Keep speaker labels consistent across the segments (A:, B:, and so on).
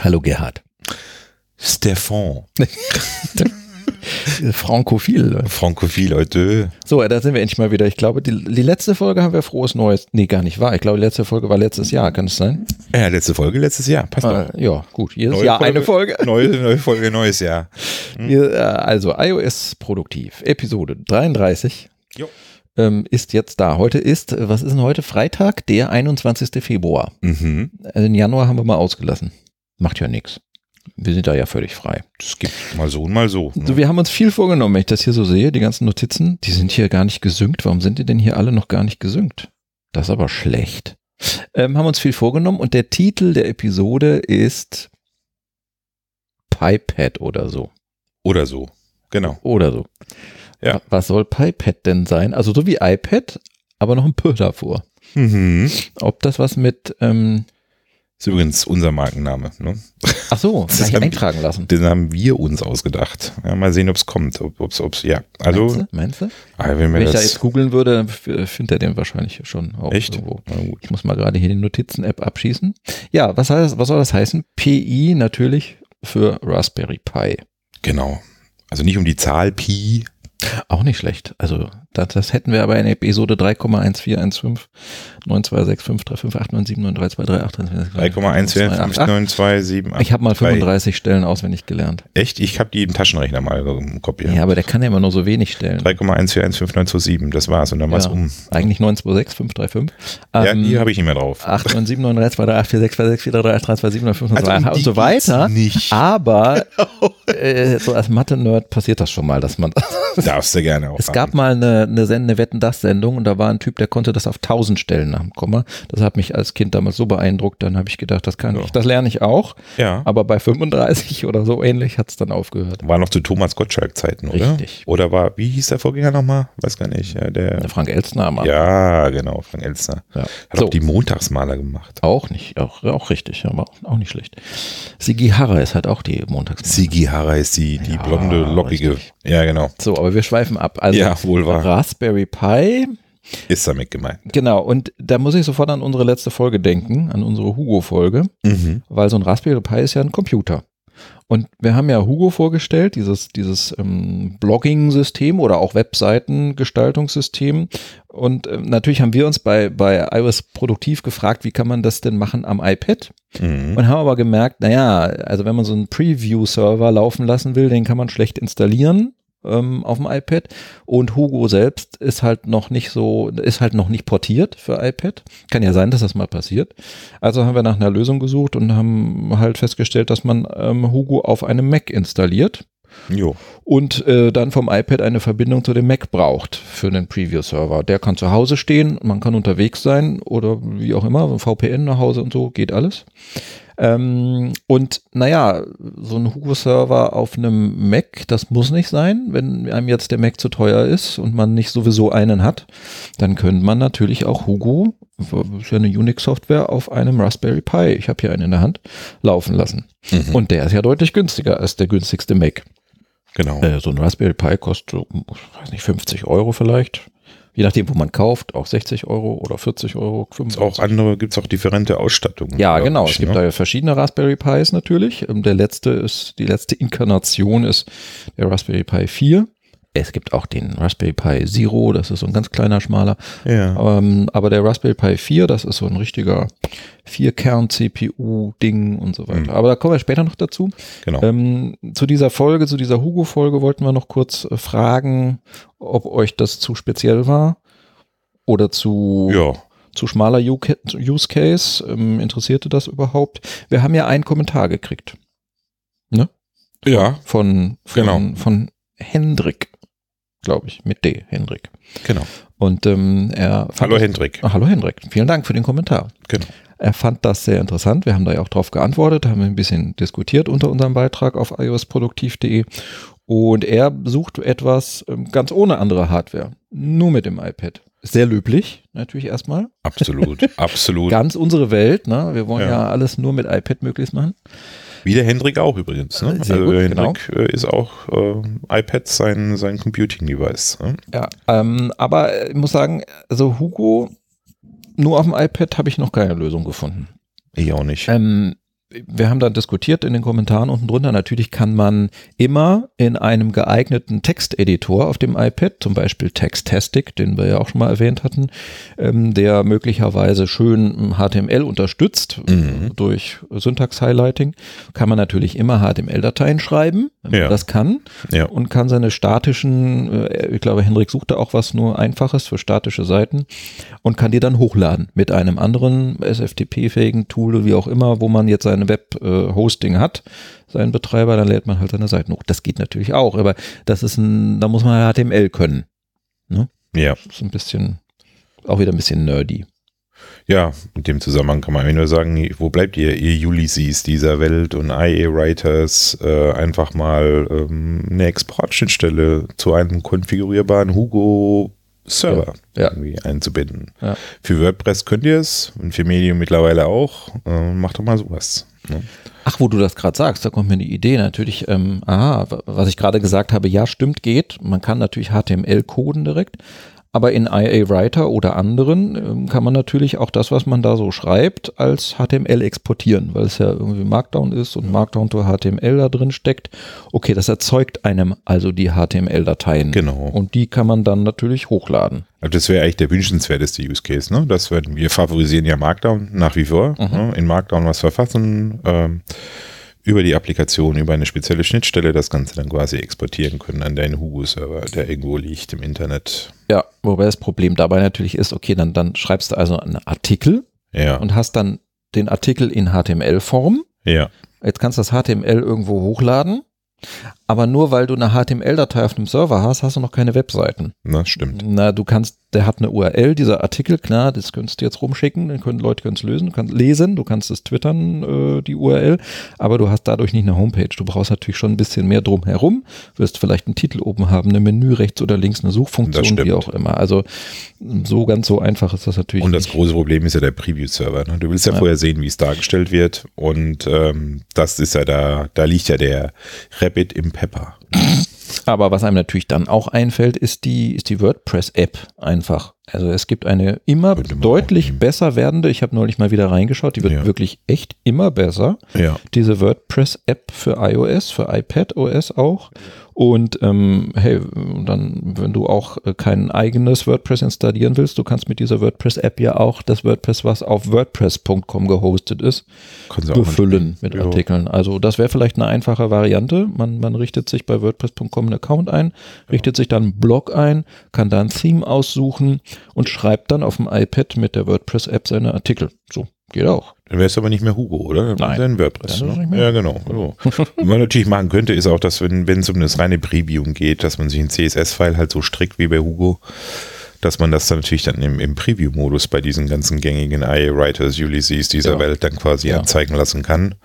A: Hallo Gerhard.
B: Stefan.
A: Frankophil.
B: Äh, Frankophil, Leute.
A: So, ja, da sind wir endlich mal wieder. Ich glaube, die, die letzte Folge haben wir frohes Neues. Nee, gar nicht wahr. Ich glaube, die letzte Folge war letztes Jahr. Kann es sein?
B: Ja, äh, letzte Folge letztes Jahr. Passt doch.
A: Äh, ja, gut. Jedes
B: Neue
A: Jahr eine Folge.
B: Neue, neue Folge, Mhm. neues Jahr.
A: Wir, äh, Also, iOS produktiv. Episode 33
B: Jo.
A: ähm, ist jetzt da. Heute ist, äh, was ist denn heute? Freitag, der 21. Februar. Also
B: Mhm.
A: Den Januar haben wir mal ausgelassen. Macht ja nichts. Wir sind da ja völlig frei.
B: Das gibt mal so und mal so. Ne?
A: So, wir haben uns viel vorgenommen, wenn ich das hier so sehe, die ganzen Notizen, die sind hier gar nicht gesynkt. Warum sind die denn hier alle noch gar nicht gesynkt? Das ist aber schlecht. Ähm, haben uns viel vorgenommen und der Titel der Episode ist Pipette oder so.
B: Oder so. Genau.
A: Oder so.
B: Ja.
A: Was soll Pipette denn sein? Also so wie iPad, aber noch ein P davor.
B: Mhm. Ist
A: Ob das was mit, ähm,
B: übrigens unser Markenname. Ne?
A: ach so,
B: Das
A: gleich
B: haben die-
A: eintragen lassen.
B: Den haben wir uns ausgedacht. Ja, mal sehen, ob es kommt. Ob, ob's, ob's, ja. Also,
A: Meinst du? Meinst du?
B: ah, wenn wir
A: Wenn ich da
B: das.
A: jetzt googeln würde, f- findet er den wahrscheinlich schon auch
B: Echt?
A: irgendwo.
B: Na gut.
A: Ich muss mal gerade hier die Notizen-App abschießen. Ja, was, heißt, was soll das heißen? PI natürlich für Raspberry Pi.
B: Genau. Also nicht um die Zahl Pi.
A: Auch nicht schlecht. Also das, das hätten wir aber in Episode 3,1415 926535897932383.
B: 3,145927.
A: Ich habe mal 35 Stellen auswendig gelernt.
B: Echt? Ich habe die im Taschenrechner mal ähm,
A: Ja.
B: kopiert.
A: aber der kann ja immer nur so wenig Stellen.
B: 3,14159227, das war's. Und dann war's
A: Ja.
B: um.
A: Eigentlich 926553.
B: Ja,
A: Ähm,
B: die habe ich nicht mehr drauf.
A: 89793238464338327
B: um
A: und
B: die
A: so
B: geht's
A: weiter.
B: Nicht.
A: Aber äh, so als Mathe-Nerd passiert das schon mal, dass man.
B: Darfst du gerne auch.
A: äh, Es
B: haben.
A: gab mal eine, eine, Send- eine Wetten-Das-Sendung und da war ein Typ, der konnte das auf tausend Stellen nach dem Komma. Das hat mich als Kind damals so beeindruckt, dann habe ich gedacht, das kann
B: Ja.
A: ich, das lerne ich auch.
B: Ja.
A: Aber bei 35 oder so ähnlich hat es dann aufgehört.
B: War noch zu Thomas Gottschalk-Zeiten, oder?
A: Richtig.
B: Oder war, wie hieß der Vorgänger nochmal? Weiß gar nicht. Ja, der.
A: Der Frank Elstner mal.
B: Ja, genau, Frank Elster.
A: Ja.
B: Hat
A: So.
B: auch die Montagsmaler gemacht.
A: Auch nicht, auch, auch richtig, aber auch nicht schlecht. Sigi Harrer ist halt auch die Montags.
B: Sigi Hara ist die, die
A: Ja,
B: blonde, lockige.
A: richtig.
B: Ja, genau.
A: So, aber wir schweifen ab. Also
B: Ja, wohl wahr.
A: Raspberry Pi,
B: Ist damit gemeint.
A: Genau, und da muss ich sofort an unsere letzte Folge denken, an unsere Hugo-Folge,
B: Mhm.
A: weil so ein Raspberry Pi ist ja ein Computer. Und wir haben ja Hugo vorgestellt, dieses, dieses ähm, Blogging-System oder auch Webseitengestaltungssystem. Und ähm, natürlich haben wir uns bei, bei iOS produktiv gefragt, wie kann man das denn machen am iPad?
B: Mhm.
A: Und haben aber gemerkt, naja, also wenn man so einen Preview-Server laufen lassen will, den kann man schlecht installieren ähm, auf dem iPad. Und Hugo selbst ist halt noch nicht so, ist halt noch nicht portiert für iPad. Kann ja sein, dass das mal passiert. Also haben wir nach einer Lösung gesucht und haben halt festgestellt, dass man ähm, Hugo auf einem Mac installiert
B: Jo.
A: und äh, dann vom iPad eine Verbindung zu dem Mac braucht für den Preview-Server. Der kann zu Hause stehen, man kann unterwegs sein oder wie auch immer, VPN nach Hause und so, geht alles. Ähm, und naja, so ein Hugo-Server auf einem Mac, das muss nicht sein. Wenn einem jetzt der Mac zu teuer ist und man nicht sowieso einen hat, dann könnte man natürlich auch Hugo, ist ja eine Unix-Software, auf einem Raspberry Pi, ich habe hier einen in der Hand, laufen lassen.
B: Mhm.
A: Und der ist ja deutlich günstiger als der günstigste Mac.
B: Genau.
A: Äh, so ein Raspberry Pi kostet, so, ich weiß nicht, 50 Euro vielleicht. Je nachdem, wo man kauft, auch 60 Euro oder 40 Euro.
B: Gibt's auch andere, gibt's auch differente Ausstattungen.
A: Ja,
B: glaub
A: genau.
B: ich,
A: Es gibt
B: ne?
A: da ja verschiedene Raspberry Pis natürlich. Ähm, Der letzte ist, die letzte Inkarnation ist der Raspberry Pi 4. Es gibt auch den Raspberry Pi Zero, das ist so ein ganz kleiner, schmaler.
B: Ja.
A: Ähm, aber der Raspberry Pi 4, das ist so ein richtiger Vier-Kern-CPU-Ding und so weiter.
B: Mhm.
A: Aber da kommen wir später noch dazu.
B: Genau.
A: Ähm, zu dieser Folge, zu dieser Hugo-Folge wollten wir noch kurz äh, fragen, ob euch das zu speziell war oder zu,
B: ja.
A: zu schmaler U- Use Case. Ähm, interessierte das überhaupt? Wir haben ja einen Kommentar gekriegt
B: Ja,
A: von, von,
B: Genau.
A: von Hendrik, glaube ich, mit D, Hendrik.
B: genau.
A: Und ähm, er fand
B: Hallo
A: das-
B: Hendrik.
A: Ah, Hallo Hendrik, vielen Dank für den Kommentar.
B: Genau.
A: Er fand das sehr interessant. Wir haben da ja auch drauf geantwortet, haben ein bisschen diskutiert unter unserem Beitrag auf iosproduktiv.de. Und er sucht etwas ähm, ganz ohne andere Hardware, nur mit dem iPad. Sehr löblich, natürlich erstmal.
B: Absolut, absolut.
A: Ganz unsere Welt, ne? Wir wollen ja.
B: Ja.
A: alles nur mit iPad möglichst machen.
B: Wie der Hendrik auch übrigens. Ne?
A: Sehr
B: Also
A: gut, genau.
B: Hendrik äh, ist auch äh, iPad sein, sein Computing-Device. Ne?
A: Ja. Ähm, aber ich muss sagen, also Hugo, nur auf dem iPad habe ich noch keine Lösung gefunden.
B: Ich auch nicht.
A: Ähm, wir haben dann diskutiert in den Kommentaren unten drunter. Natürlich kann man immer in einem geeigneten Texteditor auf dem iPad, zum Beispiel Textastic, den wir ja auch schon mal erwähnt hatten, ähm, der möglicherweise schön hm, HTML unterstützt
B: Mhm.
A: durch Syntax-Highlighting, kann man natürlich immer HTML-Dateien schreiben, wenn
B: Ja.
A: man das kann.
B: Ja.
A: Und kann seine statischen, äh, ich glaube, Hendrik suchte auch was nur Einfaches für statische Seiten und kann die dann hochladen mit einem anderen SFTP-fähigen Tool, wie auch immer, wo man jetzt seine Web-Hosting hat, seinen Betreiber, dann lädt man halt seine Seiten hoch. Das geht natürlich auch, aber das ist ein, da muss man halt HTML können.
B: Ja.
A: Das ist ein bisschen, auch wieder ein bisschen nerdy.
B: Ja, in dem Zusammenhang kann man eigentlich nur sagen, wo bleibt ihr, ihr Ulysses dieser Welt und IA-Writers, äh, einfach mal ähm, eine Exportschnittstelle zu einem konfigurierbaren Hugo-Server
A: Ja.
B: irgendwie einzubinden.
A: Ja.
B: Für WordPress könnt ihr es und für Medium mittlerweile auch. Äh, macht doch mal sowas. Ne?
A: Ach, wo du das gerade sagst, da kommt mir die Idee natürlich. Ähm, aha, wa- was ich gerade gesagt habe, ja, stimmt, geht. Man kann natürlich HTML coden direkt, aber in IA Writer oder anderen ähm, kann man natürlich auch das, was man da so schreibt, als HTML exportieren, weil es ja irgendwie Markdown ist und Markdown to HTML da drin steckt. Okay, das erzeugt einem also die HTML-Dateien.
B: Genau.
A: Und die kann man dann natürlich hochladen.
B: Also das wäre eigentlich der wünschenswerteste Use Case. Ne? Das werden wir favorisieren ja Markdown nach wie vor.
A: Mhm.
B: Ne? In Markdown was verfassen, ähm, über die Applikation, über eine spezielle Schnittstelle das Ganze dann quasi exportieren können an deinen Hugo-Server, der irgendwo liegt im Internet.
A: Ja, wobei das Problem dabei natürlich ist, okay, dann, dann schreibst du also einen Artikel
B: Ja,
A: und hast dann den Artikel in HTML-Form.
B: ja,
A: Jetzt kannst du das HTML irgendwo hochladen, aber nur weil du eine HTML-Datei auf einem Server hast, hast du noch keine Webseiten.
B: das ne? stimmt.
A: Na, du kannst, der hat eine URL, dieser Artikel, klar, das könntest du jetzt rumschicken, dann können Leute können es lösen, du kannst lesen, du kannst es twittern, äh, die URL, aber du hast dadurch nicht eine Homepage. Du brauchst natürlich schon ein bisschen mehr drumherum, wirst vielleicht einen Titel oben haben, eine Menü rechts oder links, eine
B: Das
A: Suchfunktion,
B: stimmt.
A: wie auch immer. Also so ganz so einfach ist das natürlich
B: Und das
A: nicht.
B: große Problem ist ja der Preview-Server. Ne? Du willst ja, vorher sehen, wie es dargestellt wird. Und ähm, das ist ja da, da liegt ja der Rabbit im Pepper.
A: Aber was einem natürlich dann auch einfällt, ist die, ist die WordPress-App einfach. Also es gibt eine immer
B: Könnte man auch
A: deutlich
B: nehmen.
A: besser werdende, ich habe neulich mal wieder reingeschaut, die wird
B: Ja.
A: wirklich echt immer besser.
B: Ja.
A: Diese WordPress-App für iOS, für iPadOS auch. Und ähm, hey, dann, wenn du auch äh, kein eigenes WordPress installieren willst, du kannst mit dieser WordPress-App ja auch das WordPress, was auf WordPress.com gehostet ist,
B: Kannst du auch mal-
A: befüllen mit
B: Ja.
A: Artikeln. Also das wäre vielleicht eine einfache Variante. Man, man richtet sich bei WordPress.com einen Account ein, richtet sich dann einen Blog ein, kann da ein Theme aussuchen und schreibt dann auf dem iPad mit der WordPress-App seine Artikel. So, geht auch.
B: Dann wärst du aber nicht mehr Hugo, oder?
A: Nein.
B: Dann WordPress.
A: Dann ist es
B: Ne?
A: nicht mehr.
B: Ja, genau. So. Was man natürlich machen könnte, ist auch, dass wenn wenn es um das reine Previewen geht, dass man sich ein CSS-File halt so strickt wie bei Hugo, dass man das dann natürlich dann im, im Preview-Modus bei diesen ganzen gängigen IA-Writers, Ulysses dieser
A: Ja.
B: Welt dann quasi
A: Ja.
B: anzeigen lassen kann.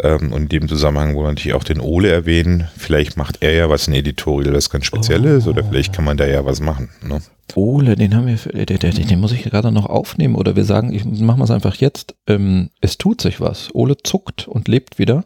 A: Ja.
B: Ähm, und in dem Zusammenhang wollen wir natürlich auch den Ole erwähnen. Vielleicht macht er ja was in Editorial, das ganz speziell
A: Oh.
B: ist, oder vielleicht kann man da ja was machen. Ne?
A: Ole, den haben wir, für- den, den, den muss ich gerade noch aufnehmen oder wir sagen, ich machen wir es einfach jetzt. Ähm, es tut sich was. Ole zuckt und lebt wieder.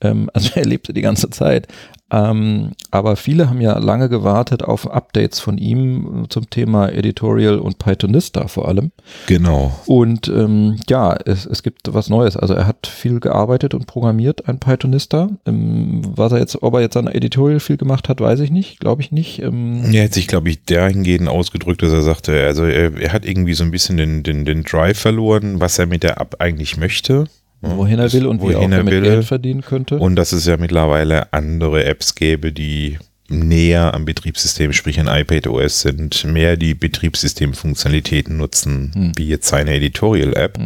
A: Ähm, also er lebte die ganze Zeit. Ähm, aber viele haben ja lange gewartet auf Updates von ihm äh, zum Thema Editorial und Pythonista vor allem.
B: Genau.
A: Und ähm, ja, es, es gibt was Neues. Also er hat viel gearbeitet und programmiert, ein Pythonista. Ähm, was er jetzt, ob er jetzt an Editorial viel gemacht hat, weiß ich nicht, glaube ich nicht. Ähm,
B: Er hat sich, glaube ich, dahingehend ausgedrückt, dass er sagte, also er, er hat irgendwie so ein bisschen den, den, den Drive verloren, was er mit der App eigentlich möchte. ne?
A: wohin er will und wie er auch
B: wohin er
A: damit
B: will.
A: Geld verdienen könnte.
B: Und dass es ja mittlerweile andere Apps gäbe, die näher am Betriebssystem, sprich an iPadOS sind, mehr die Betriebssystemfunktionalitäten nutzen,
A: Hm.
B: wie jetzt seine Editorial-App.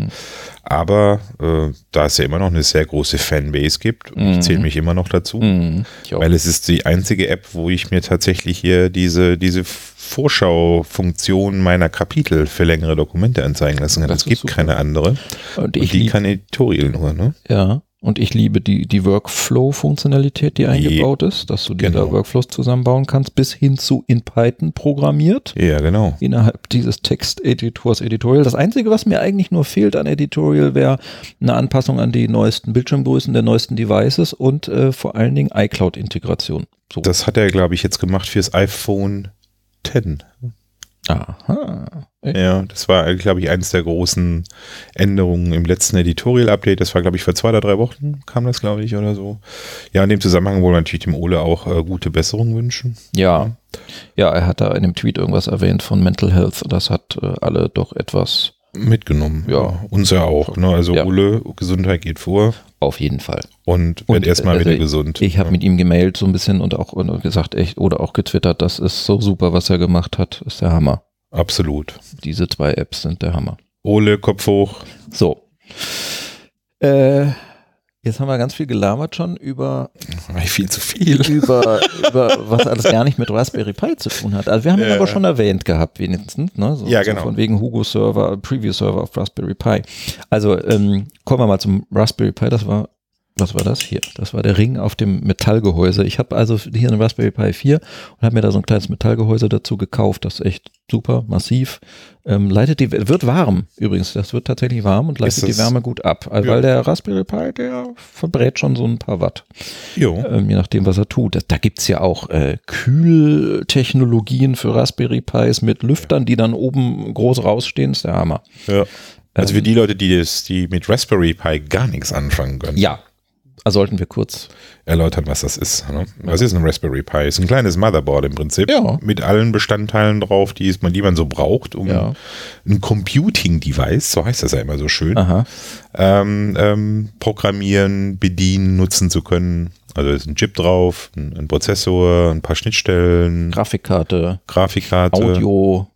B: Aber äh, da es ja immer noch eine sehr große Fanbase gibt, und
A: Hm.
B: ich zähle mich immer noch dazu,
A: Mhm. Ich auch.
B: weil es ist die einzige App, wo ich mir tatsächlich hier diese, diese Vorschaufunktion meiner Kapitel für längere Dokumente anzeigen lassen kann.
A: Das
B: es
A: ist
B: gibt
A: super.
B: keine andere.
A: und
B: Und
A: ich
B: die
A: lieb,
B: kann Editorial nur, ne?
A: ja, und ich liebe die, die Workflow-Funktionalität, die eingebaut ist, dass du dir
B: Genau.
A: da Workflows zusammenbauen kannst, bis hin zu in Python programmiert.
B: Ja, genau.
A: Innerhalb dieses Texteditors Editorial. Das Einzige, was mir eigentlich nur fehlt an Editorial, wäre eine Anpassung an die neuesten Bildschirmgrößen der neuesten Devices und äh, vor allen Dingen iCloud-Integration. So.
B: Das hat er, glaube ich, jetzt gemacht fürs iPhone 10.
A: Aha. Echt?
B: Ja, das war, glaube ich, eines der großen Änderungen im letzten Editorial-Update. Das war, glaube ich, vor zwei oder drei Wochen kam das, glaube ich, oder so. Ja, in dem Zusammenhang wollen wir natürlich dem Ole auch äh, gute Besserung wünschen.
A: Ja. Ja, er hat da in dem Tweet irgendwas erwähnt von Mental Health. Das hat äh, alle doch etwas
B: Mitgenommen.
A: Ja.
B: Uns ja auch. Ne? Also
A: Ja.
B: Ole, Gesundheit geht vor
A: auf jeden Fall.
B: und
A: Und,
B: wird erstmal
A: äh,
B: wieder
A: also
B: gesund.
A: Ich habe
B: Ja.
A: mit ihm gemailt so ein bisschen und auch und gesagt, echt, oder auch getwittert, das ist so super, was er gemacht hat. Ist der Hammer.
B: Absolut.
A: Diese zwei Apps sind der Hammer.
B: Ole, Kopf hoch.
A: So. Äh, jetzt haben wir ganz viel gelabert schon über,
B: Viel zu viel.
A: über, über was alles gar nicht mit Raspberry Pi zu tun hat. Also wir haben ihn
B: Ja.
A: aber schon erwähnt gehabt, wenigstens. Ne? So,
B: Ja,
A: so
B: genau.
A: Von wegen Hugo-Server, Preview-Server auf Raspberry Pi. Also ähm, kommen wir mal zum Raspberry Pi. Das war, was war das hier? Das war der Ring auf dem Metallgehäuse. Ich habe also hier einen Raspberry Pi 4 und habe mir da so ein kleines Metallgehäuse dazu gekauft. Das ist echt super, massiv. Ähm, leitet die, wird warm übrigens. Das wird tatsächlich warm und leitet
B: Ist
A: die
B: es?
A: Wärme gut ab. Also,
B: Ja.
A: Weil der Raspberry Pi, der verbrät schon so ein paar Watt
B: Jo.
A: ähm, je nachdem, was er tut. Da, da gibt's ja auch äh, Kühltechnologien für Raspberry Pis mit Lüftern, die dann oben groß rausstehen. Ist der Hammer.
B: Ja. Also
A: Ähm,
B: für die Leute, die, das, die mit Raspberry Pi gar nichts anfangen können,
A: Ja, da sollten wir kurz.
B: erläutern, was das ist. Ne? Was ist ein Raspberry Pi? Ist ein kleines Motherboard im Prinzip.
A: Ja.
B: Mit allen Bestandteilen drauf, die, es- die man so braucht, um
A: Ja.
B: ein Computing-Device, so heißt das ja immer so schön,
A: Aha.
B: ähm, ähm, programmieren, bedienen, nutzen zu können. Also ist ein Chip drauf, ein, ein Prozessor, ein paar Schnittstellen,
A: Grafikkarte,
B: Grafikkarte.
A: Audio.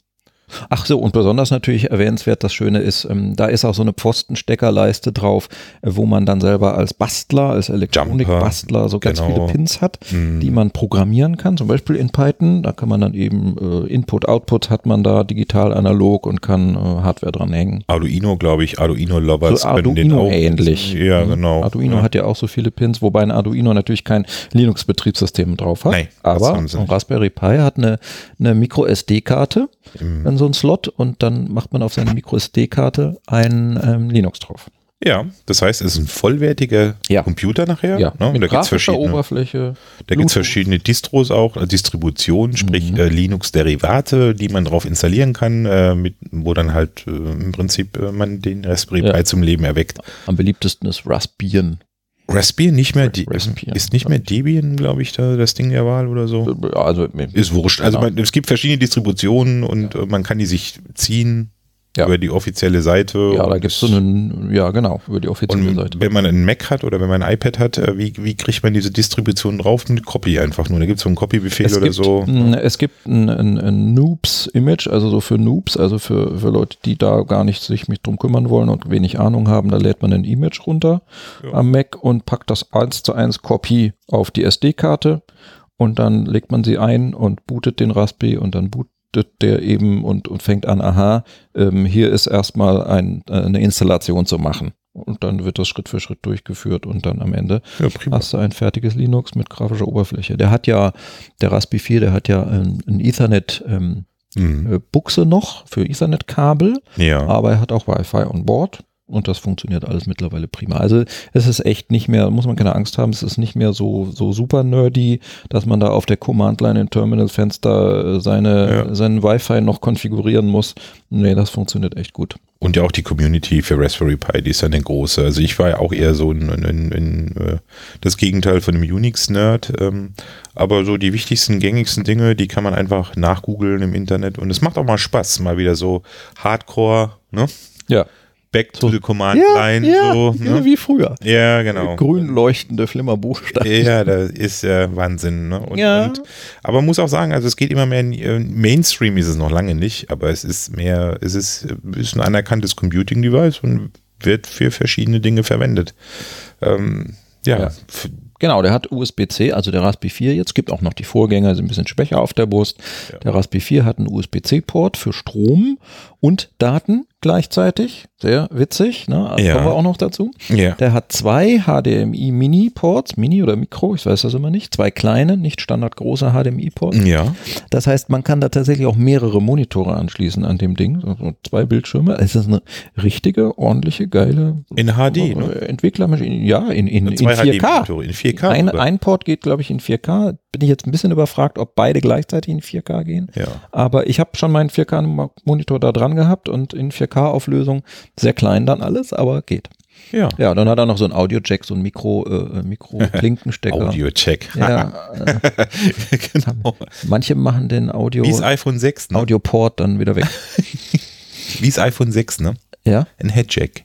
A: Ach so, und besonders natürlich erwähnenswert, das Schöne ist, ähm, da ist auch so eine Pfostensteckerleiste drauf, äh, wo man dann selber als Bastler, als Elektronikbastler so ganz
B: genau.
A: viele Pins hat,
B: Mhm.
A: die man programmieren kann, zum Beispiel in Python. Da kann man dann eben äh, Input, Output hat man da digital, analog und kann äh, Hardware dran hängen.
B: Arduino, glaube ich, Arduino-Lovers
A: So Arduino-ähnlich.
B: Ja, genau.
A: Arduino
B: ja.
A: hat ja auch so viele Pins, wobei ein Arduino natürlich kein Linux-Betriebssystem drauf hat.
B: Nee, das
A: aber
B: haben sie
A: ein
B: nicht.
A: Raspberry Pi hat eine, eine Micro-SD-Karte,
B: Mhm.
A: dann so ein Slot und dann macht man auf seine Micro-SD-Karte ein ähm, Linux drauf.
B: Ja, das heißt, es ist ein vollwertiger
A: Ja.
B: Computer nachher. ne? Und da
A: mit
B: gibt es
A: grafischer
B: verschiedene,
A: Oberfläche.
B: da gibt's
A: Bluetooth. Mhm.
B: verschiedene Distros auch, äh, Distributionen, sprich äh, Linux-Derivate, die man drauf installieren kann, äh, mit, wo dann halt äh, im Prinzip äh, man den Raspberry
A: Ja.
B: Pi zum Leben erweckt.
A: Am beliebtesten ist Raspbian.
B: Raspbian nicht mehr, die,
A: Raspbian,
B: ist nicht mehr Debian, glaube ich, da, das Ding der Wahl oder so.
A: Also
B: Oh. Ist wurscht. Also
A: Genau.
B: man, es gibt verschiedene Distributionen und äh, man kann die sich ziehen
A: Ja.
B: über die offizielle Seite.
A: Ja, da
B: und
A: gibt es so einen, ja genau, über die offizielle
B: Und
A: Seite.
B: wenn man einen Mac hat oder wenn man ein iPad hat, äh, wie, wie kriegt man diese Distribution drauf? Mit Copy einfach nur. Da gibt es so einen Copy-Befehl oder
A: gibt,
B: so.
A: n- es gibt ein, ein, ein Noobs-Image, also so für Noobs, also für, für Leute, die da gar nicht sich mit drum kümmern wollen und wenig Ahnung haben, da lädt man ein Image runter
B: Ja.
A: am Mac und packt das 1 zu 1 Copy auf die SD-Karte und dann legt man sie ein und bootet den Raspberry und dann bootet der eben und, und fängt an, aha, ähm, hier ist erstmal ein, äh, eine Installation zu machen. Und dann wird das Schritt für Schritt durchgeführt und dann am Ende
B: Ja, prima.
A: hast du ein fertiges Linux mit grafischer Oberfläche. Der hat ja, der Raspi 4, der hat ja ähm, ein Ethernet ähm,
B: Mhm.
A: äh, Buchse noch für Ethernet-Kabel,
B: Ja.
A: aber er hat auch Wi-Fi on board und das funktioniert alles mittlerweile prima. Also es ist echt nicht mehr, muss man keine Angst haben, es ist nicht mehr so, so super nerdy, dass man da auf der Command-Line im Terminal-Fenster äh, seine,
B: Ja.
A: seinen Wi-Fi noch konfigurieren muss. Nee, das funktioniert echt gut.
B: Und ja auch die Community für Raspberry Pi, die ist ja eine große. Also ich war ja auch eher so ein, ein, ein, ein, äh, das Gegenteil von einem Unix-Nerd. Ähm, aber so die wichtigsten, gängigsten Dinge, die kann man einfach nachgoogeln im Internet. Und es macht auch mal Spaß, mal wieder so Hardcore, ne?
A: Ja,
B: Back to
A: So.
B: the Command Line. so, ne?
A: wie früher.
B: ja genau.
A: Grün leuchtende Flimmerbuchstaben.
B: Ja, das ist ja Wahnsinn. Ne? Und,
A: Ja.
B: und, aber man muss auch sagen, also es geht immer mehr in äh, Mainstream ist es noch lange nicht, aber es ist mehr, es ist, ist ein anerkanntes Computing Device und wird für verschiedene Dinge verwendet. Ähm, ja,
A: Ja.
B: f-
A: Genau, der hat USB-C, also der Raspi 4 jetzt, gibt auch noch die Vorgänger, sind ein bisschen schwächer auf der Brust. Der Raspi 4 hat einen USB-C-Port für Strom und Daten gleichzeitig. Sehr witzig, ne?
B: Ja.
A: kommen wir auch noch dazu.
B: ja.
A: Der hat zwei HDMI-Mini-Ports, Mini oder Mikro, ich weiß das immer nicht, zwei kleine, nicht standardgroße HDMI-Ports.
B: ja.
A: Das heißt, man kann da tatsächlich auch mehrere Monitore anschließen an dem Ding, so- so zwei Bildschirme. Es ist eine richtige, ordentliche, geile
B: In HD, ne?
A: Entwicklermaschine. Ja, Oh, in, in, in
B: Zwei
A: 4K.
B: HD-Monitore in 4K.
A: Ein,
B: sogar.
A: ein Port geht, glaube ich, in 4K. bin ich jetzt ein bisschen überfragt, ob beide gleichzeitig in 4K gehen.
B: Ja.
A: Aber ich habe schon meinen 4K-Monitor da dran gehabt und in 4K-Auflösung sehr klein dann alles, aber geht.
B: Ja.
A: Ja, dann hat er noch so ein Audio-Jack, so ein Mikro, äh, Mikro-Klinkenstecker.
B: Audio-Check.
A: Ja, äh,
B: genau.
A: manche machen den Audio,
B: Wie das iPhone 6, ne?
A: Audio-Port dann wieder weg.
B: Wie das iPhone 6, ne?
A: Ja, Äh.
B: Ein Headjack.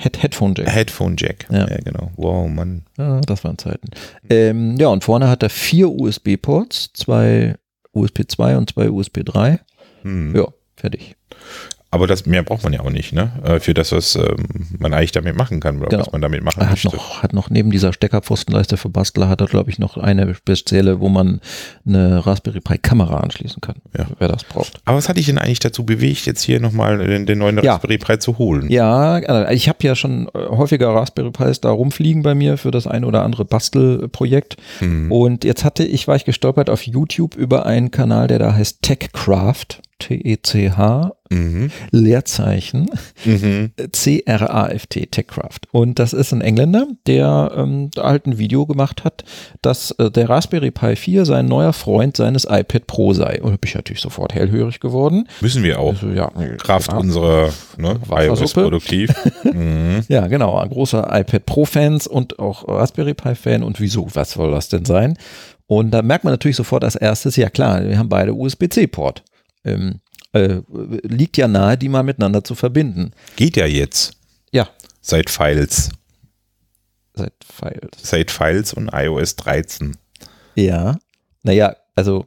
A: Head Headphone-Jack.
B: Headphone-Jack.
A: Ja.
B: genau. Wow, Mann.
A: Ja, das waren Zeiten. Ähm, ja, und vorne hat er vier USB-Ports, zwei USB 2 und zwei USB 3.
B: Hm.
A: Ja, fertig.
B: Aber das mehr braucht man ja auch nicht, ne? Äh, Für das, was ähm, man eigentlich damit machen kann oder
A: Genau.
B: was man damit machen
A: Er hat
B: möchte.
A: noch, hat noch neben dieser Steckerpfostenleiste für Bastler, hat er, glaube ich, noch eine spezielle, wo man eine Raspberry Pi Kamera anschließen kann,
B: Ja.
A: wer das braucht.
B: Aber was hat dich denn eigentlich dazu bewegt, jetzt hier nochmal den, den neuen
A: Ja.
B: Raspberry Pi zu holen?
A: Ja, äh, ich habe ja schon äh, häufiger Raspberry Pis da rumfliegen bei mir für das ein oder andere Bastelprojekt.
B: Mhm.
A: Und jetzt hatte ich, war ich gestolpert auf YouTube über einen Kanal, der da heißt TechCraft, T-E-C-H,
B: Mhm.
A: Leerzeichen, äh,
B: Mhm.
A: C-R-A-F-T, TechCraft. Und das ist ein Engländer, der ähm, halt ein Video gemacht hat, dass äh, der Raspberry Pi 4 sein neuer Freund seines iPad Pro sei. Und da bin ich natürlich sofort hellhörig geworden.
B: Müssen wir auch.
A: Also, ja,
B: Kraft
A: ja.
B: unserer ne, iOS
A: Wassersuppe.
B: produktiv. mhm.
A: Ja, genau. Ein großer iPad Pro-Fans und auch Raspberry Pi-Fan. Und wieso? Was soll das denn sein? Und da merkt man natürlich sofort als erstes, ja klar, wir haben beide USB-C-Port. Ähm, äh, liegt ja nahe, die mal miteinander zu verbinden.
B: Geht ja jetzt.
A: Ja,
B: Seit Files.
A: seit Files.
B: Seit Files und iOS 13.
A: Ja. Naja, also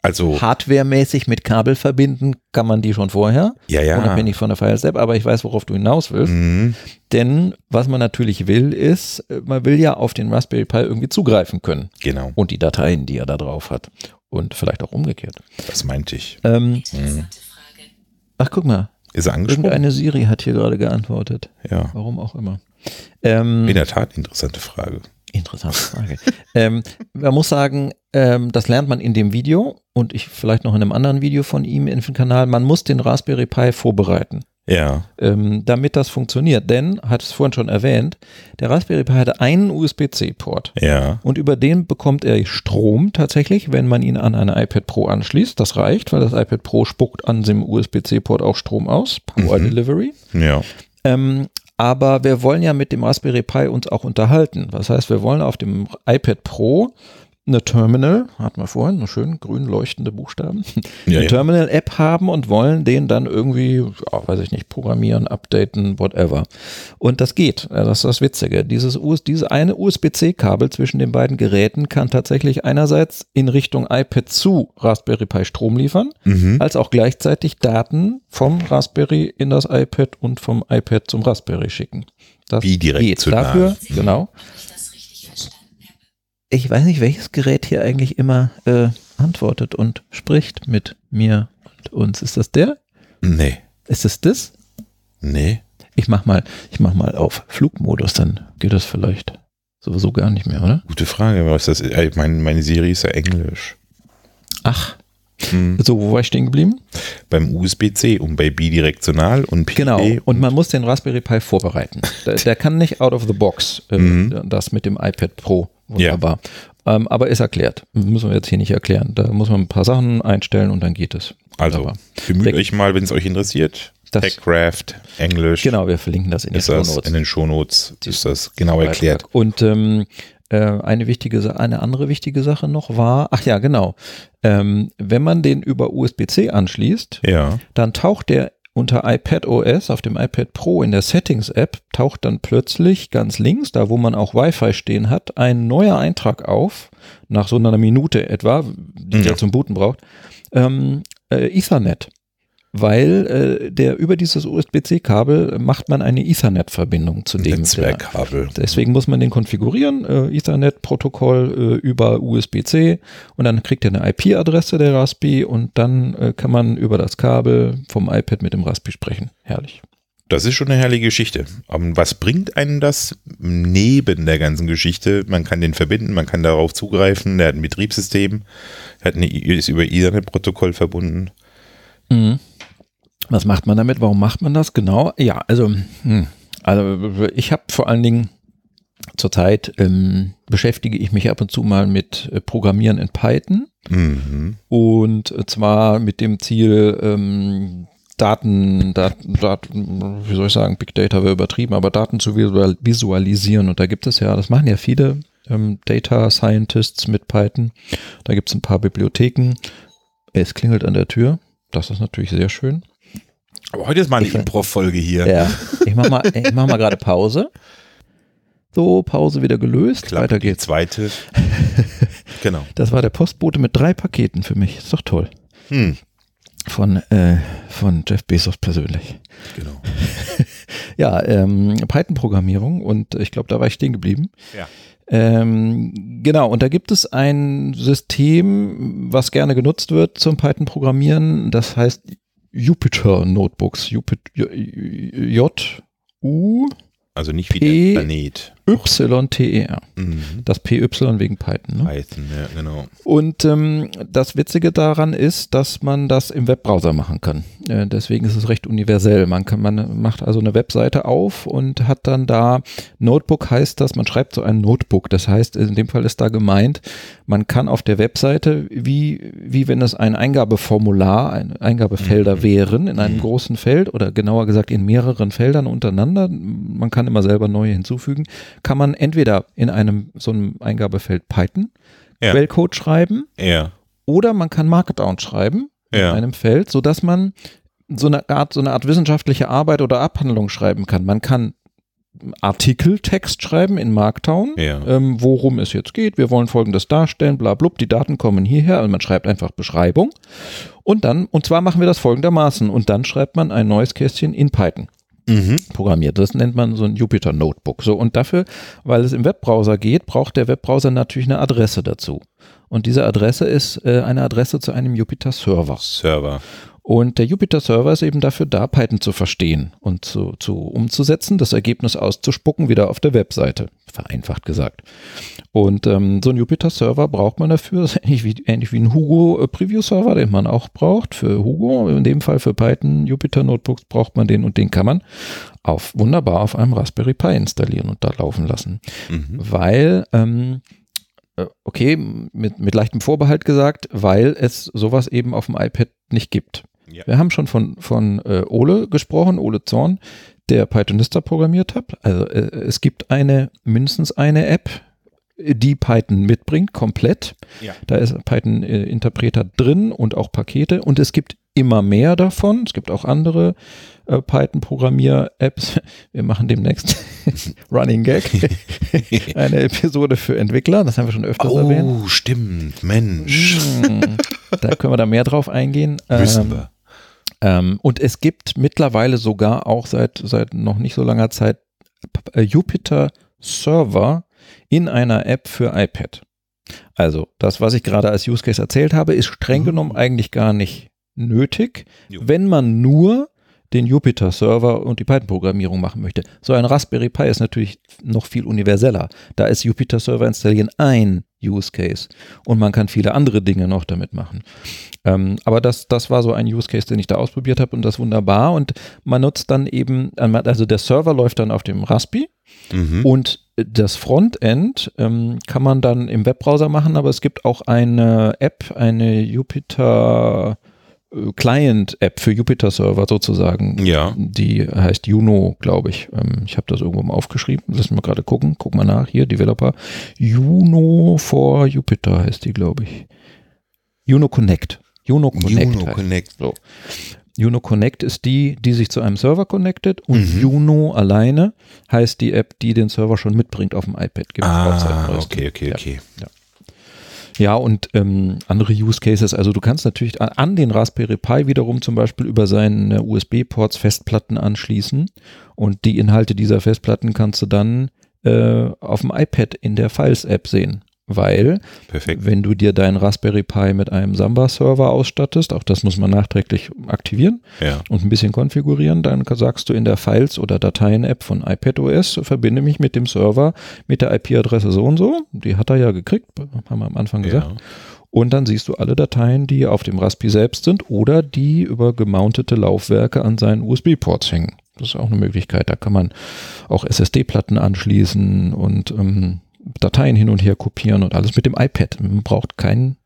B: Also,
A: hardwaremäßig mit Kabel verbinden kann man die schon vorher,
B: ja, ja.
A: unabhängig von der Files App, aber ich weiß, worauf du hinaus willst.
B: Mhm.
A: Denn was man natürlich will, ist, äh, man will ja auf den Raspberry Pi irgendwie zugreifen können.
B: Genau,
A: und die Dateien, die er da drauf hat. Und vielleicht auch umgekehrt.
B: das meinte ich.
A: Ähm,
C: Interessante Frage.
A: ach, guck mal.
B: Ist er angesprochen?
A: Irgendeine Siri hat hier gerade geantwortet.
B: Ja.
A: Warum auch immer. Ähm,
B: In der Tat, interessante Frage.
A: interessante Frage. ähm, man muss sagen, ähm, das lernt man in dem Video und ich vielleicht noch in einem anderen Video von ihm im Kanal. Man muss den Raspberry Pi vorbereiten.
B: Ja.
A: ähm, damit das funktioniert. Denn, hat es vorhin schon erwähnt, der Raspberry Pi hatte einen USB-C-Port.
B: Ja.
A: Und über den bekommt er Strom tatsächlich, wenn man ihn an ein iPad Pro anschließt. Das reicht, weil das iPad Pro spuckt an dem USB-C-Port auch Strom aus. Power Delivery.
B: Ja.
A: Ähm, aber wir wollen ja mit dem Raspberry Pi uns auch unterhalten. Das heißt, wir wollen auf dem iPad Pro eine Terminal, hatten wir vorhin, eine schön grün leuchtende Buchstaben,
B: Ja,
A: eine
B: ja.
A: Terminal-App haben und wollen den dann irgendwie, ja, weiß ich nicht, programmieren, updaten, whatever. Und das geht. Ja, Das ist das Witzige. Dieses US, diese eine USB-C-Kabel zwischen den beiden Geräten kann tatsächlich einerseits in Richtung iPad zu Raspberry Pi Strom liefern
B: Mhm.
A: als auch gleichzeitig Daten vom Raspberry in das iPad und vom iPad zum Raspberry schicken. Das
B: Wie direkt
A: geht
B: zu Mhm.
A: dafür,
B: Daten.
A: genau.
C: Ob ich das richtig verstanden habe.
A: Ich weiß nicht, welches Gerät hier eigentlich immer äh, antwortet und spricht mit mir und uns. Ist das der?
B: Nee.
A: Ist es das?
B: Nee.
A: Ich mach mal, ich mach mal auf Flugmodus, dann geht das vielleicht sowieso gar nicht mehr, oder?
B: Gute Frage. Was das, äh, mein, meine Serie ist ja Englisch.
A: Ach,
B: Mhm.
A: so, wo war ich stehen geblieben?
B: Beim USB-C und bei bidirektional E und PD.
A: Genau, und man muss den Raspberry Pi vorbereiten. Der, der kann nicht out of the box ähm,
B: Mhm.
A: das mit dem iPad Pro. Wunderbar. Ähm, aber ist erklärt. Müssen wir jetzt hier nicht erklären. Da muss man ein paar Sachen einstellen und dann geht es.
B: Also,
A: Wunderbar.
B: bemüht
A: Tech-
B: euch mal, wenn es euch interessiert.
A: Das-
B: Techcraft, Englisch.
A: Genau, wir verlinken das in den
B: Ist
A: Show
B: das in
A: Notes.
B: den Shownotes ist das genau erklärt.
A: Und ähm, äh, eine wichtige, Sa- eine andere wichtige Sache noch war, ach ja, genau. Ähm, wenn man den über USB-C anschließt,
B: Ja.
A: dann taucht der unter iPad OS auf dem iPad Pro in der Settings App taucht dann plötzlich ganz links, da wo man auch Wi-Fi stehen hat, ein neuer Eintrag auf, nach so einer Minute etwa, die
B: Ja.
A: der zum Booten braucht, ähm, äh, Ethernet. Weil äh, der über dieses USB-C-Kabel macht man eine Ethernet-Verbindung zu dem der-
B: Netzwerkkabel.
A: Deswegen muss man den konfigurieren, äh, Ethernet-Protokoll äh, über USB-C und dann kriegt er eine IP-Adresse der Raspi und dann äh, kann man über das Kabel vom iPad mit dem Raspi sprechen. Herrlich.
B: Das ist schon eine herrliche Geschichte. Aber was bringt einem das neben der ganzen Geschichte? Man kann den verbinden, man kann darauf zugreifen, der hat ein Betriebssystem, hat eine, ist über Ethernet-Protokoll verbunden.
A: Was macht man damit? Warum macht man das? Genau. Ja, also, hm, also ich habe vor allen Dingen zurzeit ähm, beschäftige ich mich ab und zu mal mit äh, Programmieren in Python
B: Mhm.
A: und zwar mit dem Ziel, ähm, Daten, Daten, Daten, wie soll ich sagen, Big Data wäre übertrieben, aber Daten zu visual- visualisieren. Und da gibt es ja, das machen ja viele ähm, Data Scientists mit Python. Da gibt es ein paar Bibliotheken. Es klingelt an der Tür. Das ist natürlich sehr schön.
B: Aber heute ist mal eine Improv-Folge hier.
A: Ja, ich mach mal, ich mach mal gerade Pause. So, Pause wieder gelöst.
B: Klappe
A: Weiter
B: die
A: geht's.
B: zweite. genau.
A: Das war der Postbote mit drei Paketen für mich. Ist doch toll.
B: Hm,
A: Von, äh, von Jeff Bezos persönlich.
B: genau.
A: Ja, ähm, Python-Programmierung und ich glaube, da war ich stehen geblieben.
B: Ja.
A: Ähm, genau, und da gibt es ein System, was gerne genutzt wird zum Python-Programmieren. Das heißt Jupyter Notebooks. Jupyter, J, U,
B: Also nicht wie
A: P-
B: der Planet.
A: Y, T, E, R.
B: Mhm.
A: Das PY wegen Python. Ne?
B: Python, ja, genau.
A: Und ähm, das Witzige daran ist, dass man das im Webbrowser machen kann. Äh, deswegen ist es recht universell. Man, kann, man macht also eine Webseite auf und hat dann da Notebook heißt das, man schreibt so ein Notebook. Das heißt, in dem Fall ist da gemeint, man kann auf der Webseite, wie, wie wenn es ein Eingabeformular, ein Eingabefelder wären, in einem großen Feld oder genauer gesagt in mehreren Feldern untereinander, man kann immer selber neue hinzufügen, kann man entweder in einem so einem Eingabefeld Python
B: Ja.
A: Quellcode schreiben
B: Ja.
A: oder man kann Markdown schreiben
B: Ja.
A: in einem Feld, sodass man so eine Art, so eine Art wissenschaftliche Arbeit oder Abhandlung schreiben kann. Man kann Artikeltext schreiben in Markdown,
B: Ja.
A: ähm, worum es jetzt geht. Wir wollen folgendes darstellen, bla blub, die Daten kommen hierher und man schreibt einfach Beschreibung. Und dann, und zwar machen wir das folgendermaßen. Und dann schreibt man ein neues Kästchen in Python
B: Mhm.
A: programmiert. Das nennt man so ein Jupyter Notebook. So, und dafür, weil es im Webbrowser geht, braucht der Webbrowser natürlich eine Adresse dazu. Und diese Adresse ist äh, eine Adresse zu einem Jupyter Server.
B: Server.
A: Und der Jupyter Server ist eben dafür da, Python zu verstehen und zu, zu umzusetzen, das Ergebnis auszuspucken, wieder auf der Webseite, vereinfacht gesagt. Und ähm, so ein Jupyter Server braucht man dafür, das ist ähnlich wie, ähnlich wie ein Hugo äh, Preview Server, den man auch braucht für Hugo, in dem Fall für Python, Jupyter Notebooks braucht man den und den kann man auf, wunderbar auf einem Raspberry Pi installieren und da laufen lassen.
B: Mhm.
A: Weil, ähm, äh, okay, mit, mit leichtem Vorbehalt gesagt, weil es sowas eben auf dem iPad nicht gibt.
B: Ja.
A: Wir haben schon von, von äh, Ole gesprochen, Ole Zorn, der Pythonista programmiert hat. Also äh, es gibt eine, mindestens eine App, die Python mitbringt, komplett.
B: Ja.
A: Da ist Python-Interpreter drin und auch Pakete und es gibt immer mehr davon. Es gibt auch andere äh, Python-Programmier-Apps. Wir machen demnächst Running Gag, eine Episode für Entwickler. Das haben wir schon öfters erwähnt.
B: Oh, stimmt. Mensch.
A: Hm, Da können wir da mehr drauf eingehen.
B: Müssen
A: Ähm,
B: wir.
A: ähm, und es gibt mittlerweile sogar auch seit, seit noch nicht so langer Zeit P- äh, Jupyter Server in einer App für iPad. Also das, was ich gerade als Use Case erzählt habe, ist streng genommen eigentlich gar nicht nötig,
B: Jo.
A: wenn man nur den Jupyter Server und die Python-Programmierung machen möchte. So ein Raspberry Pi ist natürlich noch viel universeller. Da ist Jupyter Server installieren ein Use Case und man kann viele andere Dinge noch damit machen. Ähm, aber das, das war so ein Use Case, den ich da ausprobiert habe und das wunderbar. Und man nutzt dann eben, also der Server läuft dann auf dem Raspi
B: Mhm.
A: und das Frontend ähm, kann man dann im Webbrowser machen, aber es gibt auch eine App, eine Jupyter äh, Client App für Jupyter Server sozusagen.
B: Ja.
A: Die heißt Juno, glaube ich. Ähm, ich habe das irgendwo mal aufgeschrieben. Lass mal gerade gucken. Guck mal nach. Hier, Developer. Juno for Jupyter heißt die, glaube ich. Juno Connect. Juno Connect.
B: Juno
A: heißt.
B: Connect.
A: So. Juno Connect ist die, die sich zu einem Server connectet und
B: Mhm.
A: Juno alleine heißt die App, die den Server schon mitbringt auf dem iPad. Gibt's auch seit
B: Ah,
A: neuestem.
B: okay, okay,
A: Ja.
B: okay.
A: Ja, und ähm, andere Use Cases. Also du kannst natürlich an, an den Raspberry Pi wiederum zum Beispiel über seine USB-Ports Festplatten anschließen und die Inhalte dieser Festplatten kannst du dann äh, auf dem iPad in der Files-App sehen. Weil,
B: Perfekt.
A: wenn du dir deinen Raspberry Pi mit einem Samba-Server ausstattest, auch das muss man nachträglich aktivieren,
B: Ja.
A: und ein bisschen konfigurieren, dann sagst du in der Files- oder Dateien-App von iPadOS, verbinde mich mit dem Server mit der IP-Adresse so und so. Die hat er ja gekriegt, haben wir am Anfang gesagt.
B: Ja.
A: Und dann siehst du alle Dateien, die auf dem Raspi selbst sind oder die über gemountete Laufwerke an seinen USB-Ports hängen. Das ist auch eine Möglichkeit. Da kann man auch SSD-Platten anschließen und ähm, Dateien hin und her kopieren und alles mit dem iPad. Man braucht keinen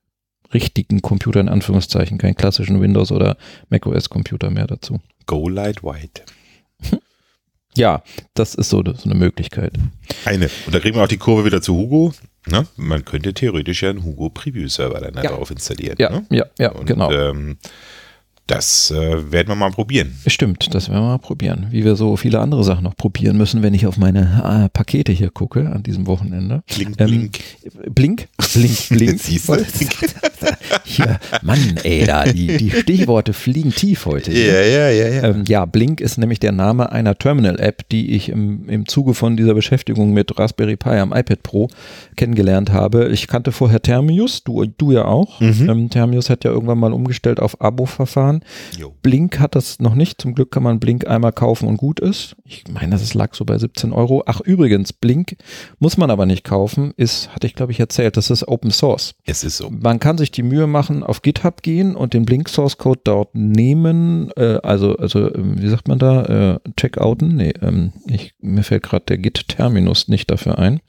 A: richtigen Computer in Anführungszeichen, keinen klassischen Windows- oder macOS-Computer mehr dazu.
B: Go Light White.
A: Ja, das ist so, so eine Möglichkeit.
B: Eine. Und da kriegen wir auch die Kurve wieder zu Hugo. Ne? Man könnte theoretisch ja einen Hugo Preview-Server dann da
A: Ja.
B: drauf installieren.
A: Ja,
B: ne?
A: ja, ja,
B: Und,
A: genau.
B: Ähm, das äh, werden wir mal probieren.
A: Stimmt, das werden wir mal probieren. Wie wir so viele andere Sachen noch probieren müssen, wenn ich auf meine äh, Pakete hier gucke an diesem Wochenende.
B: Blink,
A: Ähm,
B: blink.
A: Blink, blink, blink.
B: Siehst du?
A: Hier, Mann, ey, da, die, die Stichworte fliegen tief heute. ne? hier.
B: ja, ja, ja.
A: Ähm, ja, Blink ist nämlich der Name einer Terminal-App, die ich im, im Zuge von dieser Beschäftigung mit Raspberry Pi am iPad Pro kennengelernt habe. Ich kannte vorher Thermius, du, du ja auch. Ähm, Thermius hat ja irgendwann mal umgestellt auf Abo-Verfahren.
B: Jo.
A: Blink hat das noch nicht. Zum Glück kann man Blink einmal kaufen und gut ist. Ich meine, das lag so bei 17 Euro. Ach, übrigens, Blink muss man aber nicht kaufen. Ist, hatte ich glaube ich erzählt, das ist Open Source
B: Es ist so.
A: man kann sich die Mühe machen, auf GitHub gehen und den Blink Source Code dort nehmen, äh, also, also, ähm, wie sagt man da, äh, checkouten? Nee, ähm, ich, mir fällt gerade der Git-Terminus nicht dafür ein.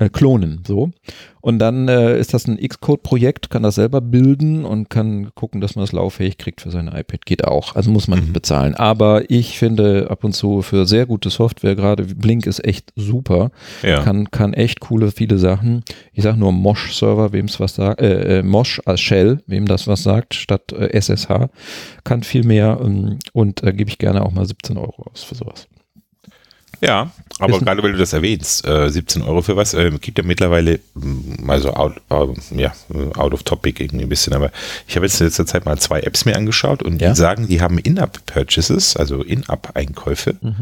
A: Äh, klonen, so. Und dann äh, ist das ein Xcode-Projekt, kann das selber bilden und kann gucken, dass man das lauffähig kriegt für seine iPad. Geht auch. Also muss man nicht bezahlen. Aber ich finde ab und zu für sehr gute Software, gerade Blink ist echt super
B: Ja.
A: kann, kann echt coole, viele Sachen. Ich sage nur Mosh-Server, wem es was sagt, äh, äh, Mosh als Shell, wem das was sagt, statt äh, SSH, kann viel mehr ähm, und da gebe ich gerne auch mal 17 Euro aus für sowas.
B: Ja, aber
A: Ist-
B: gerade weil du das erwähnst, äh, 17 Euro für was, ähm, gibt ja mittlerweile, mm, also out, out, ja, äh, out of topic irgendwie ein bisschen, aber ich habe jetzt in letzter Zeit mal zwei Apps mir angeschaut und
A: Ja?
B: die sagen, die haben In-App-Purchases, also In-App-Einkäufe.
A: Mhm.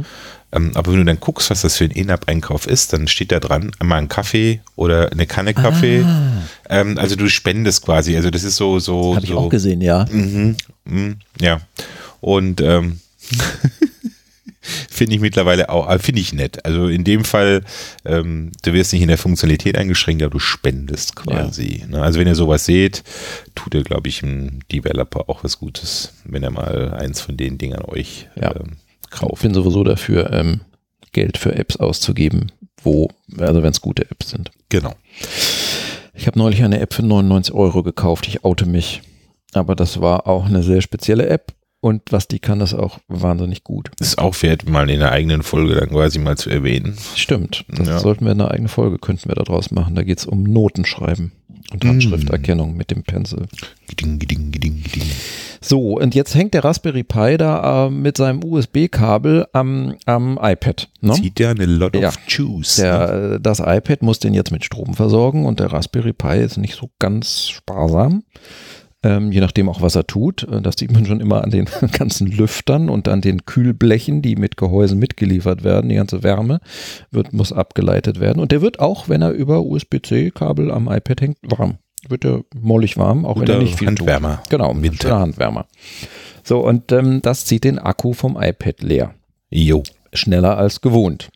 B: Ähm, aber wenn du dann guckst, was das für ein In-App-Einkauf ist, dann steht da dran, einmal ein Kaffee oder eine Kanne Kaffee.
A: Ah.
B: Ähm, also du spendest quasi, also das ist so, so, so
A: gesehen, ja.
B: Mhm, mhm, ja. Und ähm, finde ich mittlerweile auch, äh, finde ich nett. Also in dem Fall, ähm, du wirst nicht in der Funktionalität eingeschränkt, aber du spendest quasi. Ne? Also wenn ihr sowas seht, tut ihr, glaube ich, einem Developer auch was Gutes, wenn er mal eins von den Dingern euch
A: Ja.
B: ähm,
A: Ich
B: kauft.
A: bin sowieso dafür, ähm, Geld für Apps auszugeben, wo, also wenn es gute Apps sind.
B: Genau.
A: Ich habe neulich eine App für 99 Euro gekauft. Ich oute mich. Aber das war auch eine sehr spezielle App und was die kann, das auch wahnsinnig gut.
B: Ist auch wert, mal in der eigenen Folge dann quasi mal zu erwähnen.
A: Stimmt. Das
B: Ja.
A: sollten wir eine eigene Folge, könnten wir daraus machen. Da geht es um Notenschreiben und Handschrifterkennung mit dem Pencil.
B: Ding, ding, ding, ding.
A: So, und jetzt hängt der Raspberry Pi da äh, mit seinem USB-Kabel am, am iPad. Ne?
B: Zieht ja eine lot
A: Ja.
B: of juice. ne?
A: Der, äh, das iPad muss den jetzt mit Strom versorgen und der Raspberry Pi ist nicht so ganz sparsam. Ähm, je nachdem auch, was er tut. Äh, Das sieht man schon immer an den ganzen Lüftern und an den Kühlblechen, die mit Gehäusen mitgeliefert werden. Die ganze Wärme wird, muss abgeleitet werden. Und der wird auch, wenn er über USB-C-Kabel am iPad hängt, warm. Wird er mollig warm, auch wenn er
B: Guter
A: nicht viel tut.
B: Handwärmer.
A: Genau,
B: Im
A: mit
B: Winter.
A: der Handwärmer. So, und ähm, das zieht den Akku vom iPad leer
B: Jo.
A: schneller als gewohnt.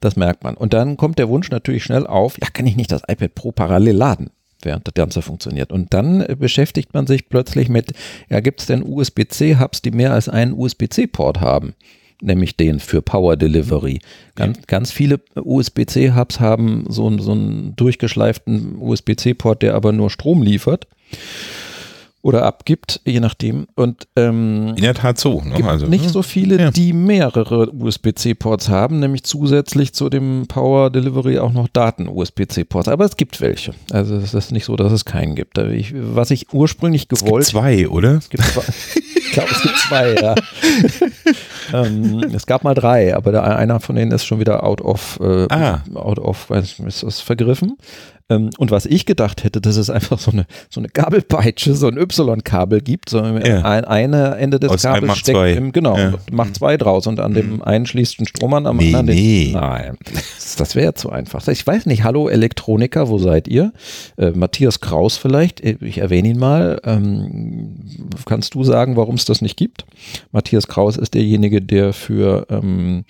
A: Das merkt man. Und dann kommt der Wunsch natürlich schnell auf, ja, kann ich nicht das iPad Pro parallel laden, während das Ganze funktioniert. Und dann äh, beschäftigt man sich plötzlich mit, ja, gibt es denn USB-C-Hubs, die mehr als einen USB-C-Port haben? Nämlich den für Power Delivery. Ganz, ganz viele USB-C-Hubs haben so, einen- so einen durchgeschleiften USB-C-Port, der aber nur Strom liefert oder abgibt, je nachdem. Und ähm,
B: In der Tat so. Ne?
A: gibt
B: also,
A: nicht
B: hm.
A: so viele,
B: Ja.
A: die mehrere USB-C-Ports haben, nämlich zusätzlich zu dem Power Delivery auch noch Daten-USB-C-Ports. Aber es gibt welche. Also es ist nicht so, dass es keinen gibt. Da Ich, was ich ursprünglich gewollt
B: Zwei, oder?
A: es gibt zwei. Ich glaube, es gibt zwei, ja. ähm, es gab mal drei, aber der, einer von denen ist schon wieder out of, äh,
B: Ah.
A: out of, weiß nicht, ist das vergriffen. Ähm, und was ich gedacht hätte, dass es einfach so eine, so eine Kabelpeitsche, so ein Y-Kabel gibt, so
B: Ja.
A: ein, eine Ende des
B: Aus einem
A: Kabels
B: macht zwei.
A: im, genau,
B: Ja.
A: macht zwei draus und an dem einen schließt einen Strom an, am
B: Mhm. Nee,
A: anderen
B: nee.
A: den, nein. Das- Das wäre ja zu einfach. Ich weiß nicht, hallo Elektroniker, wo seid ihr? Äh, Matthias Kraus vielleicht, äh, ich erwähne ihn mal. Ähm, kannst du sagen, warum es das nicht gibt? Matthias Kraus ist derjenige, der für ähm,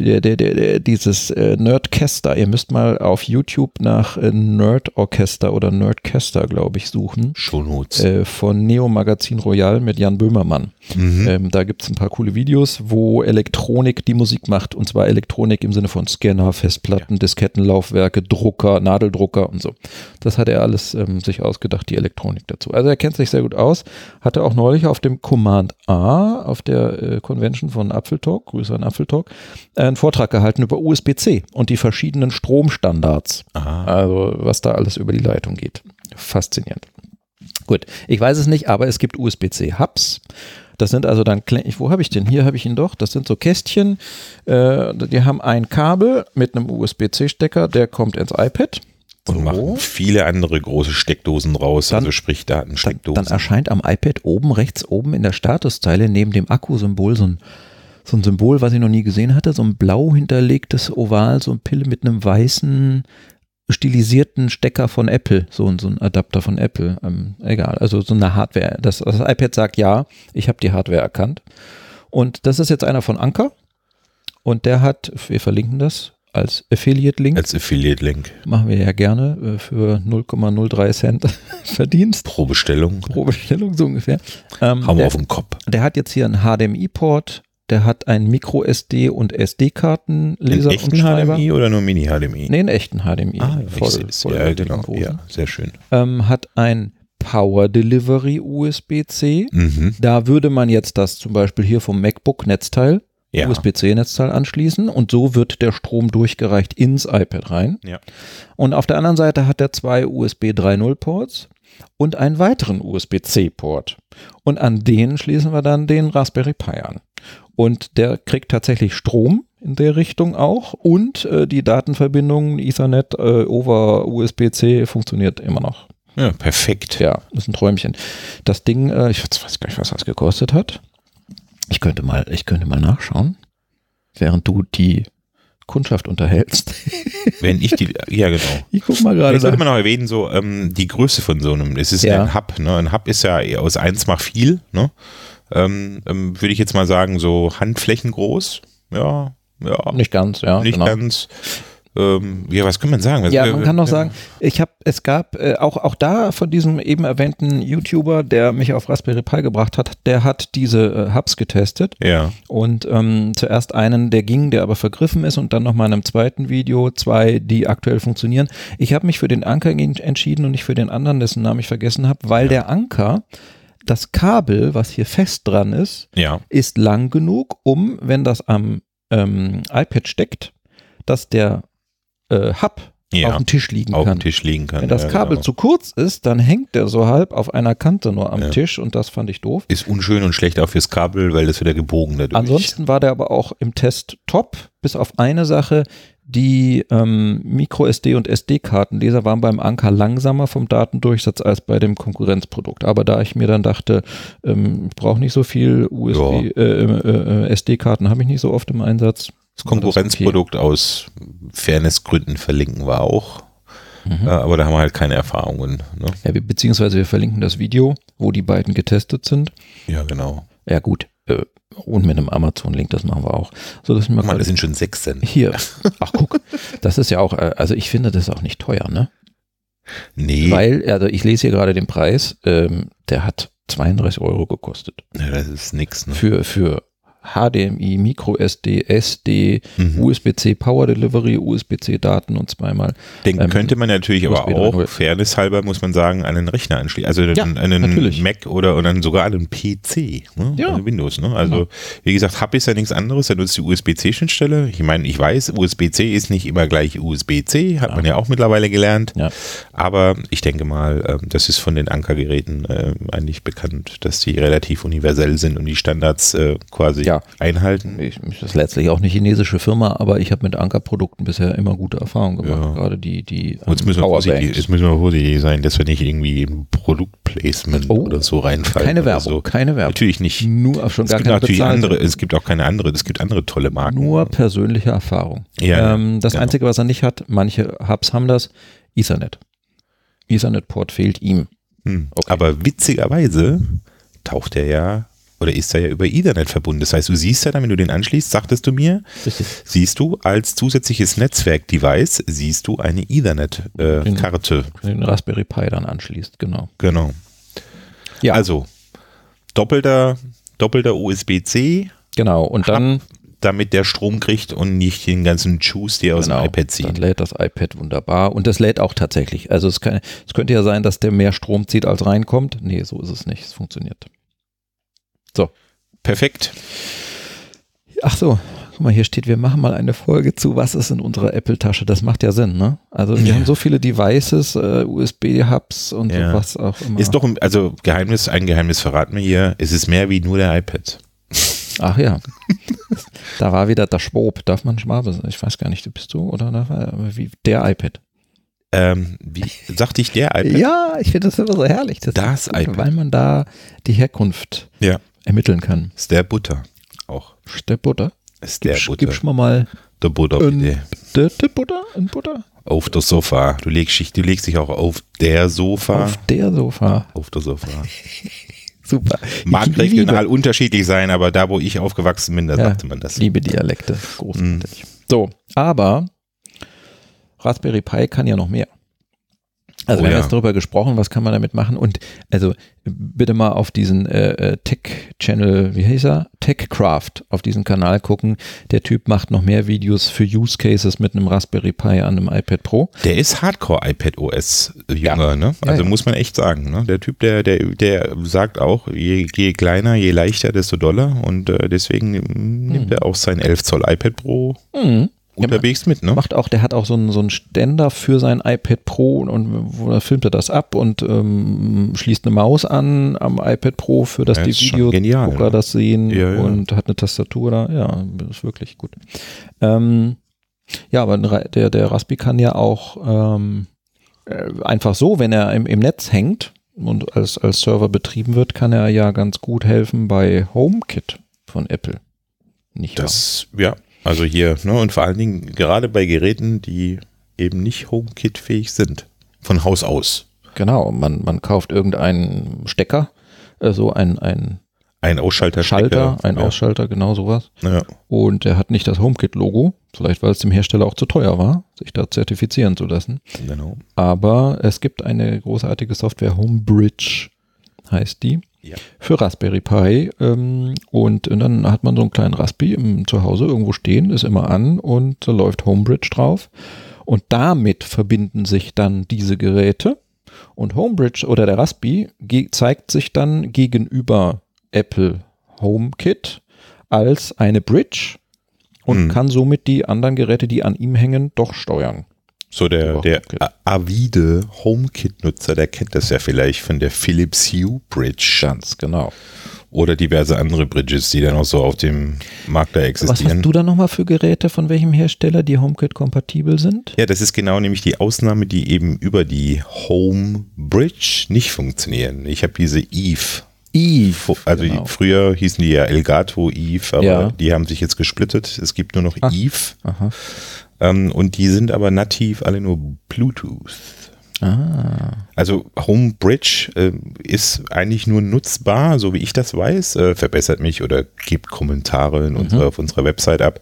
A: der, der, der, der, dieses äh, Nerdcaster. Ihr müsst mal auf YouTube nach äh, Nerd Orchester oder Nerdcaster, glaube ich, suchen.
B: Shownotes.
A: Äh, von Neo Magazin Royal mit Jan Böhmermann. Ähm, da gibt es ein paar coole Videos, wo Elektronik die Musik macht. Und zwar Elektronik im Sinne von Scanner, Festplatten, Diskettenlaufwerke, Drucker, Nadeldrucker und so. Das hat er alles ähm, sich ausgedacht, die Elektronik dazu. Also er kennt sich sehr gut aus. Hatte auch neulich auf dem Command A, auf der äh, Convention von Apfeltalk, Grüße an Apfeltalk, äh, einen Vortrag gehalten über USB-C und die verschiedenen Stromstandards. Also was da alles über die Leitung geht. Faszinierend. Gut, ich weiß es nicht, aber es gibt USB-C-Hubs. Das sind also dann, kle- wo habe ich den? Hier habe ich ihn doch. Das sind so Kästchen. Äh, die haben ein Kabel mit einem USB-C-Stecker, der kommt ins iPad.
B: Und machen viele andere große Steckdosen raus, also sprich
A: Dann, dann
B: Datensteckdosen.
A: erscheint am iPad oben rechts oben in der Statuszeile neben dem Akku-Symbol so ein, so ein Symbol, was ich noch nie gesehen hatte, so ein blau hinterlegtes Oval, so ein Pille mit einem weißen stilisierten Stecker von Apple, so, ein- so ein Adapter von Apple, ähm, egal, also so eine Hardware. Das, das iPad sagt ja, ich habe die Hardware erkannt. Und das ist jetzt einer von Anker und der hat, wir verlinken das als Affiliate-Link,
B: als Affiliate-Link.
A: machen wir ja gerne äh, für 0,03 Cent Verdienst
B: Pro Bestellung.
A: pro Bestellung so ungefähr. Ähm,
B: Haben wir
A: der,
B: auf den Kopf.
A: der hat jetzt hier einen HDMI-Port, der hat einen Micro-SD und SD-Kartenleser
B: Einen
A: und Schreiber.
B: HDMI oder nur Mini-HDMI?
A: Nee, einen echten HDMI.
B: Ah,
A: Voll-
B: ich seh's. ja,
A: vollwertigen
B: genau.
A: großen.
B: Ja, sehr schön.
A: Ähm, hat ein Power Delivery USB-C.
B: Mhm.
A: Da würde man jetzt das zum Beispiel hier vom MacBook-Netzteil,
B: Ja.
A: USB-C-Netzteil anschließen und so wird der Strom durchgereicht ins iPad rein.
B: Ja.
A: Und auf der anderen Seite hat er zwei USB 3.0 Ports und einen weiteren USB-C Port. Und an den schließen wir dann den Raspberry Pi an. Und der kriegt tatsächlich Strom in der Richtung auch und äh, die Datenverbindung Ethernet äh, over USB-C funktioniert immer noch.
B: ja, perfekt.
A: Ja, das ist ein Träumchen. Das Ding, äh, ich weiß gar nicht, was das gekostet hat. Ich könnte mal, ich könnte mal nachschauen, während du die Kundschaft unterhältst.
B: Wenn ich die, ja genau.
A: Ich guck mal
B: Vielleicht
A: gerade.
B: sollte
A: nach.
B: man noch erwähnen, so ähm, die Größe von so einem, es ist
A: Ja.
B: ein Hub, ne? ein Hub ist ja eher aus 1 macht viel, ne? ähm, ähm, würde ich jetzt mal sagen, so Handflächen groß, ja, ja, nicht,
A: Nicht ganz, ja. genau.
B: ganz, ähm, ja, was kann man sagen? Was,
A: Ja,
B: äh,
A: man kann noch
B: ja.
A: sagen, ich habe, es gab äh, auch, auch da von diesem eben erwähnten YouTuber, der mich auf Raspberry Pi gebracht hat, der hat diese äh, Hubs getestet
B: Ja,
A: und ähm, zuerst einen, der ging, der aber vergriffen ist und dann nochmal in einem zweiten Video zwei, die aktuell funktionieren. Ich habe mich für den Anker gen- entschieden und nicht für den anderen, dessen Namen ich vergessen habe, weil der Anker, das Kabel, was hier fest dran ist,
B: ja,
A: ist lang genug, um, wenn das am ähm, iPad steckt, dass der äh, Hub
B: Ja,
A: auf dem Tisch liegen
B: auf
A: kann.
B: dem Tisch liegen kann.
A: Wenn das
B: ja,
A: Kabel
B: genau.
A: zu kurz ist, dann hängt der so halb auf einer Kante nur am
B: Ja.
A: Tisch und das fand ich doof.
B: Ist unschön und schlecht auch fürs Kabel, weil das wieder gebogen dadurch.
A: Ansonsten war der aber auch im Test top, bis auf eine Sache. Die ähm, Micro-SD und SD-Kartenleser waren beim Anker langsamer vom Datendurchsatz als bei dem Konkurrenzprodukt. Aber da ich mir dann dachte, ähm, ich brauche nicht so viel USB, äh, äh, äh, SD-Karten habe ich nicht so oft im Einsatz.
B: Das Konkurrenzprodukt aus Fairnessgründen verlinken wir auch,
A: Mhm.
B: äh, aber da haben wir halt keine Erfahrungen. Ne?
A: Ja, wir, beziehungsweise wir verlinken das Video, wo die beiden getestet sind.
B: Ja, genau.
A: Ja gut, äh, und mit einem Amazon-Link, das machen wir auch. So, dass ich mal
B: Guck mal,
A: gerade-
B: das sind schon sechs Cent.
A: hier. Ach guck, das ist ja auch, äh, also ich finde das ist auch nicht teuer, ne?
B: Nee,
A: Weil, also ich lese hier gerade den Preis, ähm, der hat 32 Euro gekostet.
B: na, das ist nix. Ne?
A: Für, für HDMI, Micro SD, SD,
B: Mhm.
A: USB-C Power Delivery, USB-C Daten und zweimal.
B: Den
A: Ähm,
B: könnte man natürlich aber
A: USB
B: auch,
A: 3.0.
B: fairnesshalber muss man sagen, an einen Rechner anschließen. Also
A: Ja,
B: an einen
A: natürlich.
B: Mac oder und dann sogar an einen PC. Ne?
A: Ja. Genau.
B: Also Windows. Ne? Also wie gesagt, Hub ist ja nichts anderes. Er nutzt die USB-C-Schnittstelle. Ich meine, ich weiß, USB-C ist nicht immer gleich USB-C. Hat man ja auch mittlerweile gelernt.
A: Ja.
B: Aber ich denke mal, ähm, das ist von den Ankergeräten äh, eigentlich bekannt, dass die relativ universell sind und die Standards äh, quasi
A: Ja.
B: einhalten.
A: Ich, das ist letztlich auch eine chinesische Firma, aber ich habe mit Anker-Produkten bisher immer gute Erfahrungen gemacht.
B: Ja.
A: Gerade die, die ähm,
B: Und Jetzt müssen, wir vorsichtig,
A: Powerbanks.
B: jetzt müssen wir vorsichtig sein, dass wir nicht irgendwie in Produktplacement
A: Oh.
B: oder so reinfallen.
A: Keine
B: oder
A: Werbung,
B: so.
A: keine Werbung.
B: also Natürlich nicht.
A: Nur auf schon
B: es
A: gar
B: gibt
A: keine
B: natürlich
A: bezahlte.
B: andere, es gibt auch keine andere, es gibt andere tolle Marken.
A: Nur persönliche Erfahrung.
B: Ja,
A: ähm, das
B: genau.
A: Einzige, was er nicht hat, manche Hubs haben das, Ethernet. Ethernet-Port fehlt ihm.
B: Hm.
A: Okay.
B: Aber witzigerweise taucht er ja oder ist er ja über Ethernet verbunden. Das heißt, du siehst ja dann, wenn du den anschließt, sagtest du mir,
A: Richtig.
B: siehst du als zusätzliches Netzwerkdevice, siehst du eine äh,
A: Genau.
B: Ethernet-Karte.
A: Den Raspberry Pi dann anschließt, genau.
B: genau.
A: Ja,
B: Also, doppelter, doppelter USB-C,
A: genau. Und dann,
B: damit der Strom kriegt und nicht den ganzen Juice, der aus
A: genau,
B: dem iPad
A: dann
B: zieht.
A: lädt das iPad wunderbar. Und das lädt auch tatsächlich. Also es, kann, es könnte ja sein, dass der mehr Strom zieht, als reinkommt. Nee, so ist es nicht. Es funktioniert.
B: Perfekt.
A: Ach so, guck mal, hier steht, wir machen mal eine Folge zu, was ist in unserer Apple-Tasche. Das macht ja Sinn, ne? Also wir
B: Ja.
A: haben so viele Devices, äh, USB-Hubs und
B: Ja.
A: was auch immer.
B: Ist doch, ein- also Geheimnis, ein Geheimnis verraten wir hier, es ist mehr wie nur der iPad.
A: Ach ja. da war wieder der Schwob. Darf man Schwabe sein? Ich weiß gar nicht, bist du oder darf er- aber wie der iPad?
B: Ähm, wie sagte ich der iPad?
A: Ja, ich finde das immer so herrlich. Das,
B: Das
A: ist gut,
B: iPad.
A: Weil man da die Herkunft
B: Ja.
A: ermitteln kann.
B: Ist der Butter. Auch.
A: Ist der Butter?
B: Ist der
A: Gib's,
B: Butter.
A: gib's mir mal
B: Der Butter,
A: ein,
B: bitte.
A: der, der Butter, ein Butter
B: Auf das Sofa. Du legst, dich- du legst dich auch auf der Sofa.
A: auf der Sofa.
B: Auf das Sofa.
A: Super.
B: Mag
A: Ich liebe-
B: regional unterschiedlich sein, aber da, wo ich aufgewachsen bin, da
A: Ja,
B: sagte man das. Hm.
A: Liebe Dialekte. Großartig. So, aber Raspberry Pi kann ja noch mehr. Also
B: Oh
A: wir haben
B: ja.
A: jetzt darüber gesprochen, was kann man damit machen und also bitte mal auf diesen äh, äh, Tech-Channel, wie heißt er? TechCraft, auf diesen Kanal gucken. Der Typ macht noch mehr Videos für Use Cases mit einem Raspberry Pi an einem iPad Pro.
B: Der ist Hardcore iPad OS Jünger, ne?
A: Ja,
B: Also
A: ja.
B: muss man echt sagen, ne? Der Typ, der, der, der sagt auch, je, je kleiner, je leichter, desto doller. Und äh, deswegen mm,
A: Hm.
B: nimmt er auch sein 11 Zoll iPad Pro
A: Mhm.
B: unterwegs mit, ne?
A: macht auch, der hat auch so einen, so einen Ständer für sein iPad Pro und, und wo da filmt er das ab und ähm, schließt eine Maus an am iPad Pro, für das
B: Ja,
A: die
B: ist schon
A: Videogucker
B: genial, ne?
A: das sehen
B: Ja, ja.
A: und hat eine Tastatur da. Ja, ist wirklich gut. Ähm, ja, aber ein Ra- der, der Raspi kann ja auch ähm, äh, einfach so, wenn er im, im Netz hängt und als, als Server betrieben wird, kann er ja ganz gut helfen bei HomeKit von Apple. Nicht wahr?
B: Das, ja, also hier, ne? Und vor allen Dingen gerade bei Geräten, die eben nicht HomeKit-fähig sind. Von Haus aus.
A: Genau, man, man kauft irgendeinen Stecker, äh, so ein, ein
B: Ein Ausschalter.
A: Schalter, ein
B: ja.
A: Ausschalter, genau sowas.
B: Ja.
A: Und der hat nicht das HomeKit-Logo, vielleicht weil es dem Hersteller auch zu teuer war, sich da zertifizieren zu lassen.
B: Genau.
A: Aber es gibt eine großartige Software, Homebridge heißt die,
B: Ja.
A: für Raspberry Pi. Ähm, und dann hat man so einen kleinen Raspi im, zu Hause irgendwo stehen, ist immer an und da läuft Homebridge drauf. Und damit verbinden sich dann diese Geräte. Und Homebridge oder der Raspi ge- zeigt sich dann gegenüber Apple HomeKit als eine Bridge und
B: Mhm.
A: kann somit die anderen Geräte, die an ihm hängen, doch steuern.
B: So der,
A: Aber
B: der
A: HomeKit.
B: a- avide HomeKit-Nutzer, der kennt das ja vielleicht von der Philips Hue Bridge
A: Ganz genau.
B: oder diverse andere Bridges, die dann auch so auf dem Markt da
A: Was hast
B: existieren.
A: du da nochmal für Geräte von welchem Hersteller, die HomeKit-kompatibel sind?
B: Ja, das ist genau nämlich die Ausnahme, die eben über die Home Bridge nicht funktionieren. Ich habe diese Eve.
A: Eve.
B: Also
A: genau.
B: die, früher hießen die ja Elgato Eve, aber
A: Ja.
B: die haben sich jetzt gesplittet. Es gibt nur noch
A: Ah.
B: Eve
A: Aha.
B: ähm, und die sind aber nativ alle nur Bluetooth.
A: Ah.
B: Also Homebridge äh, ist eigentlich nur nutzbar, so wie ich das weiß. Äh, verbessert mich oder gebt Kommentare
A: Mhm.
B: in unserer, auf unserer Website ab.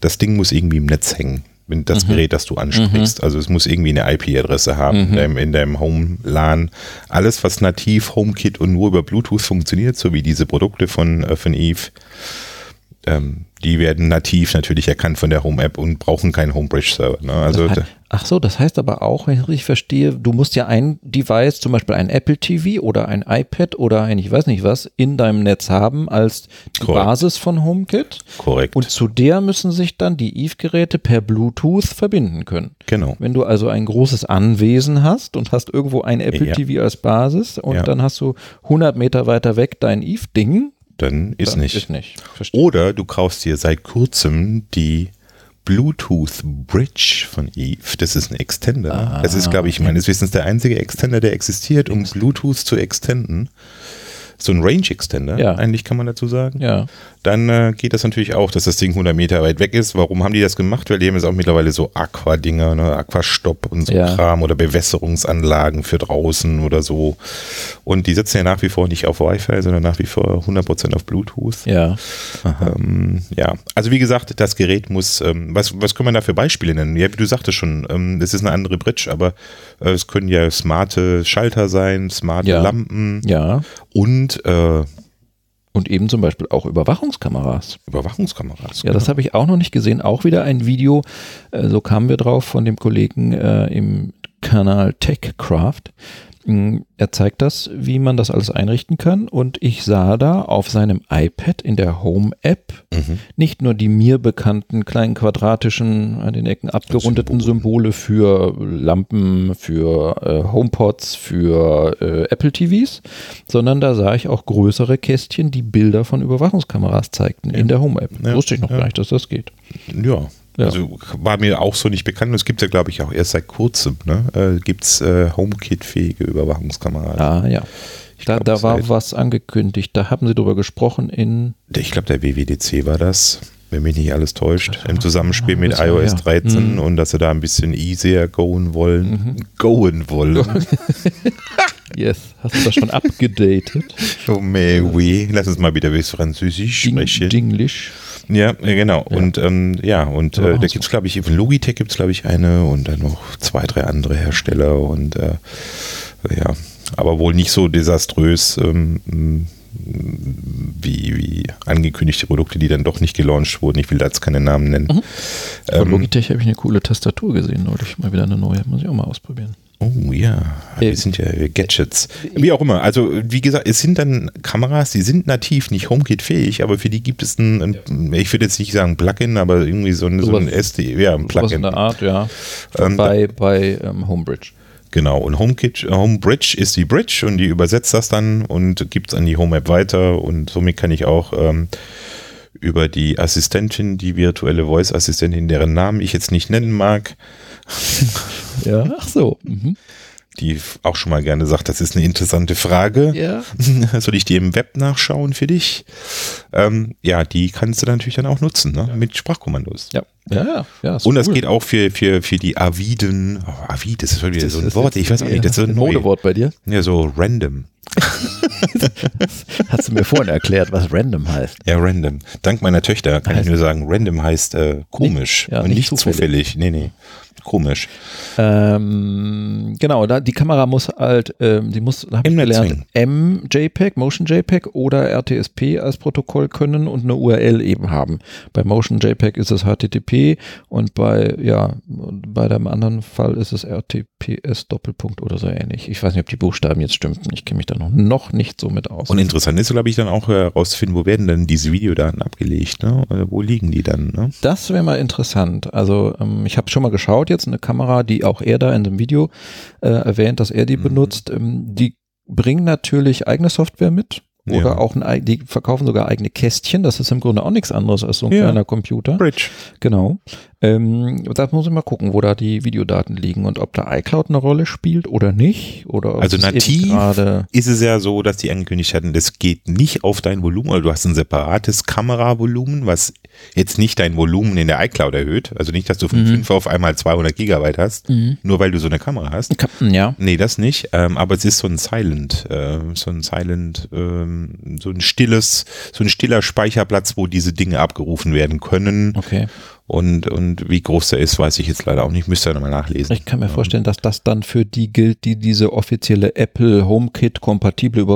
B: Das Ding muss irgendwie im Netz hängen. Wenn
A: Mhm.
B: das Gerät, das du ansprichst. Also es muss irgendwie eine IP-Adresse haben in deinem, in deinem Home-LAN. Alles, was nativ HomeKit und nur über Bluetooth funktioniert, so wie diese Produkte von, äh, von Eve, ähm, die werden nativ natürlich erkannt von der Home-App und brauchen keinen Homebridge-Server. Ne? Also
A: Das hei- Ach so, das heißt aber auch, wenn ich das richtig verstehe, du musst ja ein Device, zum Beispiel ein Apple TV oder ein iPad oder ein ich weiß nicht was, in deinem Netz haben als die
B: Korrekt.
A: Basis von HomeKit.
B: korrekt.
A: Und zu der müssen sich dann die Eve-Geräte per Bluetooth verbinden können.
B: genau.
A: Wenn du also ein großes Anwesen hast und hast irgendwo ein Apple
B: Ja.
A: TV als Basis und
B: Ja.
A: dann hast du 100 Meter weiter weg dein Eve-Ding,
B: Dann ist
A: dann
B: nicht. Oh.
A: Ist nicht. Verstehe.
B: Oder du kaufst dir seit kurzem die Bluetooth Bridge von Eve. Das ist ein Extender.
A: Ah,
B: ne? das ist, glaube ich, meines Wissens der einzige Extender, der existiert, um Bluetooth zu extenden. so ein Range Extender,
A: Ja.
B: eigentlich kann man dazu sagen.
A: Ja.
B: Dann äh, geht das natürlich auch, dass das Ding 100 Meter weit weg ist. Warum haben die das gemacht? Weil die haben jetzt auch mittlerweile so Aqua-Dinger, ne? Aquastopp und so
A: Ja.
B: Kram oder Bewässerungsanlagen für draußen oder so. Und die sitzen ja nach wie vor nicht auf Wi-Fi, sondern nach wie vor 100% auf Bluetooth.
A: Ja.
B: Ähm, ja, also wie gesagt, das Gerät muss, ähm, was, was können wir da für Beispiele nennen? Ja, du sagtest schon, ähm, das ist eine andere Bridge, aber äh, es können ja smarte Schalter sein, smarte
A: Ja.
B: Lampen
A: Ja.
B: und äh,
A: Und eben zum Beispiel auch Überwachungskameras.
B: Überwachungskameras.
A: Ja, das habe ich auch noch nicht gesehen. Auch wieder ein Video, äh, so kamen wir drauf von dem Kollegen äh, im Kanal TechCraft. Mm, Er zeigt das, wie man das alles einrichten kann. Und ich sah da auf seinem iPad in der Home-App nicht nur die mir bekannten kleinen quadratischen, an den Ecken abgerundeten Symbole für Lampen, für äh, HomePods, für äh, Apple TVs, sondern da sah ich auch größere Kästchen, die Bilder von Überwachungskameras zeigten in der Home-App.
B: Ja,
A: Wusste ich noch
B: ja.
A: gar nicht, dass das geht.
B: Ja.
A: Ja.
B: Also war mir auch so nicht bekannt. Es gibt ja, glaube ich, auch erst seit kurzem, ne? Äh, gibt es äh, HomeKit-fähige Überwachungskameras.
A: Ah ja. Da,
B: glaub,
A: da war
B: seit-
A: was angekündigt. Da haben sie drüber gesprochen in
B: Ich glaube, der WWDC war das, wenn mich nicht alles täuscht, im Zusammenspiel mit
A: bisschen,
B: iOS
A: ja. Mhm.
B: 13 und dass sie da ein bisschen easier goen wollen. Goen wollen.
A: Yes. Hast du das schon abgedatet?
B: oh, mais oui. Lass uns mal wieder bis Französisch
A: Ding,
B: sprechen.
A: Dinglish.
B: Ja, äh, genau. Und ähm, ja, und
A: Aber
B: äh,
A: auch
B: da
A: so.
B: gibt's glaub glaube ich, von Logitech gibt's glaub glaube ich, eine und dann noch zwei, drei andere Hersteller und äh, ja, aber wohl nicht so desaströs ähm, m, wie, wie angekündigte Produkte, die dann doch nicht gelauncht wurden. Ich will da jetzt keine Namen nennen. Ähm,
A: Von Logitech habe ich eine coole Tastatur gesehen neulich. Mal wieder eine neue. Muss ich auch mal ausprobieren.
B: Oh ja, wir
A: Ähm,
B: sind ja Gadgets. Wie auch immer. Also, wie gesagt, es sind dann Kameras, die sind nativ nicht HomeKit-fähig, aber für die gibt es ein, ein ich würde jetzt nicht sagen Plugin, aber irgendwie so ein, so ein
A: Sowas-
B: SD, ja, ein
A: Was in
B: Plugin.
A: der Art, ja.
B: Ähm,
A: bei bei ähm, Homebridge.
B: Genau, und HomeKit, äh, HomeBridge ist die Bridge und die übersetzt das dann und gibt es an die Home-App weiter und somit kann ich auch ähm, über die Assistentin, die virtuelle Voice-Assistentin, deren Namen ich jetzt nicht nennen mag,
A: Ja. Ach so. Mhm.
B: die f- auch schon mal gerne sagt, das ist eine interessante Frage.
A: Ja.
B: Soll ich die im Web nachschauen für dich? Ähm, ja, die kannst du dann natürlich dann auch nutzen, ne? mit Sprachkommandos.
A: Ja. Ja. ja, ja ist
B: Und das
A: cool.
B: geht auch für, für, für die Aviden. Oh, Avid, das ist schon wieder so ein
A: ist
B: Wort,
A: jetzt-
B: ich weiß auch nicht, das ist so
A: ein
B: ein neu.
A: Modewort bei dir.
B: Ja, so random.
A: Hast du mir vorhin erklärt, was random heißt.
B: Ja, random. Dank meiner Töchter kann ich
A: Heißt-
B: nur sagen, random heißt äh, komisch
A: Ja,
B: und
A: nicht
B: nicht zufällig. Nee, nee. Komisch.
A: Ähm, genau, da, die Kamera muss halt, ähm, die muss, da hab ich
B: Im Netz
A: gelernt, MJPEG, MotionJPEG E oder RTSP als Protokoll können und eine URL eben haben. Bei MotionJPEG E ist es HTTP und bei, ja, bei dem anderen Fall ist es RTPS Doppelpunkt oder so ähnlich. Ich weiß nicht, ob die Buchstaben jetzt stimmten. Ich kenne mich da noch, noch nicht so mit aus.
B: Und interessant ist, glaube ich, dann auch herauszufinden, wo werden denn diese Videodaten abgelegt? Ne? Oder wo liegen die dann? Ne?
A: Das wäre mal interessant. Also ähm, ich habe schon mal geschaut, jetzt eine Kamera, die auch er da in dem Video äh, erwähnt, dass er die
B: Mhm.
A: benutzt. Ähm, die bringen natürlich eigene Software mit oder
B: Ja.
A: auch ein, ei- die verkaufen sogar eigene Kästchen. Das ist im Grunde auch nichts anderes als so ein
B: Ja.
A: kleiner Computer.
B: Bridge.
A: Genau. Ähm, da muss ich mal gucken, wo da die Videodaten liegen und ob da iCloud eine Rolle spielt oder nicht. Oder ob
B: Also
A: es eben
B: nativ
A: gerade
B: ist es ja so, dass die angekündigt hatten, das geht nicht auf dein Volumen, oder du hast ein separates Kameravolumen, was jetzt nicht dein Volumen in der iCloud erhöht. Also nicht, dass du von 5 auf einmal 200 Gigabyte hast,
A: Mhm.
B: nur weil du so eine Kamera hast.
A: Kapten, ja.
B: Nee, das nicht. Ähm, aber es ist so ein Silent, äh, so ein Silent, ähm, so ein stilles, so ein stiller Speicherplatz, wo diese Dinge abgerufen werden können.
A: Okay.
B: Und, und wie groß der ist, weiß ich jetzt leider auch nicht. Müsst ihr nochmal nachlesen.
A: Ich kann mir vorstellen, dass das dann für die gilt, die diese offizielle Apple HomeKit kompatible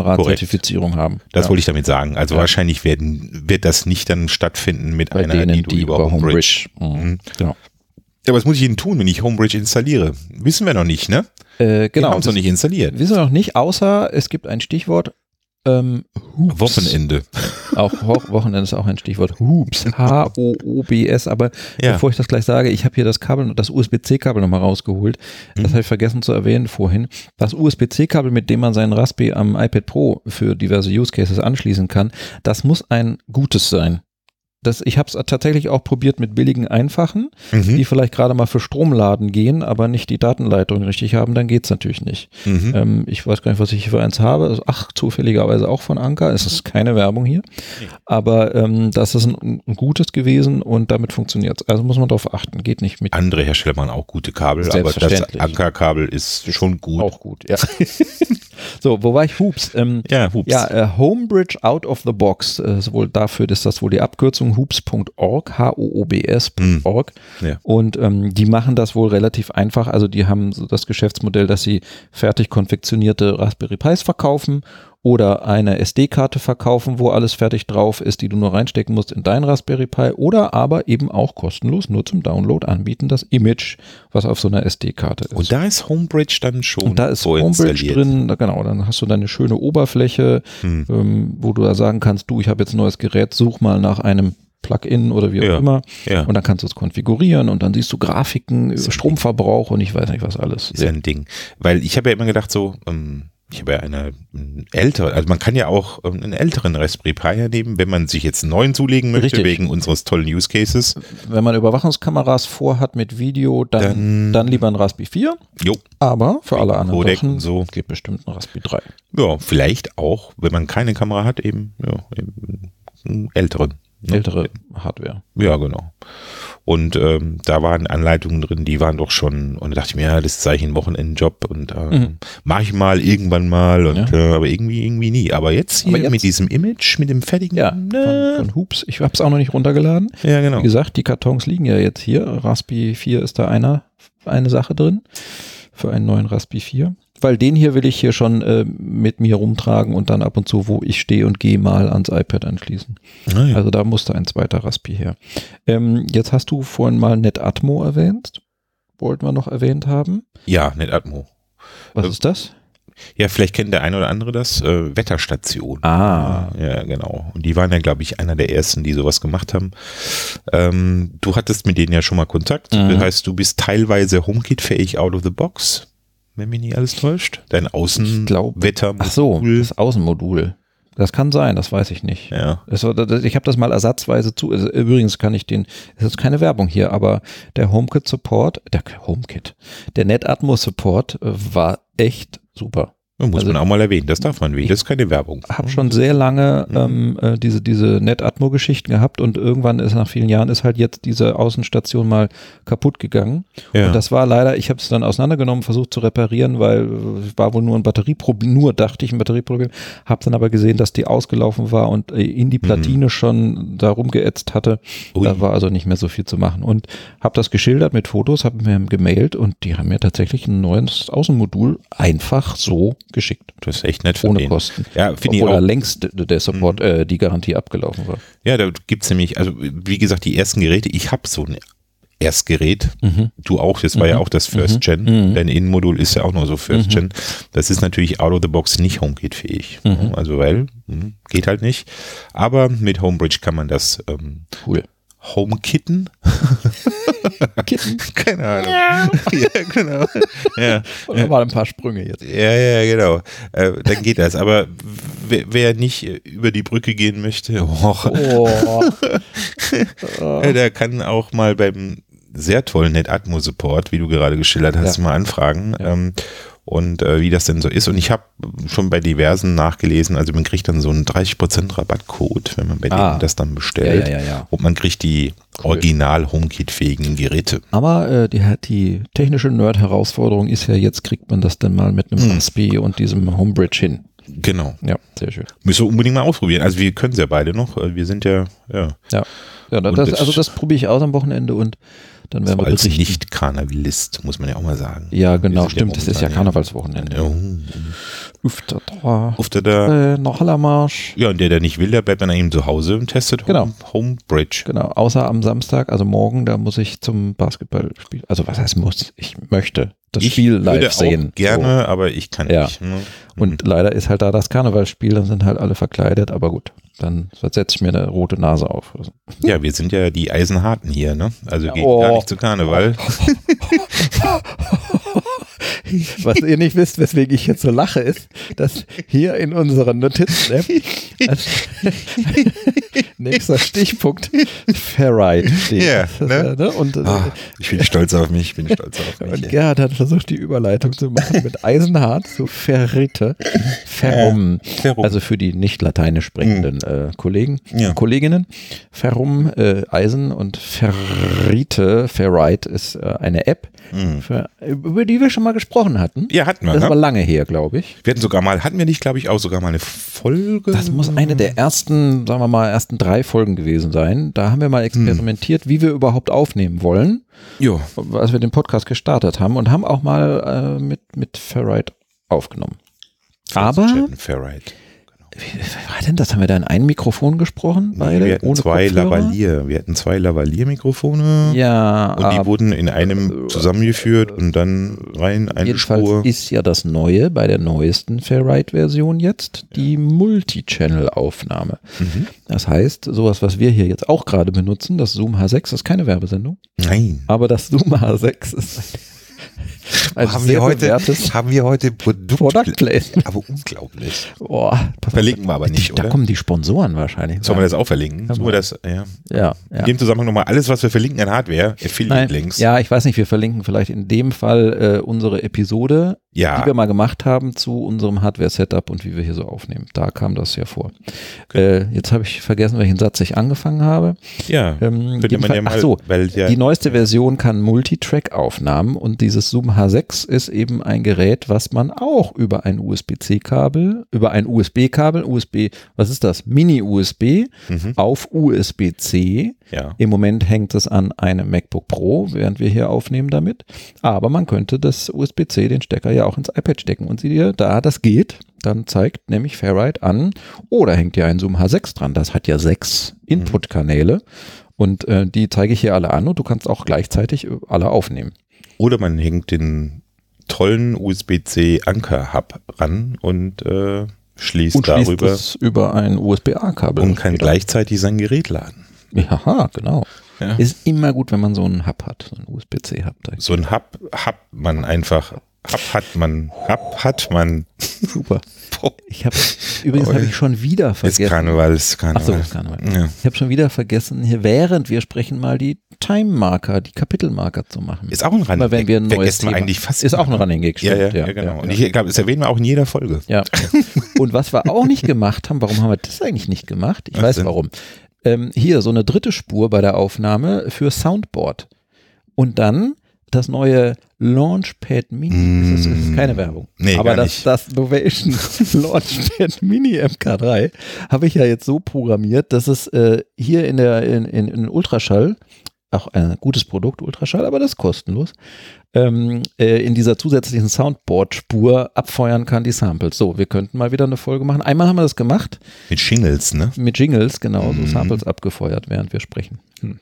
A: Überwachungskamera-Zertifizierung haben.
B: Das
A: ja.
B: wollte ich damit sagen. Also
A: Ja.
B: wahrscheinlich werden, wird das nicht dann stattfinden mit
A: bei
B: einer,
A: denen,
B: du
A: die über Homebridge. Mhm. Genau.
B: Ja, was muss ich denn tun, wenn ich Homebridge installiere? Wissen wir noch nicht, ne?
A: Äh,
B: Wir
A: genau.
B: haben es noch nicht installiert.
A: Wissen wir noch nicht, außer es gibt ein Stichwort. Ähm, Hoops.
B: Wochenende.
A: Auch Ho- Wochenende ist auch ein Stichwort. Hoops. H-O-O-B-S. Aber
B: Ja.
A: bevor ich das gleich sage, ich habe hier das Kabel, das USB-C-Kabel nochmal rausgeholt. Das habe ich vergessen zu erwähnen vorhin. Das USB-C-Kabel, mit dem man seinen Raspberry am iPad Pro für diverse Use Cases anschließen kann, das muss ein gutes sein. das, ich habe es tatsächlich auch probiert mit billigen einfachen,
B: Mhm.
A: die vielleicht gerade mal für Stromladen gehen, aber nicht die Datenleitung richtig haben, dann geht es natürlich nicht.
B: Mhm.
A: Ähm, ich weiß gar nicht, was ich hier für eins habe. Also, ach, zufälligerweise auch von Anker. Es ist keine Werbung hier.
B: Mhm. Nee.
A: Aber ähm, das ist ein, ein gutes gewesen und damit funktioniert es. Also muss man darauf achten. Geht nicht mit
B: Andere Hersteller machen auch gute Kabel, aber das
A: Selbstverständlich.
B: Ankerkabel ist schon gut.
A: auch gut. Ja. so, wo war ich? Hoops. Ähm,
B: Ja, Hups.
A: Ja, äh, Homebridge Out of the Box, äh, sowohl dafür ist das wohl die Abkürzung hoops.org, H-O-O-B-S.org.
B: Ja.
A: Und ähm, die machen das wohl relativ einfach. Also die haben so das Geschäftsmodell, dass sie fertig konfektionierte Raspberry Pis verkaufen oder eine SD-Karte verkaufen, wo alles fertig drauf ist, die du nur reinstecken musst in dein Raspberry Pi oder aber eben auch kostenlos nur zum Download anbieten, das Image, was auf so einer SD-Karte ist.
B: Und da ist Homebridge dann schon
A: Und da ist Homebridge
B: vorinstalliert. Hm.
A: drin, da- genau, dann hast du deine schöne Oberfläche, ähm, wo du da sagen kannst, du, ich habe jetzt ein neues Gerät, such mal nach einem Plugin oder wie auch
B: Ja,
A: immer.
B: ja.
A: Und dann kannst du es konfigurieren und dann siehst du Grafiken, Stromverbrauch und ich weiß nicht was alles.
B: Ist ja ein Ding. Weil ich habe ja immer gedacht, so, ähm, ich habe ja eine ähm, ältere, also man kann ja auch ähm, einen älteren Raspberry Pi hernehmen, wenn man sich jetzt einen neuen zulegen möchte,
A: Richtig.
B: wegen unseres tollen Use Cases.
A: Wenn man Überwachungskameras vorhat mit Video, dann, dann,
B: Dann-
A: lieber ein Raspberry 4,
B: Jo.
A: aber für alle anderen
B: Codec
A: Sachen
B: und so.
A: geht bestimmt ein Raspberry 3.
B: Ja, vielleicht auch, wenn man keine Kamera hat, eben, ja, eben einen älteren. ne?
A: Ältere Hardware.
B: Ja, genau. Und ähm, da waren Anleitungen drin, die waren doch schon, und da dachte ich mir, ja, das ist eigentlich ein Wochenendjob und ähm,
A: Mhm.
B: mach ich mal irgendwann mal, und, äh, aber irgendwie, irgendwie nie. Aber jetzt hier
A: Aber jetzt-
B: mit diesem Image, mit dem fertigen,
A: Ja,
B: ne?
A: von, von Hoops. Ich habe es auch noch nicht runtergeladen.
B: ja genau.
A: Wie gesagt, die Kartons liegen ja jetzt hier. Raspi 4 ist da einer, eine Sache drin für einen neuen Raspi 4. Weil den hier will ich hier schon äh, mit mir rumtragen und dann ab und zu, wo ich stehe und gehe, mal ans iPad anschließen.
B: Ah, ja.
A: Also da musste ein zweiter Raspi her. Ähm, jetzt hast du vorhin mal NetAtmo erwähnt. Wollten wir noch erwähnt haben.
B: ja, NetAtmo.
A: Was
B: Äh,
A: ist das?
B: Ja, vielleicht kennt der eine oder andere das, äh, Wetterstation.
A: Ah.
B: Ja, genau. Und die waren ja, glaube ich, einer der ersten, die sowas gemacht haben. Ähm, du hattest mit denen ja schon mal Kontakt.
A: Mhm.
B: Das heißt, du bist teilweise HomeKit-fähig out of the box, wenn mich nicht alles täuscht. Dein
A: Ich glaub-
B: Außenwetter.
A: Ach so, das Außenmodul. Das kann sein, das weiß ich nicht.
B: Ja.
A: Das war, das, ich habe das mal ersatzweise zu. Also, übrigens kann ich den, es ist keine Werbung hier, aber der HomeKit Support, der HomeKit, der NetAtmo Support äh, war echt super.
B: Muss
A: Also-
B: man auch mal erwähnen. Das darf man nicht. Das ist keine Werbung.
A: Hab schon sehr lange
B: Mhm.
A: ähm, äh, diese, diese NetAtmo-Geschichten gehabt und irgendwann ist nach vielen Jahren ist halt jetzt diese Außenstation mal kaputt gegangen.
B: Ja.
A: Und das war leider, ich habe es dann auseinandergenommen, versucht zu reparieren, weil äh, war wohl nur ein Batterieproblem, nur dachte ich ein Batterieproblem, habe dann aber gesehen, dass die ausgelaufen war und äh, in die Platine schon da rumgeätzt hatte.
B: Mhm. Ui.
A: Da war also nicht mehr so viel zu machen. Und habe das geschildert mit Fotos, habe mir gemailt und die haben mir tatsächlich ein neues Außenmodul einfach so geschickt.
B: Das ist echt nett von
A: Ohne
B: denen.
A: Kosten.
B: Ja, finde ich
A: Obwohl da
B: auch. Mhm.
A: längst d- der Support, äh, die Garantie abgelaufen war.
B: Ja, da gibt's nämlich, also wie gesagt, die ersten Geräte, ich habe so ein Erstgerät, du auch, das war ja auch das First Gen, dein Innenmodul ist ja auch noch so First Gen. Das ist natürlich out of the box nicht HomeKit-fähig. Also weil, hm, geht halt nicht. Aber mit Homebridge kann man das ähm,
A: Cool.
B: HomeKitten.
A: Kitten.
B: Keine Ahnung. Ja, genau. Ja.
A: Und da waren ein paar Sprünge jetzt.
B: Ja, ja, genau. Äh, dann geht das. Aber wer, wer nicht äh, über die Brücke gehen möchte, och,
A: Oh.
B: Ja, Äh, der kann auch mal beim sehr tollen NetAtmo-Support, wie du gerade geschildert hast,
A: Ja.
B: mal anfragen. Ähm, und äh, wie das denn so ist. Und ich habe schon bei diversen nachgelesen, also man kriegt dann so einen 30% Rabattcode, wenn man bei
A: Ah.
B: denen das dann bestellt.
A: Ja, ja, ja, ja.
B: Und man kriegt die original HomeKit-fähigen Geräte.
A: Aber äh, die, die technische Nerd-Herausforderung ist ja, jetzt kriegt man das dann mal mit einem
B: Mhm.
A: Raspi und diesem Homebridge hin.
B: Genau.
A: Ja, sehr schön.
B: Müssen wir unbedingt mal ausprobieren. Also wir können es ja beide noch. Äh, Wir sind ja, ja
A: Ja, ja da-
B: Und
A: das,
B: das-
A: also das probiere ich aus am Wochenende und dann werden wir
B: als
A: berichten.
B: Nicht-Karnevalist, muss man ja auch mal sagen.
A: Ja, genau,
B: Wir sind
A: stimmt. Das ist ja
B: momentan,
A: Karnevalswochenende. Uff, da, da.
B: Auf der, der,
A: Äh, noch Hallermarsch.
B: ja, und der, der nicht will, der bleibt dann eben zu Hause und testet
A: Genau.
B: Home, Homebridge.
A: Genau, außer am Samstag, also morgen, da muss ich zum Basketballspiel. Also was heißt muss? Ich möchte das Spiel live
B: würde auch
A: sehen.
B: Gerne, aber ich kann
A: Ja.
B: nicht. ne?
A: So. Und leider ist halt da das Karnevalsspiel, dann sind halt alle verkleidet, aber gut, dann setze ich mir eine rote Nase auf. oder so.
B: Ja, wir sind ja die Eisenharten hier, ne? Also geht
A: Oh.
B: gar nicht zu Karneval.
A: Was ihr nicht wisst, weswegen ich jetzt so lache, ist, dass hier in unseren Notizen-App als nächster Stichpunkt Ferrite steht.
B: Ja,
A: Das ist,
B: ne?
A: äh, Und, äh,
B: Ah, ich bin stolz auf mich, ich bin stolz auf mich.
A: und Gerhard hat versucht, die Überleitung zu machen mit Eisenhart zu Ferrite. Ferrum.
B: Ferrum.
A: Also für die nicht lateinisch sprechenden äh, Kollegen,
B: Ja.
A: Kolleginnen. Ferrum, äh, Eisen und Ferrite, Ferrite ist äh, eine App, für, über die wir schon mal gesprochen hatten.
B: Hm. Ja, hatten wir,
A: Das
B: ne?
A: war lange her, glaube ich.
B: Wir hatten sogar mal, hatten wir nicht, glaube ich, auch sogar mal eine Folge.
A: Das muss eine der ersten, sagen wir mal, ersten drei Folgen gewesen sein. Da haben wir mal experimentiert, wie wir überhaupt aufnehmen wollen,
B: Jo.
A: als wir den Podcast gestartet haben und haben auch mal äh, mit, mit Ferrite aufgenommen. Aber-
B: Jaden Ferrite.
A: Wie war denn das? Haben wir da in ein Mikrofon gesprochen?
B: Nee, wir hatten zwei
A: Kopfhörer?
B: Lavalier. Wir hatten zwei Lavalier-Mikrofone.
A: Ja,
B: Und die
A: aber Also,
B: wurden in einem zusammengeführt und dann rein eine
A: jedenfalls
B: Spur.
A: ist ja das Neue bei der neuesten Fairride-Version jetzt die Multi-Channel-Aufnahme.
B: Mhm.
A: Das heißt, sowas, was wir hier jetzt auch gerade benutzen, das Zoom H6 ist keine Werbesendung,
B: Nein.
A: aber das Zoom H6 ist ein, ein
B: haben,
A: Also sehr
B: wir heute,
A: bewährtes
B: haben wir heute Produkt.
A: Product Placement.
B: Aber unglaublich.
A: Boah, pass auf,
B: Verlinken wir aber nicht,
A: da
B: oder?
A: kommen die Sponsoren wahrscheinlich.
B: Sollen wir das auch verlinken?
A: Kann
B: Sollen wir das, ja.
A: ja,
B: In
A: ja.
B: dem Zusammenhang nochmal alles, was wir verlinken an Hardware,
A: Nein,
B: Affiliate-Links.
A: ja, ich weiß nicht, wir verlinken vielleicht in dem Fall äh, unsere Episode,
B: Ja.
A: die wir mal gemacht haben zu unserem Hardware-Setup und wie wir hier so aufnehmen. Da kam das ja vor. Äh, jetzt habe ich vergessen, welchen Satz ich angefangen habe.
B: ja.
A: Ähm,
B: Könnte man
A: jedenfalls-
B: ja mal,
A: ach so,
B: weil ja,
A: die neueste Version kann Multitrack-Aufnahmen und dieses Zoom H6 ist eben ein Gerät, was man auch über ein USB-C-Kabel, über ein USB-Kabel, USB, was ist das? Mini-USB
B: Mhm.
A: auf USB-C
B: ja.
A: im Moment hängt es an einem MacBook Pro, während wir hier aufnehmen damit. Aber man könnte das USB-C, den Stecker, ja auch ins iPad stecken. Und sieh dir, da das geht, dann zeigt nämlich Fairlight an, oh, da hängt ja ein Zoom H6 dran. Das hat ja sechs
B: Mhm.
A: Input-Kanäle. Und äh, die zeige ich hier alle an und du kannst auch gleichzeitig äh, alle aufnehmen.
B: Oder man hängt den tollen USB-C Anker-Hub ran und äh, schließt
A: Und schließt
B: darüber
A: es über ein USB-A-Kabel.
B: und kann gleichzeitig sein Gerät laden.
A: Ja, genau.
B: Ja.
A: Ist immer gut, wenn man so einen Hub hat, so einen USB-C-Hub. Da-
B: So ein Hub hat man einfach. Hub hat man. Hub hat man.
A: Super. Ich habe übrigens habe ich schon wieder
B: Ist
A: vergessen.
B: Karneval, ist
A: Ach so, Karneval.
B: Karneval. Ja.
A: Ich habe schon wieder vergessen, hier während wir sprechen, mal die Time-Marker, die Kapitelmarker zu machen.
B: Ist auch ein Running
A: Immer wenn wir ein neues
B: Vergessen
A: Thema,
B: wir eigentlich fast.
A: Ist auch ein
B: immer.
A: Running Gag,
B: ja,
A: stimmt.
B: ja, ja, genau. Und
A: ja.
B: ich glaube, das erwähnen wir auch in jeder Folge.
A: Ja. Und was wir auch nicht gemacht haben, warum haben wir das eigentlich nicht gemacht? Ich
B: Was
A: weiß
B: denn?
A: warum. Ähm, hier so eine dritte Spur bei der Aufnahme für Soundboard. Und dann das neue Launchpad Mini. Das ist, das ist
B: Mm.
A: keine Werbung.
B: Nee,
A: Aber
B: gar
A: das,
B: nicht.
A: das Novation Launchpad Mini MK3 habe ich ja jetzt so programmiert, dass es äh, hier in der in, in, in Ultraschall, auch ein gutes Produkt, Ultraschall, aber das ist kostenlos, ähm, äh, in dieser zusätzlichen Soundboard-Spur abfeuern kann, die Samples. So, wir könnten mal wieder eine Folge machen. Einmal haben wir das gemacht,
B: Mit Shingles, ne?
A: mit Jingles, genau,
B: Mhm.
A: so Samples abgefeuert, während wir sprechen. Hm.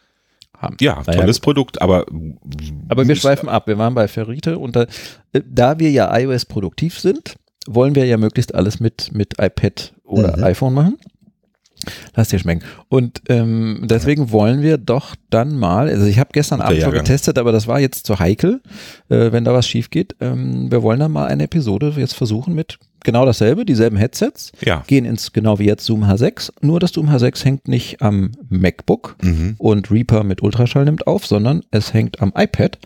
A: Haben.
B: Ja,
A: Naja,
B: tolles Produkt, aber.
A: aber wir schweifen ab. Wir waren bei Ferrite und da, äh, da wir ja iOS produktiv sind, wollen wir ja möglichst alles mit, mit iPad oder iPhone machen. Lass dir schmecken. Und ähm, deswegen wollen wir doch dann mal, also ich habe gestern
B: Guter
A: Abend schon
B: Jahrgang.
A: getestet, aber das war jetzt zu heikel, äh, wenn da was schief geht. Ähm, wir wollen dann mal eine Episode jetzt versuchen mit genau dasselbe, dieselben Headsets,
B: Ja.
A: gehen ins, genau wie jetzt Zoom H6, nur das Zoom H6 hängt nicht am MacBook,
B: Mhm.
A: und Reaper mit Ultraschall nimmt auf, sondern es hängt am iPad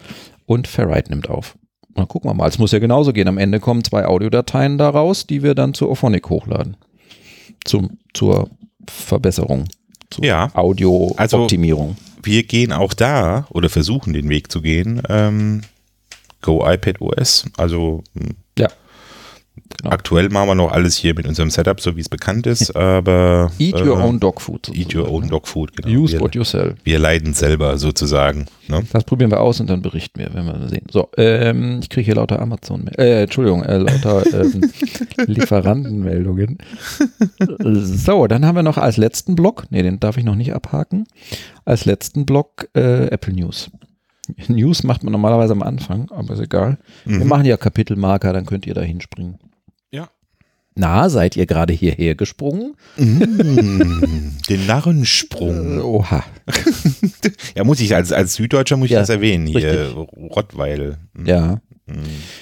A: und Ferrite nimmt auf. Na, gucken wir mal. Es muss ja genauso gehen. Am Ende kommen zwei Audiodateien daraus, die wir dann zu Ophonic hochladen. Zum, zur Verbesserung. Zur
B: Ja. Also-
A: Audio-Optimierung.
B: wir gehen auch da oder versuchen den Weg zu gehen. Ähm, Go iPad OS. Also mh,
A: ja.
B: aktuell machen wir noch alles hier mit unserem Setup, so wie es bekannt ist. Aber
A: Eat your
B: äh,
A: own dog food.
B: Eat your own Dog Food. Genau.
A: Use
B: Wir,
A: what you sell.
B: wir leiden selber sozusagen. Ne?
A: Das probieren wir aus und dann berichten wir, wenn wir sehen. So, ähm, ich kriege hier lauter Amazon, äh, Entschuldigung, äh, lauter ähm, Lieferantenmeldungen. So, dann haben wir noch als letzten Block, nee, den darf ich noch nicht abhaken, als letzten Block äh, Apple News. News macht man normalerweise am Anfang, aber ist egal. Wir machen ja Kapitelmarker, dann könnt ihr da hinspringen.
B: Ja.
A: Na, seid ihr gerade hierher gesprungen?
B: Mm, Den Narrensprung.
A: Oha.
B: Ja, muss ich als, als Süddeutscher muss ich
A: Ja,
B: das erwähnen. Hier
A: richtig.
B: Rottweil. Hm,
A: Ja.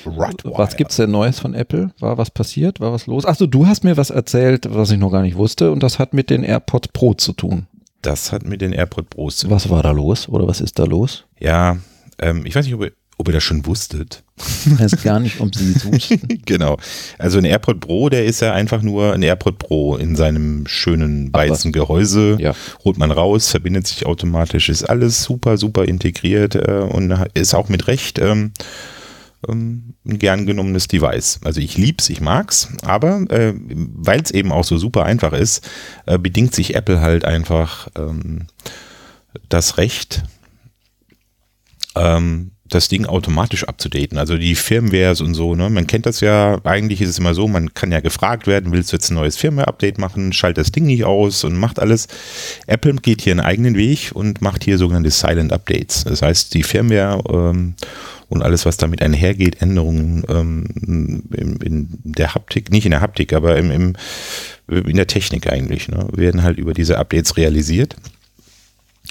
B: Rottweil.
A: Was gibt's denn Neues von Apple? War was passiert? War was los? Achso, du hast mir was erzählt, was ich noch gar nicht wusste, und das hat mit den AirPods Pro zu tun.
B: Das hat mit den AirPod Pros zu
A: Was war da los oder was ist da los?
B: Ja, ähm, ich weiß nicht, ob ihr, ob ihr das schon wusstet.
A: Ich weiß gar nicht, ob sie suchst.
B: genau. Also ein AirPod Pro, der ist ja einfach nur ein AirPod Pro in seinem schönen weißen Gehäuse.
A: Ja.
B: Holt man raus, verbindet sich automatisch, ist alles super, super integriert äh, und ha- ist auch mit Recht ähm, ähm, ein gern genommenes Device. Also ich lieb's, ich mag's, aber äh, weil es eben auch so super einfach ist, äh, bedingt sich Apple halt einfach ähm, das Recht, ähm, das Ding automatisch abzudaten. Also die Firmwares und so, ne? Man kennt das ja, eigentlich ist es immer so, man kann ja gefragt werden, willst du jetzt ein neues Firmware-Update machen, schalt das Ding nicht aus und macht alles. Apple geht hier einen eigenen Weg und macht hier sogenannte Silent Updates. Das heißt, die Firmware ähm, und alles, was damit einhergeht, Änderungen ähm, in, in der Haptik, nicht in der Haptik, aber im, im, in der Technik eigentlich, ne? werden halt über diese Updates realisiert.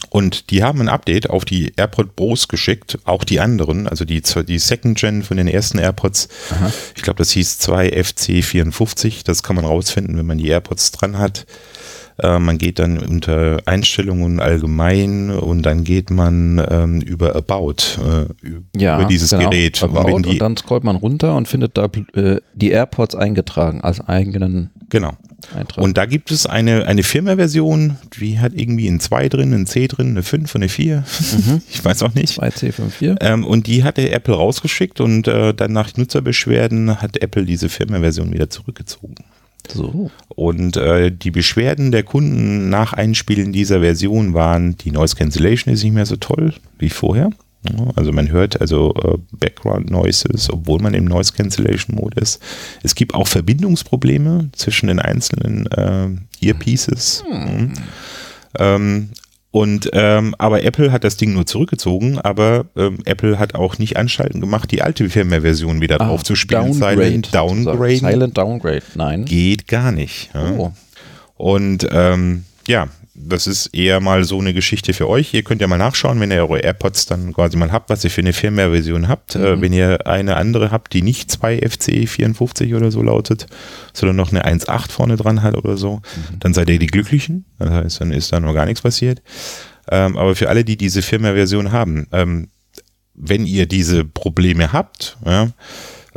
B: Und die haben ein Update auf die AirPod Pros geschickt, auch die anderen, also die, zur- die Second Gen von den ersten AirPods. Ich glaube, das hieß 2FC54. Das kann man rausfinden, wenn man die AirPods dran hat. Äh, man geht dann unter Einstellungen allgemein und dann geht man ähm, über About, äh, ü-
A: Ja,
B: über dieses
A: genau.
B: Gerät. Und
A: About,
B: wenn
A: und,
B: die,
A: dann scrollt man runter und findet da äh, die AirPods eingetragen als eigenen
B: genau.
A: Eintrag.
B: Und da gibt es eine, eine Firmware-Version, die hat irgendwie ein 2 drin, ein C drin, eine 5 und eine 4. Ich weiß auch nicht.
A: 2C54.
B: Ähm, und die hatte Apple rausgeschickt und äh, dann nach Nutzerbeschwerden hat Apple diese Firmware-Version wieder zurückgezogen.
A: So.
B: Und äh, die Beschwerden der Kunden nach Einspielen dieser Version waren, die Noise Cancellation ist nicht mehr so toll wie vorher. Ja, Also man hört also äh, Background Noises, obwohl man im Noise Cancellation Mode ist. Es gibt auch Verbindungsprobleme zwischen den einzelnen äh, Earpieces.
A: Hm.
B: Mhm. Ähm, und ähm, aber Apple hat das Ding nur zurückgezogen, aber ähm, Apple hat auch nicht Anschalten gemacht, die alte Firmware-Version wieder
A: Ah,
B: draufzuspielen. Silent
A: sozusagen.
B: Downgrade
A: Silent Downgrade, nein.
B: geht gar nicht. Ja.
A: Oh.
B: Und ähm, ja, das ist eher mal so eine Geschichte für euch. Ihr könnt ja mal nachschauen, wenn ihr eure AirPods dann quasi mal habt, was ihr für eine Firmware-Version habt. Äh, wenn ihr eine andere habt, die nicht 2FC54 oder so lautet, sondern noch eine 1.8 vorne dran hat oder so, dann seid ihr die Glücklichen. Das heißt, dann ist da noch gar nichts passiert. Ähm, aber für alle, die diese Firmware-Version haben, ähm, wenn ihr diese Probleme habt, ja,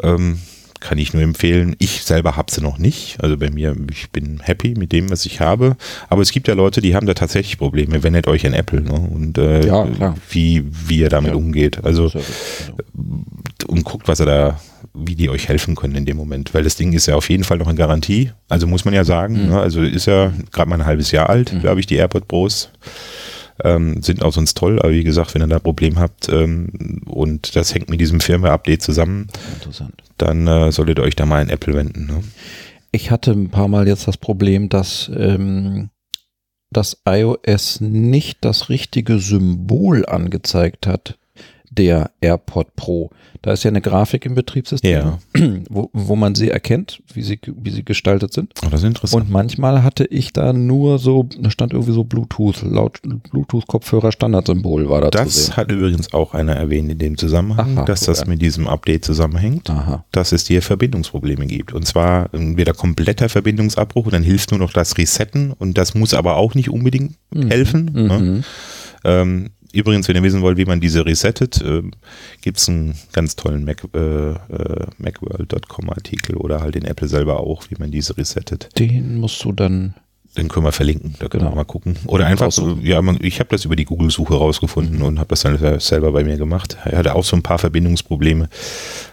B: ähm, kann ich nur empfehlen. Ich selber habe sie noch nicht. Also bei mir, ich bin happy mit dem, was ich habe. Aber es gibt ja Leute, die haben da tatsächlich Probleme. Wendet euch an Apple ne? und äh,
A: Ja, klar.
B: wie, wie ihr damit
A: Ja.
B: umgeht. Also
A: Service, genau.
B: und guckt, was er da, wie die euch helfen können in dem Moment. Weil das Ding ist ja auf jeden Fall noch in Garantie. Also muss man ja sagen,
A: Mhm.
B: ne? also ist ja gerade mal ein halbes Jahr alt, glaube ich, die AirPod Pros. Ähm, sind auch sonst toll, aber wie gesagt, wenn ihr da ein Problem habt ähm, und das hängt mit diesem Firmware-Update zusammen,
A: Interessant.
B: dann äh, solltet ihr euch da mal an Apple wenden. Ne?
A: Ich hatte ein paar Mal jetzt das Problem, dass ähm, das iOS nicht das richtige Symbol angezeigt hat, der AirPod Pro. Da ist ja eine Grafik im Betriebssystem,
B: Ja.
A: wo, wo man sie erkennt, wie sie, wie sie gestaltet sind.
B: Oh, das ist interessant.
A: Und manchmal hatte ich da nur so, da stand irgendwie so Bluetooth, laut Bluetooth-Kopfhörer Standardsymbol war da zu sehen.
B: das hat übrigens auch einer erwähnt in dem Zusammenhang,
A: Aha,
B: dass
A: gut,
B: das
A: ja.
B: mit diesem Update zusammenhängt.
A: Aha.
B: dass es dir Verbindungsprobleme gibt. Und zwar entweder kompletter Verbindungsabbruch und dann hilft nur noch das Resetten und das muss aber auch nicht unbedingt helfen.
A: Mhm.
B: Ne? Ähm, übrigens, wenn ihr wissen wollt, wie man diese resettet, ähm, gibt es einen ganz tollen Mac, äh, äh, macworld.com Artikel oder halt in Apple selber auch, wie man diese resettet.
A: Den musst du dann.
B: Den können wir verlinken, da können
A: Genau.
B: wir mal gucken. Oder einfach, so, ja, man, ich habe das über die Google-Suche rausgefunden und habe das dann selber bei mir gemacht. Er hatte auch so ein paar Verbindungsprobleme.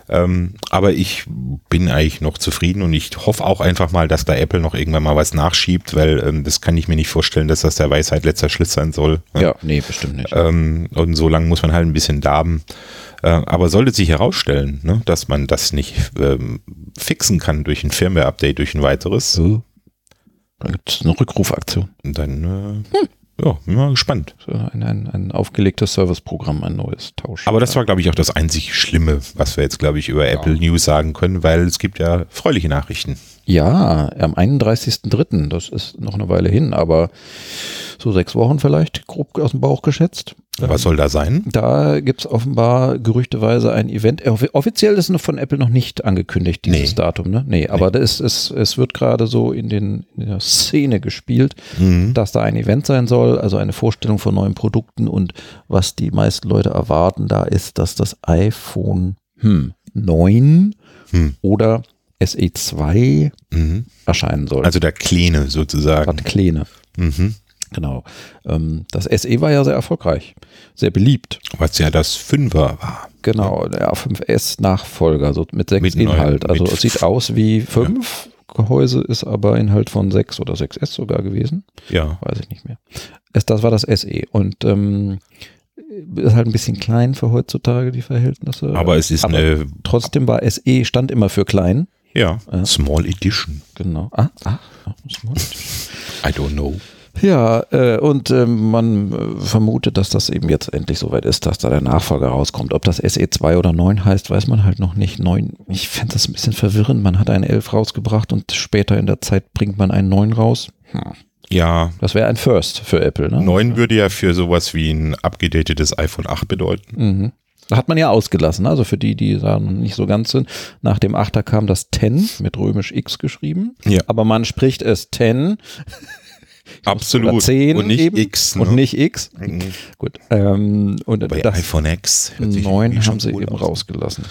B: Ähm, aber ich bin eigentlich noch zufrieden und ich hoffe auch einfach mal, dass da Apple noch irgendwann mal was nachschiebt, weil ähm, das kann ich mir nicht vorstellen, dass das der Weisheit letzter Schluss sein soll.
A: Ja, nee, bestimmt nicht.
B: Ähm, und so lange muss man halt ein bisschen darben. Äh, aber sollte sich herausstellen, ne, dass man das nicht ähm, fixen kann durch ein Firmware-Update, durch ein weiteres,
A: so. Da gibt es eine Rückrufaktion.
B: dann äh, ja, bin mal gespannt.
A: So äh, Ein, ein, ein aufgelegtes Serviceprogramm, ein neues Tausch.
B: Aber das war, glaube ich, auch das einzig Schlimme, was wir jetzt, glaube ich, über Apple News sagen können, weil es gibt ja fröhliche Nachrichten.
A: Ja, am 31.03., das ist noch eine Weile hin, aber so sechs Wochen vielleicht, grob aus dem Bauch geschätzt.
B: Was soll da sein?
A: Da gibt's offenbar gerüchteweise ein Event. Äh, offi- Offiziell ist noch von Apple noch nicht angekündigt, dieses
B: Nee.
A: Datum. Ne? Nee, aber das ist, es, es wird gerade so in, den, in der Szene gespielt,
B: Mhm. Hm?
A: dass da ein Event sein soll, also eine Vorstellung von neuen Produkten und was die meisten Leute erwarten da ist, dass das iPhone hm, 9
B: Hm.
A: oder SE 2
B: Mhm.
A: erscheinen soll.
B: Also der Kleine sozusagen.
A: das Kleine.
B: Mhm.
A: Genau. Ähm, das SE war ja sehr erfolgreich, sehr beliebt.
B: Was ja das Fünfer war.
A: Genau, der A5S-Nachfolger, so mit sechs
B: Mit neu-
A: Inhalt. also
B: mit
A: es sieht aus wie fünf Gehäuse, ist aber Inhalt von sechs oder 6S sogar gewesen.
B: Ja.
A: Weiß ich nicht mehr. Es, das war das SE. Und ähm, ist halt ein bisschen klein für heutzutage die Verhältnisse.
B: Äh, Aber es ist
A: Aber
B: eine
A: trotzdem war SE, stand immer für klein.
B: ja, Small Edition.
A: Genau. Ah, ah, ah, muss man-
B: I don't know.
A: Ja, äh, und ähm, man äh, vermutet, dass das eben jetzt endlich soweit ist, dass da der Nachfolger rauskommt. Ob das SE2 oder 9 heißt, weiß man halt noch nicht. 9, ich fände das ein bisschen verwirrend. Man hat einen 11 rausgebracht und später in der Zeit bringt man einen 9 raus. Hm.
B: Ja,
A: Das wäre ein First für Apple. Ne?
B: 9 würde ja für sowas wie ein abgedatetes iPhone 8 bedeuten.
A: Mhm. Hat man ja ausgelassen, also für die, die da noch nicht so ganz sind. Nach dem 8er kam das 10 mit römisch X geschrieben.
B: Ja.
A: Aber man spricht es 10 oder
B: Absolut.
A: 10
B: und nicht
A: eben.
B: X. Ne?
A: und nicht X.
B: Mhm.
A: Gut. Ähm, und
B: Bei
A: das,
B: iPhone X. hört sich irgendwie
A: Neun
B: schon
A: haben sie
B: cool
A: eben
B: aus.
A: rausgelassen.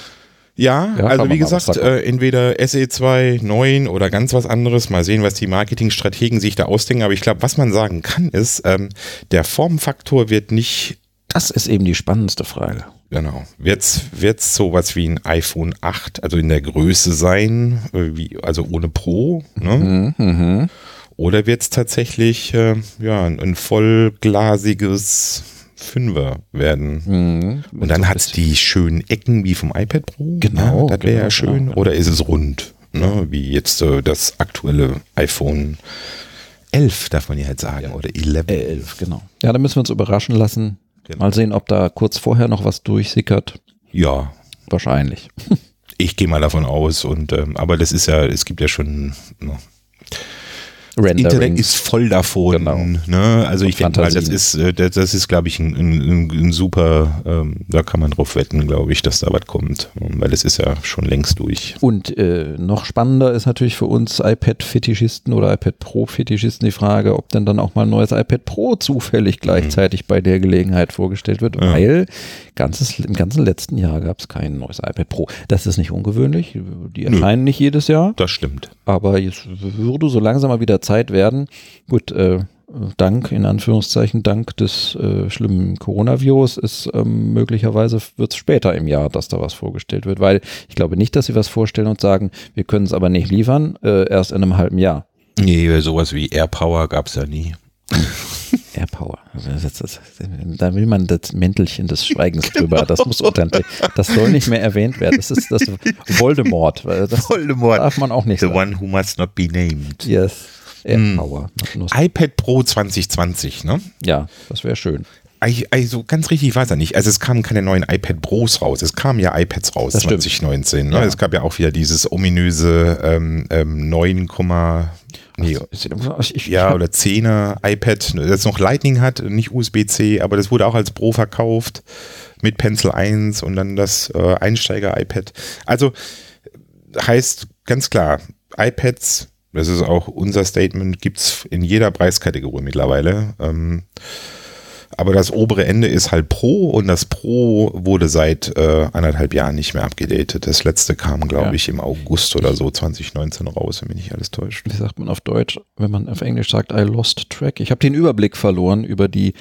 B: Ja,
A: Ja, schauen
B: also
A: wir
B: wie
A: mal, was
B: gesagt,
A: da
B: äh, entweder SE2, 9 oder ganz was anderes. Mal sehen, was die Marketingstrategen sich da ausdenken. Aber ich glaube, was man sagen kann, ist, ähm, der Formfaktor wird nicht,
A: Das ist eben die spannendste Frage.
B: genau, wird's, wird's sowas wie ein iPhone 8, also in der Größe sein, äh, wie, also ohne Pro, ne?
A: Mhm.
B: Oder wird's tatsächlich, äh, ja, ein, ein vollglasiges Fünfer werden?
A: mhm.
B: Und dann hat's die schönen Ecken wie vom iPad Pro.
A: Genau,
B: Ne? Das wäre
A: genau,
B: ja schön.
A: genau, genau.
B: Oder ist es rund? Ne? Wie jetzt äh, das aktuelle iPhone 11, darf man ja halt sagen. Oder 11.
A: genau. Ja, da müssen wir uns überraschen lassen.
B: Genau.
A: Mal sehen, ob da kurz vorher noch was durchsickert.
B: Ja,
A: Wahrscheinlich.
B: ich gehe mal davon aus. Und ähm, Aber das ist ja, es gibt ja schon. Ne? Internet ist voll davon.
A: Genau.
B: Ne? Also ich denke mal, das
A: Fantasien.
B: ist, äh, das, das ist glaube ich, ein, ein, ein- ein super, ähm, da kann man drauf wetten, glaube ich, dass da was kommt. Weil das ist ja schon längst durch.
A: Und äh, noch spannender ist natürlich für uns iPad-Fetischisten oder iPad Pro-Fetischisten die Frage, ob denn dann auch mal ein neues iPad Pro zufällig gleichzeitig bei der Gelegenheit vorgestellt wird, weil ganzes, im ganzen letzten Jahr gab es kein neues iPad Pro. Das ist nicht ungewöhnlich. Die erscheinen nicht jedes Jahr.
B: Das stimmt.
A: Aber jetzt würde so langsam mal wieder Zeit werden. Gut, äh, dank, in Anführungszeichen, dank des äh, schlimmen Coronavirus ist ähm, möglicherweise wird es später im Jahr, dass da was vorgestellt wird, weil ich glaube nicht, dass sie was vorstellen und sagen, wir können es aber nicht liefern, äh, erst in einem halben Jahr.
B: Nee, sowas wie AirPower gab es ja nie.
A: AirPower. Also das, ist- das, da will man das Mäntelchen des Schweigens drüber. Das muss unter, das soll nicht mehr erwähnt werden. Das ist das Voldemort. weil Das
B: Voldemort.
A: darf man auch nicht
B: The
A: sagen.
B: one who must not be named.
A: Yes. AirPower. Magnus.
B: iPad Pro 2020, ne?
A: Ja, das wäre schön.
B: Ei- Also ganz richtig war es ja nicht. Also es kamen keine neuen iPad Pros raus. Es kamen ja iPads raus
A: Das stimmt.
B: 2019. Ne? Es gab ja auch wieder dieses ominöse ähm, ähm, 9, nee,
A: Ist- Ich, ich,
B: ja oder 10er iPad, ne, das noch Lightning hat, nicht USB-C, aber das wurde auch als Pro verkauft mit Pencil 1 und dann das äh, Einsteiger-iPad. Also heißt ganz klar, iPads, das ist auch unser Statement, gibt es in jeder Preiskategorie mittlerweile. Ähm, aber das obere Ende ist halt Pro und das Pro wurde seit äh, anderthalb Jahren nicht mehr abgedatet. Das letzte kam, glaube
A: Ja.
B: ich, im August oder so 2019 raus, wenn mich nicht alles täuscht.
A: wie sagt man auf Deutsch, wenn man auf Englisch sagt, I lost track. Ich habe den Überblick verloren über die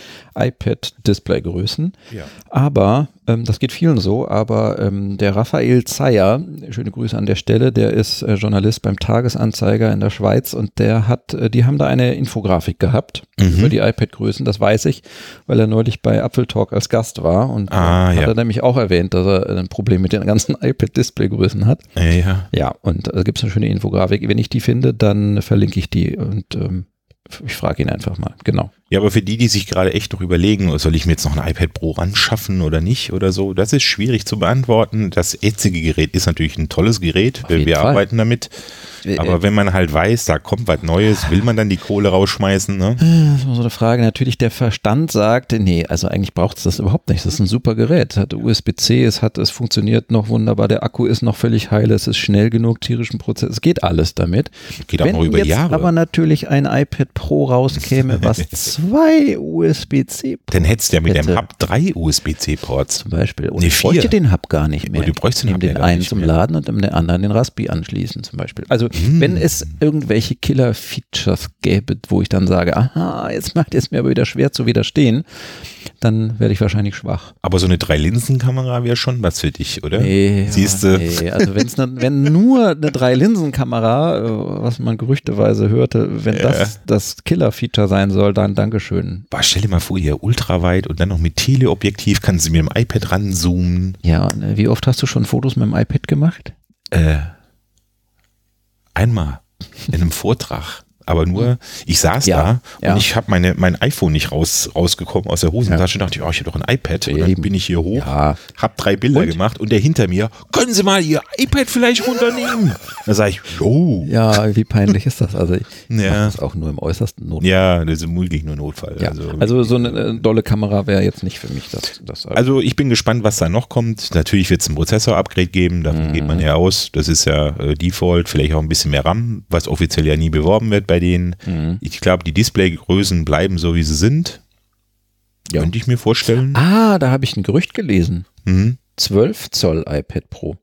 A: iPad-Display-Größen.
B: Ja.
A: Aber, ähm, das geht vielen so, aber ähm, der Raphael Zeyer, schöne Grüße an der Stelle, der ist äh, Journalist beim Tagesanzeiger in der Schweiz und der hat, äh, die haben da eine Infografik gehabt
B: Mhm.
A: über die iPad-Größen, das weiß ich, weil er neulich bei Apple Talk als Gast war und äh,
B: Ah,
A: hat
B: ja.
A: er nämlich auch erwähnt, dass er ein Problem mit den ganzen iPad-Display-Größen hat.
B: Ja, ja.
A: Ja, und da gibt es eine schöne Infografik. Wenn ich die finde, dann verlinke ich die und ähm, ich frage ihn einfach mal. Genau.
B: Ja, aber für die, die sich gerade echt noch überlegen, soll ich mir jetzt noch ein iPad Pro ranschaffen oder nicht oder so, das ist schwierig zu beantworten. Das jetzige Gerät ist natürlich ein tolles Gerät,
A: Auf
B: wir
A: jeden
B: wir
A: Fall.
B: arbeiten damit.
A: Äh,
B: Aber wenn man halt weiß, da kommt was Neues, will man dann die Kohle rausschmeißen, ne?
A: Das ist mal so eine Frage. Natürlich, der Verstand sagt, nee, also eigentlich braucht es das überhaupt nicht. Das ist ein super Gerät. Hat USB-C, es hat, es funktioniert noch wunderbar, der Akku ist noch völlig heil, es ist schnell genug, tierischen Prozess, es geht alles damit.
B: Geht auch
A: Wenn
B: noch über
A: jetzt
B: Jahre.
A: aber natürlich ein iPad Pro rauskäme, was zwei USB-C
B: Dann hättest du ja mit
A: Hätte.
B: dem Hub drei USB-C-Ports.
A: zum Beispiel. Und
B: Nee,
A: ich bräuchte
B: vier.
A: den Hub gar nicht mehr.
B: Oh, du bräuchst den
A: Ich
B: Hub
A: nehm
B: ja
A: den
B: gar
A: einen
B: nicht
A: zum
B: mehr. Hm.
A: Laden und um den anderen den Raspi anschließen zum Beispiel. Also wenn es irgendwelche Killer-Features gäbe, wo ich dann sage, aha, jetzt macht es mir aber wieder schwer zu widerstehen, dann werde ich wahrscheinlich schwach.
B: Aber so eine Drei-Linsen-Kamera wäre schon was für dich, oder? Siehst du?
A: Nee, also wenn's ne, wenn nur eine Drei-Linsen-Kamera, äh, was man gerüchteweise hörte, wenn das das Killer-Feature sein soll, dann Dankeschön.
B: Boah, stell dir mal vor, hier ultraweit und dann noch mit Teleobjektiv kannst du mit dem iPad ranzoomen.
A: Ja, und, äh, wie oft hast du schon Fotos mit dem iPad gemacht?
B: Äh, einmal in einem Vortrag. Aber nur, ich saß
A: Ja,
B: da
A: ja.
B: und ich habe meine mein iPhone nicht raus, rausgekommen aus der Hosentasche. Dachte ich, oh, ich habe doch ein iPad. Und dann
A: Eben.
B: bin ich hier hoch,
A: Ja.
B: hab drei Bilder gemacht und der hinter mir, können Sie mal Ihr iPad vielleicht runternehmen? da sage ich, jo.
A: Ja, wie peinlich ist das? Also ich
B: Ja.
A: mache das auch nur im äußersten Not.
B: Ja, das ist wirklich nur Notfall.
A: Ja,
B: Also,
A: also, so eine äh, dolle Kamera wäre jetzt nicht für mich das. das
B: also ich bin gespannt, was da noch kommt. Natürlich wird es ein Prozessor-Upgrade geben, davon
A: Mhm.
B: geht man ja aus. Das ist ja äh, Default, vielleicht auch ein bisschen mehr RAM, was offiziell ja nie beworben wird bei denen.
A: Mhm.
B: Ich glaube, die Displaygrößen bleiben so, wie sie sind.
A: Ja.
B: Könnte ich mir vorstellen.
A: ah, da habe ich ein Gerücht gelesen.
B: Mhm.
A: 12 Zoll iPad Pro.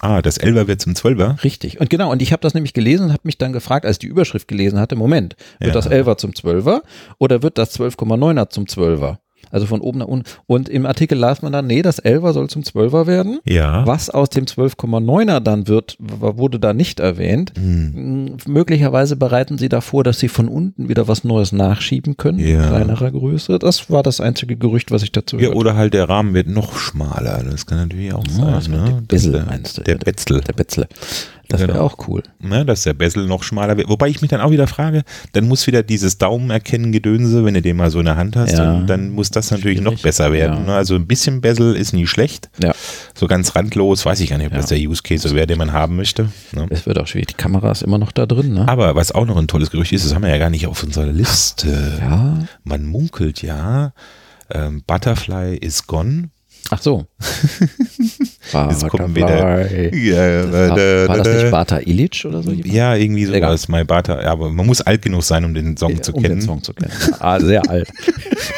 B: Ah, das 11er wird zum 12er.
A: Richtig. Und genau, und ich habe das nämlich gelesen und habe mich dann gefragt, als ich die Überschrift gelesen hatte, Moment, wird
B: Ja.
A: das 11er zum 12er oder wird das 12,9er zum 12er? Also von oben nach unten. Und im Artikel las man dann, nee, das 11er soll zum 12er werden.
B: Ja.
A: Was aus dem 12,9er dann wird, w- wurde da nicht erwähnt.
B: Hm.
A: M, Möglicherweise bereiten sie davor, dass sie von unten wieder was Neues nachschieben können,
B: Ja.
A: kleinerer Größe. Das war das einzige Gerücht, was ich dazu
B: Ja,
A: gehört
B: oder halt der Rahmen wird noch schmaler. Das kann natürlich auch sein.
A: das wird
B: ne?
A: der Bezel,
B: dass
A: meinst du?
B: der, der Betzel.
A: habe. Der Betzle. Das wäre
B: Genau.
A: auch cool.
B: ne, dass der Bezel noch schmaler wird. Wobei ich mich dann auch wieder frage, dann muss wieder dieses Daumen erkennen Gedönse, wenn du den mal so in der Hand hast,
A: Ja.
B: dann, dann muss das natürlich
A: Schwierig.
B: noch besser werden.
A: Ja.
B: ne. Also ein bisschen Bezel ist nie schlecht.
A: Ja.
B: So ganz randlos, weiß ich gar nicht, ob das der Use Case wäre, den man haben möchte. Ne?
A: Es wird auch schwierig. Die Kamera ist immer noch da drin, ne?
B: Aber was auch noch ein tolles Gerücht ist, das haben wir ja gar nicht auf unserer Liste.
A: Ja.
B: Man munkelt ja, ähm, Butterfly is gone.
A: Ach so.
B: Jetzt kommen
A: Butterfly.
B: wieder. Ja,
A: War,
B: da,
A: war das
B: da,
A: nicht
B: da.
A: Bata Illich oder so? jemand?
B: Ja, irgendwie
A: Egal.
B: sowas. My Butter. Ja, aber man muss alt genug sein, um den Song zu
A: um
B: kennen.
A: den Song zu kennen. Ah, sehr alt.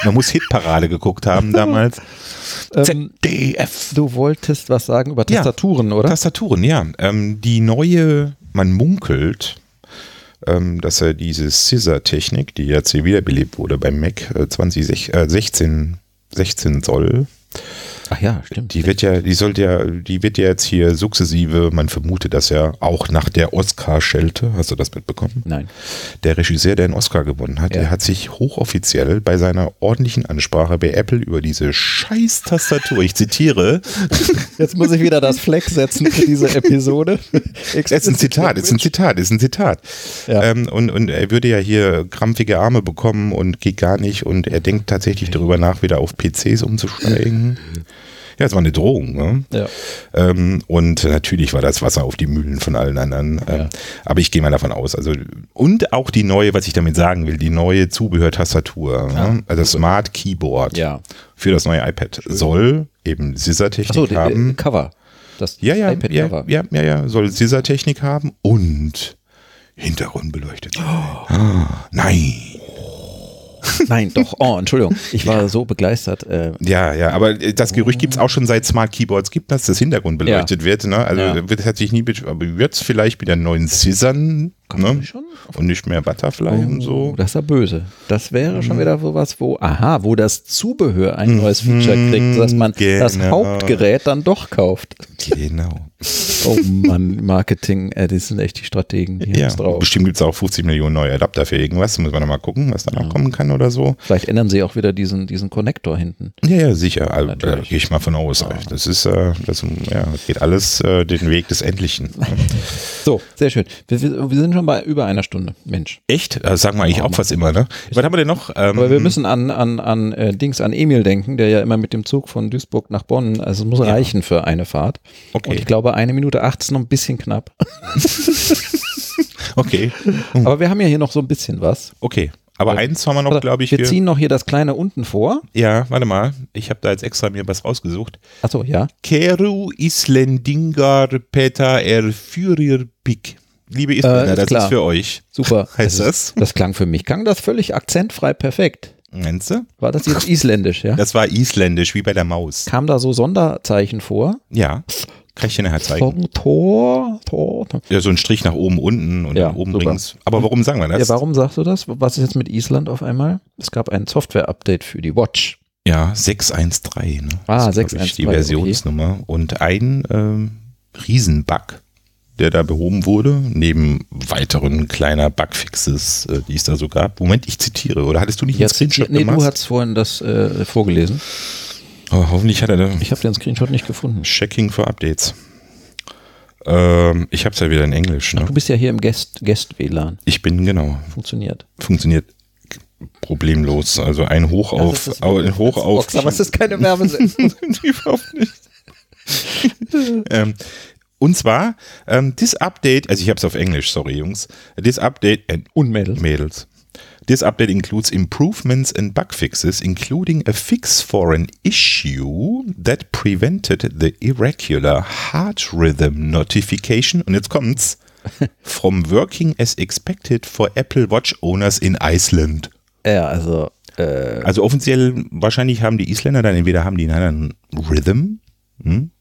B: Man muss Hitparade geguckt haben damals. ZDF.
A: Ähm, Du wolltest was sagen über
B: Ja.
A: Tastaturen, oder?
B: Tastaturen, ja. Ähm, die neue, man munkelt, ähm, dass er diese Scissor-Technik, die jetzt hier wiederbelebt wurde beim Mac äh, 2016, äh, 16, 16 Zoll,
A: Ach ja, stimmt.
B: die wird ja, die sollte ja, die wird ja jetzt hier sukzessive, man vermutet das ja, auch nach der Oscar-Schelte, hast du das mitbekommen?
A: Nein.
B: der Regisseur, der einen Oscar gewonnen hat,
A: Mhm. Ja.
B: der hat sich hochoffiziell bei seiner ordentlichen Ansprache bei Apple über diese Scheiß-Tastatur, ich zitiere,
A: Jetzt muss ich wieder das Fleck setzen für diese Episode.
B: ist ein Zitat, ist ein Zitat, ist ein Zitat.
A: Ja.
B: Ähm, und, und er würde ja hier krampfige Arme bekommen und geht gar nicht und er denkt tatsächlich darüber nach, wieder auf PCs umzusteigen. Ja, es war eine Drohung. Ne?
A: Ja.
B: Ähm, und natürlich war das Wasser auf die Mühlen von allen anderen. Ähm, Aber ich gehe mal davon aus. Also, und auch die neue, was ich damit sagen will, die neue Zubehörtastatur, ne? also das Smart Keyboard
A: Ja.
B: für das neue iPad soll eben Scissor-Technik
A: Achso, die,
B: haben.
A: äh, Cover. Das
B: Ja, ja,
A: iPad
B: ja,
A: Cover.
B: ja, ja, ja, soll Scissor-Technik haben und Hintergrund beleuchtet. sein.
A: Oh.
B: Ah, nein.
A: Nein, doch. Oh, Entschuldigung. Ich war so begeistert. Äh,
B: Ja, ja, aber äh, das Gerücht gibt es auch schon seit Smart Keyboards gibt, dass das Hintergrund beleuchtet wird. Ne? Also
A: Ja.
B: wird hat sich nie bet- aber jetzt vielleicht mit der neuen Scissern ne?
A: schon?
B: und nicht mehr Butterfly und so. Mhm.
A: oh, das ist ja böse. Das wäre schon wieder sowas, wo, aha, wo das Zubehör ein neues Feature kriegt, dass man das
B: Mhm, genau.
A: Hauptgerät dann doch kauft.
B: Genau.
A: Oh Mann, Marketing, äh, das sind echt die Strategen, die
B: Ja,
A: haben's drauf.
B: bestimmt gibt es auch 50 Millionen neue Adapter für irgendwas. Muss man noch mal gucken, was da noch kommen kann oder so.
A: Vielleicht ändern sie auch wieder diesen, diesen Connector hinten.
B: Ja, ja, sicher. Also, da
A: Natürlich.
B: gehe ich mal von aus. Das ist, äh, das ja, geht alles äh, den Weg des Endlichen.
A: So, sehr schön. Wir, wir, wir sind schon bei über einer Stunde. Mensch.
B: Echt? Das sagen wir eigentlich auch fast immer, ne? Was haben wir denn noch? Ähm,
A: Aber wir müssen an, an, an äh, Dings, an Emil denken, der ja immer mit dem Zug von Duisburg nach Bonn, also es muss reichen für eine Fahrt.
B: Okay.
A: Und ich glaube, eine Minute acht ist noch ein bisschen knapp.
B: Okay,
A: Aber wir haben ja hier noch so ein bisschen was.
B: okay. Aber eins haben wir noch, glaube ich.
A: wir
B: hier.
A: ziehen noch hier das kleine unten vor.
B: Ja, warte mal. Ich habe da jetzt extra mir was rausgesucht.
A: Achso, ja.
B: Keru Islendingar Peter Erfyrir Pik. Liebe Isländer,
A: ist
B: das
A: Äh, klar.
B: ist für euch.
A: Super.
B: Heißt
A: ist-
B: das?
A: Das klang für mich, klang das völlig akzentfrei perfekt.
B: Meinst du?
A: War das jetzt isländisch, ja?
B: Das war isländisch, wie bei der Maus.
A: Kam da so Sonderzeichen vor?
B: Ja, kann ich dir nachher zeigen.
A: Tor, Tor, Tor, Tor.
B: Ja, so ein Strich nach oben, unten und
A: Ja,
B: dann oben
A: super. Hm.
B: rings. Aber warum sagen wir das?
A: Ja, warum sagst du das? Was ist jetzt mit Island auf einmal? Es gab ein Software-Update für die Watch.
B: Ja, 613. Ne?
A: Ah,
B: Das ist, glaub
A: 613,
B: ich, Die Versionsnummer. Und ein ähm, Riesenbug, der da behoben wurde, neben weiteren kleiner Bugfixes, äh, die es da so gab. Moment, ich zitiere. Oder hattest du nicht einen Screenshot
A: nee,
B: gemacht?
A: du hast vorhin das äh, vorgelesen.
B: oh, hoffentlich hat er da
A: Ich habe den Screenshot nicht gefunden.
B: Checking for Updates. Ähm, ich hab's ja wieder in Englisch. Ne?
A: Du bist ja hier im Guest- Guest-WLAN.
B: Ich bin, genau,
A: Funktioniert.
B: funktioniert problemlos. Also ein Hoch auf,
A: ist-
B: au- ein Hoch auf.
A: Boxer, was ist keine Werbesendung?
B: überhaupt nicht. ähm, und zwar, ähm, this update, also ich habe es auf Englisch, sorry Jungs. This update, äh,
A: Und Mädels.
B: Mädels. This update includes improvements and bug fixes, including a fix for an issue that prevented the irregular heart rhythm notification. Und jetzt kommt's. From working as expected for Apple Watch owners in Iceland.
A: Ja, also, äh,
B: Also offiziell, wahrscheinlich haben die Isländer dann entweder haben die einen anderen Rhythm, hm?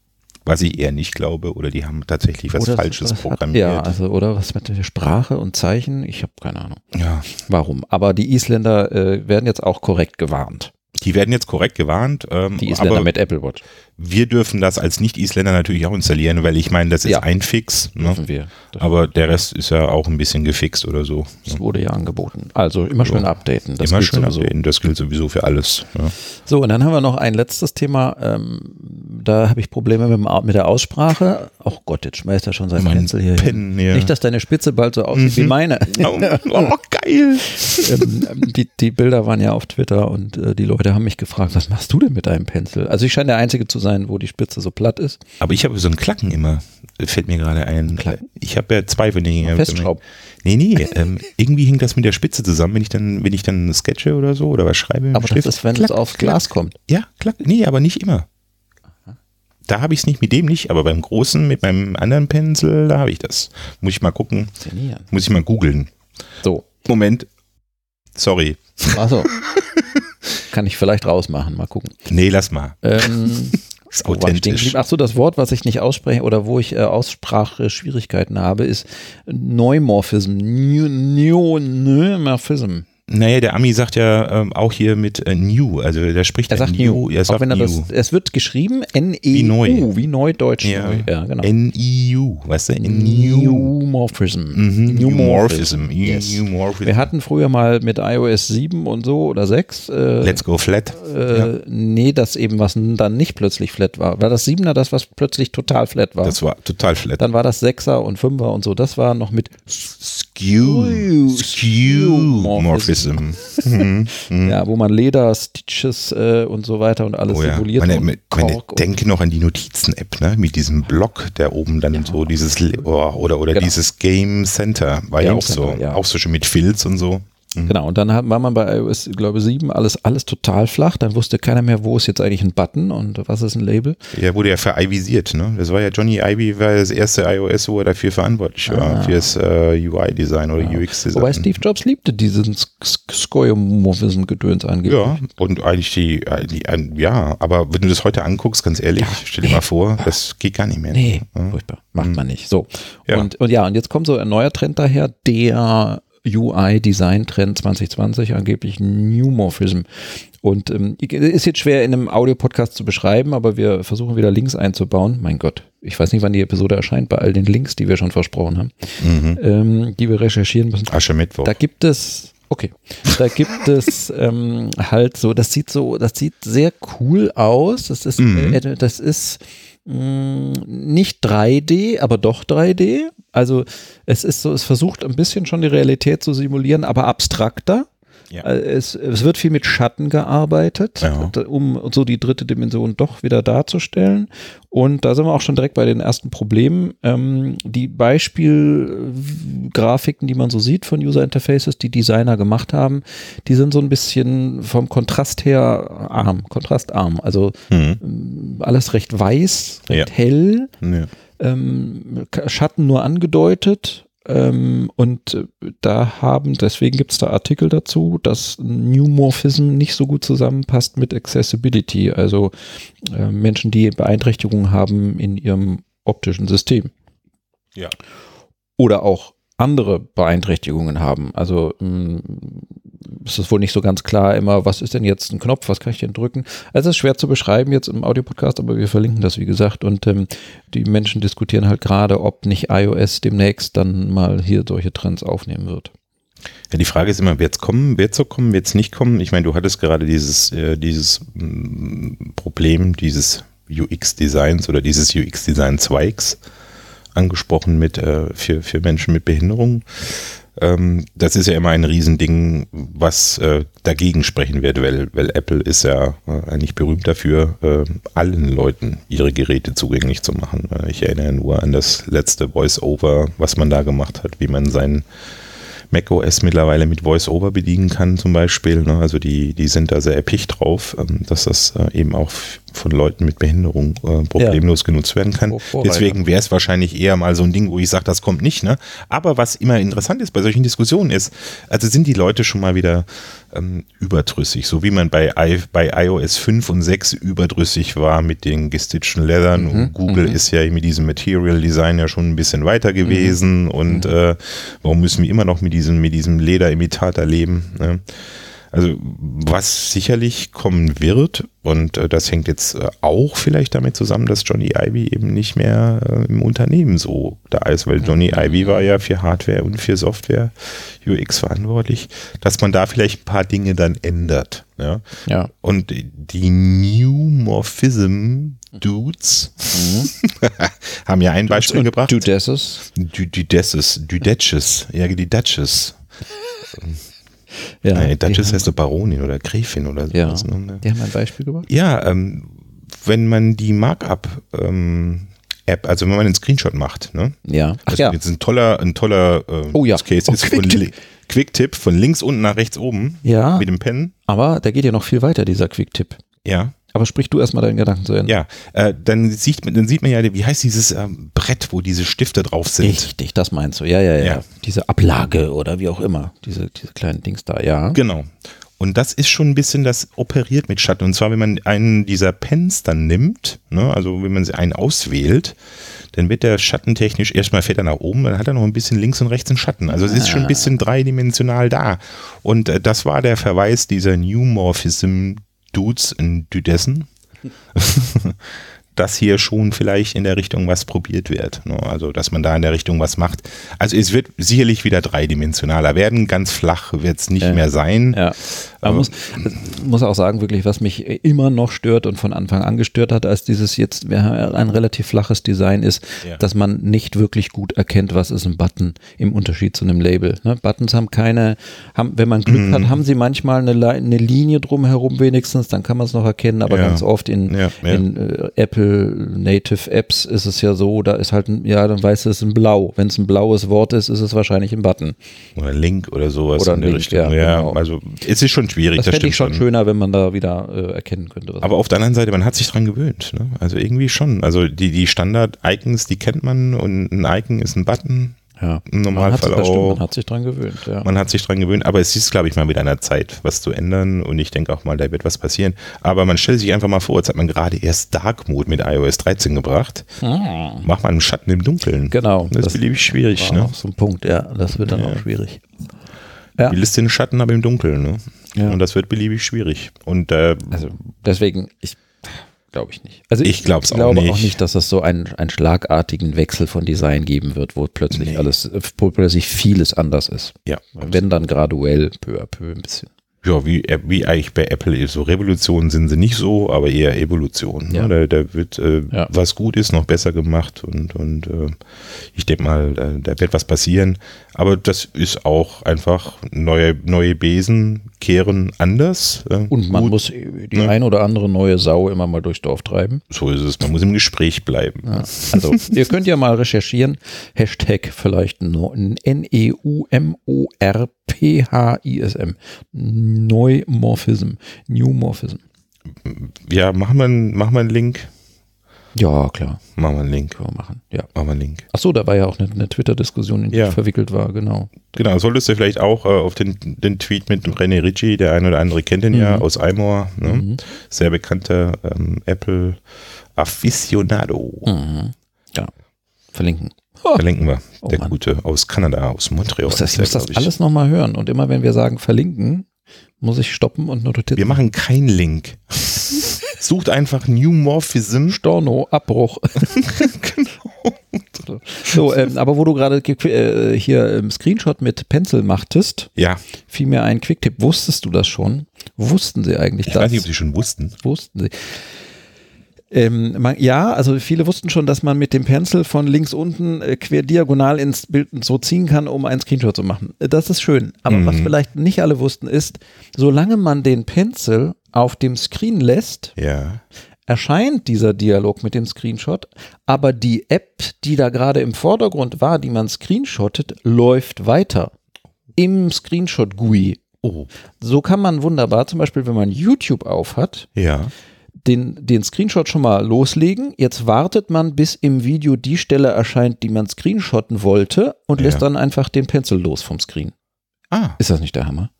B: was ich eher nicht glaube, oder die haben tatsächlich was
A: oder was
B: Falsches
A: hat-
B: programmiert.
A: Ja, also, oder was mit der Sprache und Zeichen? Ich habe keine Ahnung.
B: ja.
A: Warum? Aber die Isländer äh, werden jetzt auch korrekt gewarnt.
B: Die werden jetzt korrekt gewarnt, ähm,
A: Die Isländer
B: aber
A: mit Apple Watch.
B: wir dürfen das als Nicht-Isländer natürlich auch installieren, weil ich meine, das ist
A: Ja. Mhm.
B: ein Fix, ne?
A: Dürfen wir. Das
B: aber der Rest ist ja auch ein bisschen gefixt oder so.
A: das wurde ja angeboten. Also immer schön updaten. Das
B: Immer
A: gilt
B: schön
A: sowieso.
B: updaten, das gilt sowieso für alles. ne? Ja.
A: So, und dann haben wir noch ein letztes Thema. Ähm, da habe ich Probleme mit, dem, Au- mit der Aussprache. Oh Gott, jetzt schmeißt er schon seinen
B: Mein
A: Pinsel hier Mhm. hin.
B: Pen, ja.
A: Nicht, dass deine Spitze bald so aussieht wie meine.
B: Oh, oh, geil!
A: ähm, ähm, die, die Bilder waren ja auf Twitter und äh, die Leute haben mich gefragt, was machst du denn mit deinem Pinsel? Also ich scheine der Einzige zu sein, wo die Spitze so platt ist.
B: Aber ich habe so einen Klacken immer, fällt mir gerade ein.
A: Klacken?
B: Ich habe ja zwei von denen.
A: Festschrauben.
B: Nee, nee, ähm, irgendwie hängt das mit der Spitze zusammen, wenn ich dann, wenn ich dann sketche oder so oder was schreibe. mit dem
A: Aber das
B: Stift.
A: ist, wenn es aufs Glas kommt.
B: Ja, klack. Nee, aber nicht immer. Da habe ich es nicht mit dem nicht, aber beim großen, mit meinem anderen Pinsel, da habe ich das. Muss ich mal gucken,
A: Faszinierend.
B: muss ich mal googeln.
A: So,
B: Moment. Sorry.
A: also kann ich vielleicht rausmachen, mal gucken.
B: Nee, lass mal.
A: Ähm,
B: Ist
A: wo war ich stehen
B: authentisch.
A: geblieben? Ach so, das Wort, was ich nicht ausspreche oder wo ich äh, Aussprache-Schwierigkeiten habe, ist Neumorphism. Neu- Neu- Neumorphism.
B: Naja, der Ami sagt ja ähm, auch hier mit äh, New, also der spricht
A: Er
B: ja
A: sagt New.
B: er sagt
A: auch wenn er
B: New.
A: das, es wird geschrieben
B: Wie neu.
A: N-E-U, wie neu Deutsch.
B: Ja,
A: neu. ja genau.
B: NEU, weißt du? NEU.
A: Newmorphism.
B: Mhm, Newmorphism.
A: Yes.
B: Newmorphism.
A: Wir hatten früher mal mit iOS 7 und so oder 6. Äh,
B: Let's go flat.
A: äh,
B: Ja,
A: Nee, das eben, was n- dann nicht plötzlich flat war. War das 7er das, was plötzlich total flat war?
B: das war total flat.
A: dann war das 6er und 5er und so. Das war noch mit.
B: Skew. Skew-Morphism.
A: Ja, wo man Leder, Stitches äh, und so weiter und alles
B: Hm. Oh ja.
A: simuliert
B: Meine,
A: und
B: meine,
A: und-
B: denke noch an die Notizen-App, ne? Mit diesem Block, der oben dann so dieses Le- oh, oder, oder
A: Genau.
B: dieses Game Center war ja
A: Game
B: auch so.
A: Center, ja.
B: Auch so schon mit Filz und so.
A: Genau, und dann hat, war man bei iOS, glaube ich, 7 alles, alles total flach. Dann wusste keiner mehr, wo ist jetzt eigentlich ein Button und was ist ein Label.
B: Der wurde ja vereivisiert, ne? Das war ja Johnny Ivy war das erste iOS, wo er dafür verantwortlich war, fürs äh, UI-Design oder UX-Design.
A: Ah. Wobei Steve Jobs liebte diesen Skoiomorphism-Gedöns angeblich.
B: Ja, und eigentlich die, äh, die, ein- ja, aber wenn du das heute anguckst, ganz ehrlich, stell dir mal vor, das geht gar nicht mehr.
A: Nee,
B: Ja.
A: furchtbar. Macht man nicht. So.
B: Ja.
A: Und, und ja, und jetzt kommt so ein neuer Trend daher, der UI-Design-Trend 2020, angeblich Newmorphism. Und ähm, ist jetzt schwer in einem Audio-Podcast zu beschreiben, aber wir versuchen wieder Links einzubauen. Mein Gott, ich weiß nicht, wann die Episode erscheint, bei all den Links, die wir schon versprochen haben,
B: Mhm. Hm.
A: ähm, die wir recherchieren müssen.
B: Aschermittwoch.
A: Da gibt es, okay, da gibt es ähm, halt so, äh, das sieht so, das sieht sehr cool aus. Das ist, äh, das ist mh, nicht 3D, aber doch 3D. Also es ist so, es versucht ein bisschen schon die Realität zu simulieren, aber abstrakter.
B: Ja.
A: Äh, Es, es wird viel mit Schatten gearbeitet,
B: Ja.
A: d- um so die dritte Dimension doch wieder darzustellen. Und da sind wir auch schon direkt bei den ersten Problemen. Ähm, die Beispielgrafiken, die man so sieht von User Interfaces, die Designer gemacht haben, die sind so ein bisschen vom Kontrast her arm, kontrastarm. Also
B: Hm.
A: ähm, alles recht weiß, recht
B: Ja.
A: hell,
B: Ja.
A: ähm, K- Schatten nur angedeutet. Ähm, und äh, da haben, deswegen gibt es da Artikel dazu, dass Newmorphism nicht so gut zusammenpasst mit Accessibility, also äh, Menschen, die Beeinträchtigungen haben in ihrem optischen System.
B: Ja.
A: Oder auch andere Beeinträchtigungen haben. Also mh, es ist wohl nicht so ganz klar immer, was ist denn jetzt ein Knopf, was kann ich denn drücken? Also es ist schwer zu beschreiben jetzt im Audiopodcast, aber wir verlinken das, wie gesagt. Und ähm, die Menschen diskutieren halt gerade, ob nicht iOS demnächst dann mal hier solche Trends aufnehmen wird.
B: Ja, die Frage ist immer, wird's kommen, wird's so kommen, wird's nicht kommen? Ich meine, du hattest gerade dieses, äh, dieses mm, Problem dieses UX-Designs oder dieses UX-Design-Zweigs angesprochen mit, äh, für, für Menschen mit Behinderung. Ähm, das ist ja immer ein Riesending, was äh, dagegen sprechen wird, weil, weil Apple ist ja äh, eigentlich berühmt dafür, äh, allen Leuten ihre Geräte zugänglich zu machen. Äh, ich erinnere nur an das letzte Voice-Over, was man da gemacht hat, wie man seinen macOS mittlerweile mit VoiceOver bedienen kann zum Beispiel. Ne? Also die, die sind da sehr erpicht drauf, ähm, dass das äh, eben auch f- von Leuten mit Behinderung äh, problemlos genutzt werden kann.
A: Vor- Vorreiter.
B: Deswegen wäre es wahrscheinlich eher mal so ein Ding, wo ich sage, das kommt nicht. Ne? Aber was immer interessant ist bei solchen Diskussionen ist, also sind die Leute schon mal wieder ähm, überdrüssig, so wie man bei, I, bei iOS 5 und 6 überdrüssig war mit den gestitchten Leathern
A: Mhm,
B: und Google ist ja mit diesem Material Design ja schon ein bisschen
A: Mhm.
B: weiter gewesen und äh, warum müssen wir immer noch mit diesem, mit diesem Lederimitator leben? Ne? Also was sicherlich kommen wird, und äh, das hängt jetzt äh, auch vielleicht damit zusammen, dass Johnny Ivy eben nicht mehr äh, im Unternehmen so da ist, weil Johnny Ivy war ja für Hardware und für Software UX verantwortlich, dass man da vielleicht ein paar Dinge dann ändert. Ja?
A: Ja.
B: Und die New Morphism Dudes haben ja ein Beispiel gebracht.
A: Judasses.
B: Du- Die Duchess, die Duchess, ja die Duchess.
A: Ja,
B: Nein, Duchess
A: die,
B: heißt eine Baronin oder Gräfin oder
A: ja,
B: sowas. Ne?
A: die haben ein Beispiel gemacht.
B: Ja, ähm, wenn man die Markup-App, also wenn man einen Screenshot macht, ne?
A: Ja. Ach
B: Das
A: ja.
B: ist jetzt ein toller, ein toller äh,
A: Oh ja.
B: Use Case
A: Oh,
B: ist von
A: Quicktip.
B: li- Quicktip von links unten nach rechts oben
A: Ja,
B: mit dem Pen.
A: aber da geht ja noch viel weiter, dieser Quick-Tipp.
B: Ja.
A: Aber sprich du erstmal deinen Gedanken zu Ende.
B: Ja. Äh, dann sieht man, dann sieht man ja, wie heißt dieses ähm, Brett, wo diese Stifte drauf sind.
A: Richtig, das meinst du. Ja, ja, ja,
B: Ja.
A: Diese Ablage oder wie auch immer. Diese, diese kleinen Dings da, ja.
B: Genau. Und das ist schon ein bisschen das operiert mit Schatten. Und zwar, wenn man einen dieser Pens dann nimmt, ne, also wenn man sie einen auswählt, dann wird der schattentechnisch erstmal fährt er nach oben, dann hat er noch ein bisschen links und rechts einen Schatten. Also es ist schon ein bisschen dreidimensional da. Und äh, das war der Verweis dieser New Morphism Dudes und Dudessen, dass hier schon vielleicht in der Richtung was probiert wird. Ne? Also, dass man da in der Richtung was macht. Also, es wird sicherlich wieder dreidimensionaler werden. Ganz flach wird es nicht mehr sein.
A: Ja,
B: Ähm,
A: man muss, muss auch sagen, wirklich, was mich immer noch stört und von Anfang an gestört hat, als dieses jetzt wir haben ein relativ flaches Design ist,
B: Ja.
A: dass man nicht wirklich gut erkennt, was ist ein Button im Unterschied zu einem Label. Ne? Buttons haben keine, haben, wenn man Glück
B: Mhm.
A: hat, haben sie manchmal eine, Li- eine Linie drumherum wenigstens, dann kann man es noch erkennen, aber
B: Ja.
A: ganz oft in,
B: Ja, ja.
A: in äh, Apple Native Apps ist es ja so, da ist halt, ein, ja, dann weißt du, es ist ein Blau. Wenn es ein blaues Wort ist, ist es wahrscheinlich ein Button.
B: Oder Link oder sowas
A: Oder
B: in der
A: Link,
B: Richtung.
A: ja,
B: Ja,
A: genau.
B: also es ist schon schwierig,
A: Das,
B: das,
A: fände
B: stimmt
A: ich schon
B: schon.
A: schöner, wenn man da wieder äh, erkennen könnte. was
B: Aber auf der anderen Seite, man hat sich dran gewöhnt. Ne? Also irgendwie schon. Also die, die Standard-Icons, die kennt man und ein Icon ist ein Button.
A: Ja,
B: Im Normalfall
A: man hat, sich- das stimmt,
B: auch.
A: man hat sich dran gewöhnt. Ja.
B: Man hat sich dran gewöhnt, aber es ist, glaube ich, mal wieder an der Zeit, was zu ändern. Und ich denke auch mal, da wird was passieren. Aber man stellt sich einfach mal vor, jetzt hat man gerade erst Dark Mode mit iOS 13 gebracht. Macht man einen Schatten im Dunkeln.
A: Hm. Genau,
B: Das,
A: das
B: ist beliebig schwierig.
A: War
B: Ne?
A: auch so ein Punkt, ja. Das wird dann auch schwierig. Ja.
B: Die Liste in Schatten, aber im Dunkeln. Ne?
A: Ja.
B: Und das wird beliebig schwierig. Und äh,
A: Also deswegen, ich glaube ich nicht. Also
B: Ich glaub's auch
A: glaube auch
B: nicht.
A: nicht, dass es so einen, einen schlagartigen Wechsel von Design geben wird, wo plötzlich
B: Nee.
A: alles, wo plötzlich vieles anders ist.
B: ja,
A: Wenn dann graduell, peu à peu ein bisschen.
B: ja, wie, App- wie eigentlich bei Apple ist. So Revolutionen sind sie nicht so, aber eher Evolutionen.
A: Ja.
B: Ne? Da, da wird, äh,
A: Ja.
B: was gut ist, noch besser gemacht und, und äh, ich denke mal, da, da wird was passieren. Aber das ist auch einfach neue, neue Besen kehren anders. äh,
A: Und man
B: gut. Ne?
A: muss die ein oder andere neue Sau immer mal durchs Dorf treiben.
B: so ist es. Man muss im Gespräch bleiben.
A: Also, ihr könnt ja mal recherchieren. Hashtag vielleicht no- E N-E-U-M-O-R-P-H-I-S-M. Neumorphism. Newmorphism.
B: Ja, machen wir einen, machen wir einen Link.
A: Ja, klar.
B: Machen wir einen Link.
A: Können wir machen. Ja.
B: Machen wir einen Link.
A: Ach so, da war ja auch eine, eine Twitter-Diskussion, in die
B: Ja.
A: ich verwickelt war, genau.
B: Genau, solltest du vielleicht auch äh, auf den, den Tweet mit René Ricci, der ein oder andere kennt ihn
A: Mhm.
B: ja aus Eimor, ne? sehr bekannter ähm, Apple Aficionado.
A: Ah. Mhm. Ja. Verlinken.
B: Verlinken wir.
A: Oh
B: der
A: Mann.
B: gute aus Kanada, aus Montreal.
A: Ich muss das, ich
B: ist
A: muss
B: der,
A: das
B: glaub
A: alles nochmal hören. Und immer wenn wir sagen verlinken, muss ich stoppen und
B: Wir
A: notieren.
B: machen keinen Link. Sucht einfach New Morphism.
A: Storno, Abbruch. genau. So, ähm, aber wo du gerade ge- äh, hier im Screenshot mit Pencil machtest,
B: Ja,
A: fiel mir ein Quicktipp. Wusstest du das schon? Wussten sie eigentlich
B: ich
A: das?
B: weiß nicht, ob Sie schon wussten.
A: wussten sie. Ähm, man, ja, also viele wussten schon, dass man mit dem Pencil von links unten äh, quer diagonal ins Bild so ziehen kann, um einen Screenshot zu machen. Äh, Das ist schön. Aber was
B: Mhm.
A: vielleicht nicht alle wussten, ist, solange man den Pencil auf dem Screen lässt,
B: Ja.
A: erscheint dieser Dialog mit dem Screenshot, aber die App, die da gerade im Vordergrund war, die man screenshottet, läuft weiter im Screenshot-GUI.
B: Oh.
A: So kann man wunderbar, zum Beispiel, wenn man YouTube auf hat,
B: Ja.
A: den, den Screenshot schon mal loslegen. Jetzt wartet man, bis im Video die Stelle erscheint, die man screenshotten wollte und
B: Ja.
A: lässt dann einfach den Pencil los vom Screen.
B: Ah,
A: Ist das nicht der Hammer?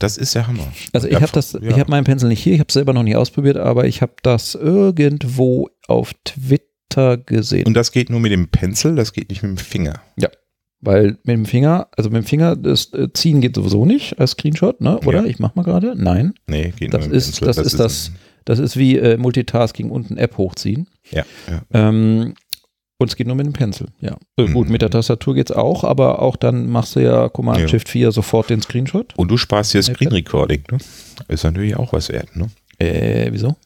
B: das ist ja Hammer.
A: Also ich habe das, ich habe meinen Pencil nicht hier, ich habe es selber noch nie ausprobiert, aber ich habe das irgendwo auf Twitter gesehen.
B: Und das geht nur mit dem Pencil, das geht nicht mit dem Finger.
A: Weil mit dem Finger, also mit dem Finger, das äh, Ziehen geht sowieso nicht als Screenshot, ne? Oder?
B: Ja.
A: Ich mach mal gerade. Nein.
B: Nee, geht
A: Das
B: nur mit dem
A: ist,
B: Pencil.
A: das ist das,
B: ein-
A: das ist wie äh, Multitasking und ein App hochziehen.
B: Ja, ja.
A: Ähm, und es geht nur mit dem Pencil, ja. Äh, Gut,
B: Mhm.
A: mit der Tastatur geht's auch, aber auch dann machst du ja Command
B: Ja.
A: Shift 4 sofort den Screenshot.
B: Und du sparst dir Screen Recording, ne? Ist natürlich auch was wert, ne?
A: Äh, wieso?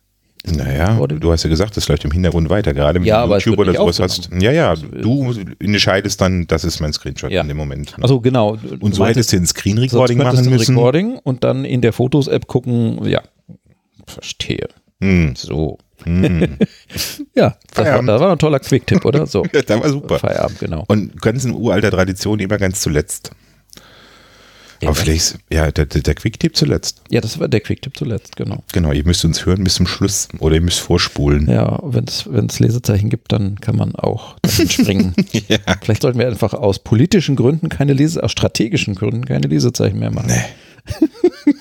B: Naja,
A: Recording?
B: du hast ja gesagt, das läuft im Hintergrund weiter, gerade wenn
A: Ja,
B: du
A: aber es
B: YouTube
A: wird
B: oder
A: nicht Also, äh,
B: sowas hast. Ja, ja, du entscheidest dann, das ist mein Screenshot
A: Ja.
B: in dem Moment. Ne?
A: Also genau.
B: und so hättest du ein Screen Recording machen
A: ein
B: müssen.
A: Recording und dann in der Fotos-App gucken, ja. Verstehe.
B: Hm.
A: So.
B: Hm.
A: Ja, das war,
B: Feierabend.
A: das war ein toller Quick-Tipp, oder? So.
B: Ja, das war super.
A: Feierabend, genau.
B: Und ganz in uralter Tradition immer ganz zuletzt. Aber vielleicht, ja, der, der der Quick-Tipp zuletzt.
A: Ja, das war der Quick-Tipp zuletzt, genau.
B: Genau, ihr müsst uns hören bis zum Schluss oder ihr müsst vorspulen.
A: Ja, wenn es Lesezeichen gibt, dann kann man auch dahin springen.
B: Ja.
A: Vielleicht sollten wir einfach aus politischen Gründen keine Lese, aus strategischen Gründen keine Lesezeichen mehr machen,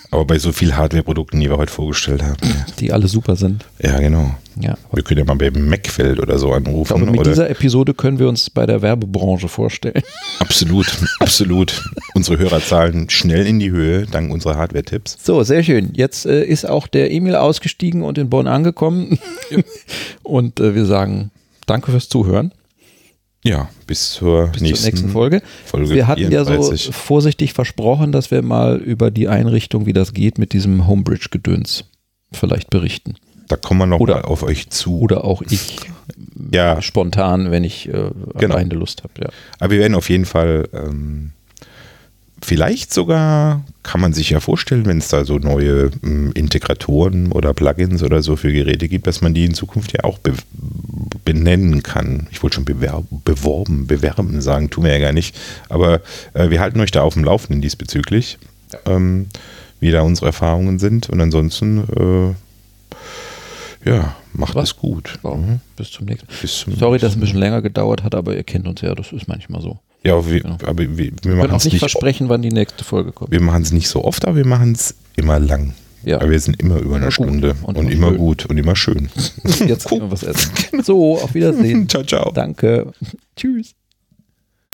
B: Aber bei so viel Hardware-Produkten, die wir heute vorgestellt haben.
A: die alle super sind.
B: Ja, ja genau.
A: Ja.
B: Wir können ja mal bei Macfeld oder so
A: Ich glaube,
B: anrufen.
A: mit
B: oder?
A: dieser Episode können wir uns bei der Werbebranche vorstellen.
B: Absolut, absolut. Unsere Hörerzahlen schnell in die Höhe, dank unserer Hardware-Tipps.
A: So, sehr schön. Jetzt äh, ist auch der Emil ausgestiegen und in Bonn angekommen. und äh, wir sagen Danke fürs Zuhören.
B: Ja, bis zur,
A: Bis
B: nächsten,
A: zur nächsten Folge.
B: Folge
A: wir hatten ja so
B: 34.
A: vorsichtig versprochen, dass wir mal über die Einrichtung, wie das geht, mit diesem Homebridge-Gedöns vielleicht berichten.
B: Da kommen wir nochmal
A: Oder-
B: auf euch zu.
A: Oder auch ich
B: Ja,
A: spontan, wenn ich äh,
B: Genau.
A: eine Lust habe. Ja.
B: aber wir werden auf jeden Fall, ähm, vielleicht sogar, kann man sich ja vorstellen, wenn es da so neue ähm, Integratoren oder Plugins oder so für Geräte gibt, dass man die in Zukunft ja auch be benennen kann. Ich wollte schon bewer- beworben, bewerben sagen, tun wir ja gar nicht. Aber äh, wir halten euch da auf dem Laufenden diesbezüglich. ähm, wie da unsere Erfahrungen sind. Und ansonsten, äh, ja, macht
A: Was?
B: es gut.
A: So, Bis zum nächsten Mal.
B: Bis zum
A: Sorry, dass es ein bisschen länger gedauert hat, aber ihr kennt uns ja, das ist manchmal so.
B: Ja, aber wir, aber wir, wir
A: Wir können
B: machen
A: Genau. auch
B: es
A: nicht,
B: nicht, o-
A: versprechen, wann die nächste Folge kommt.
B: wir machen es nicht so oft, aber wir machen es immer lang.
A: Ja.
B: Aber wir sind immer über eine
A: gut.
B: Stunde und,
A: Und immer
B: immer
A: schön.
B: gut und immer schön.
A: Jetzt gucken wir was essen. So, auf Wiedersehen.
B: ciao, ciao.
A: Danke. Tschüss.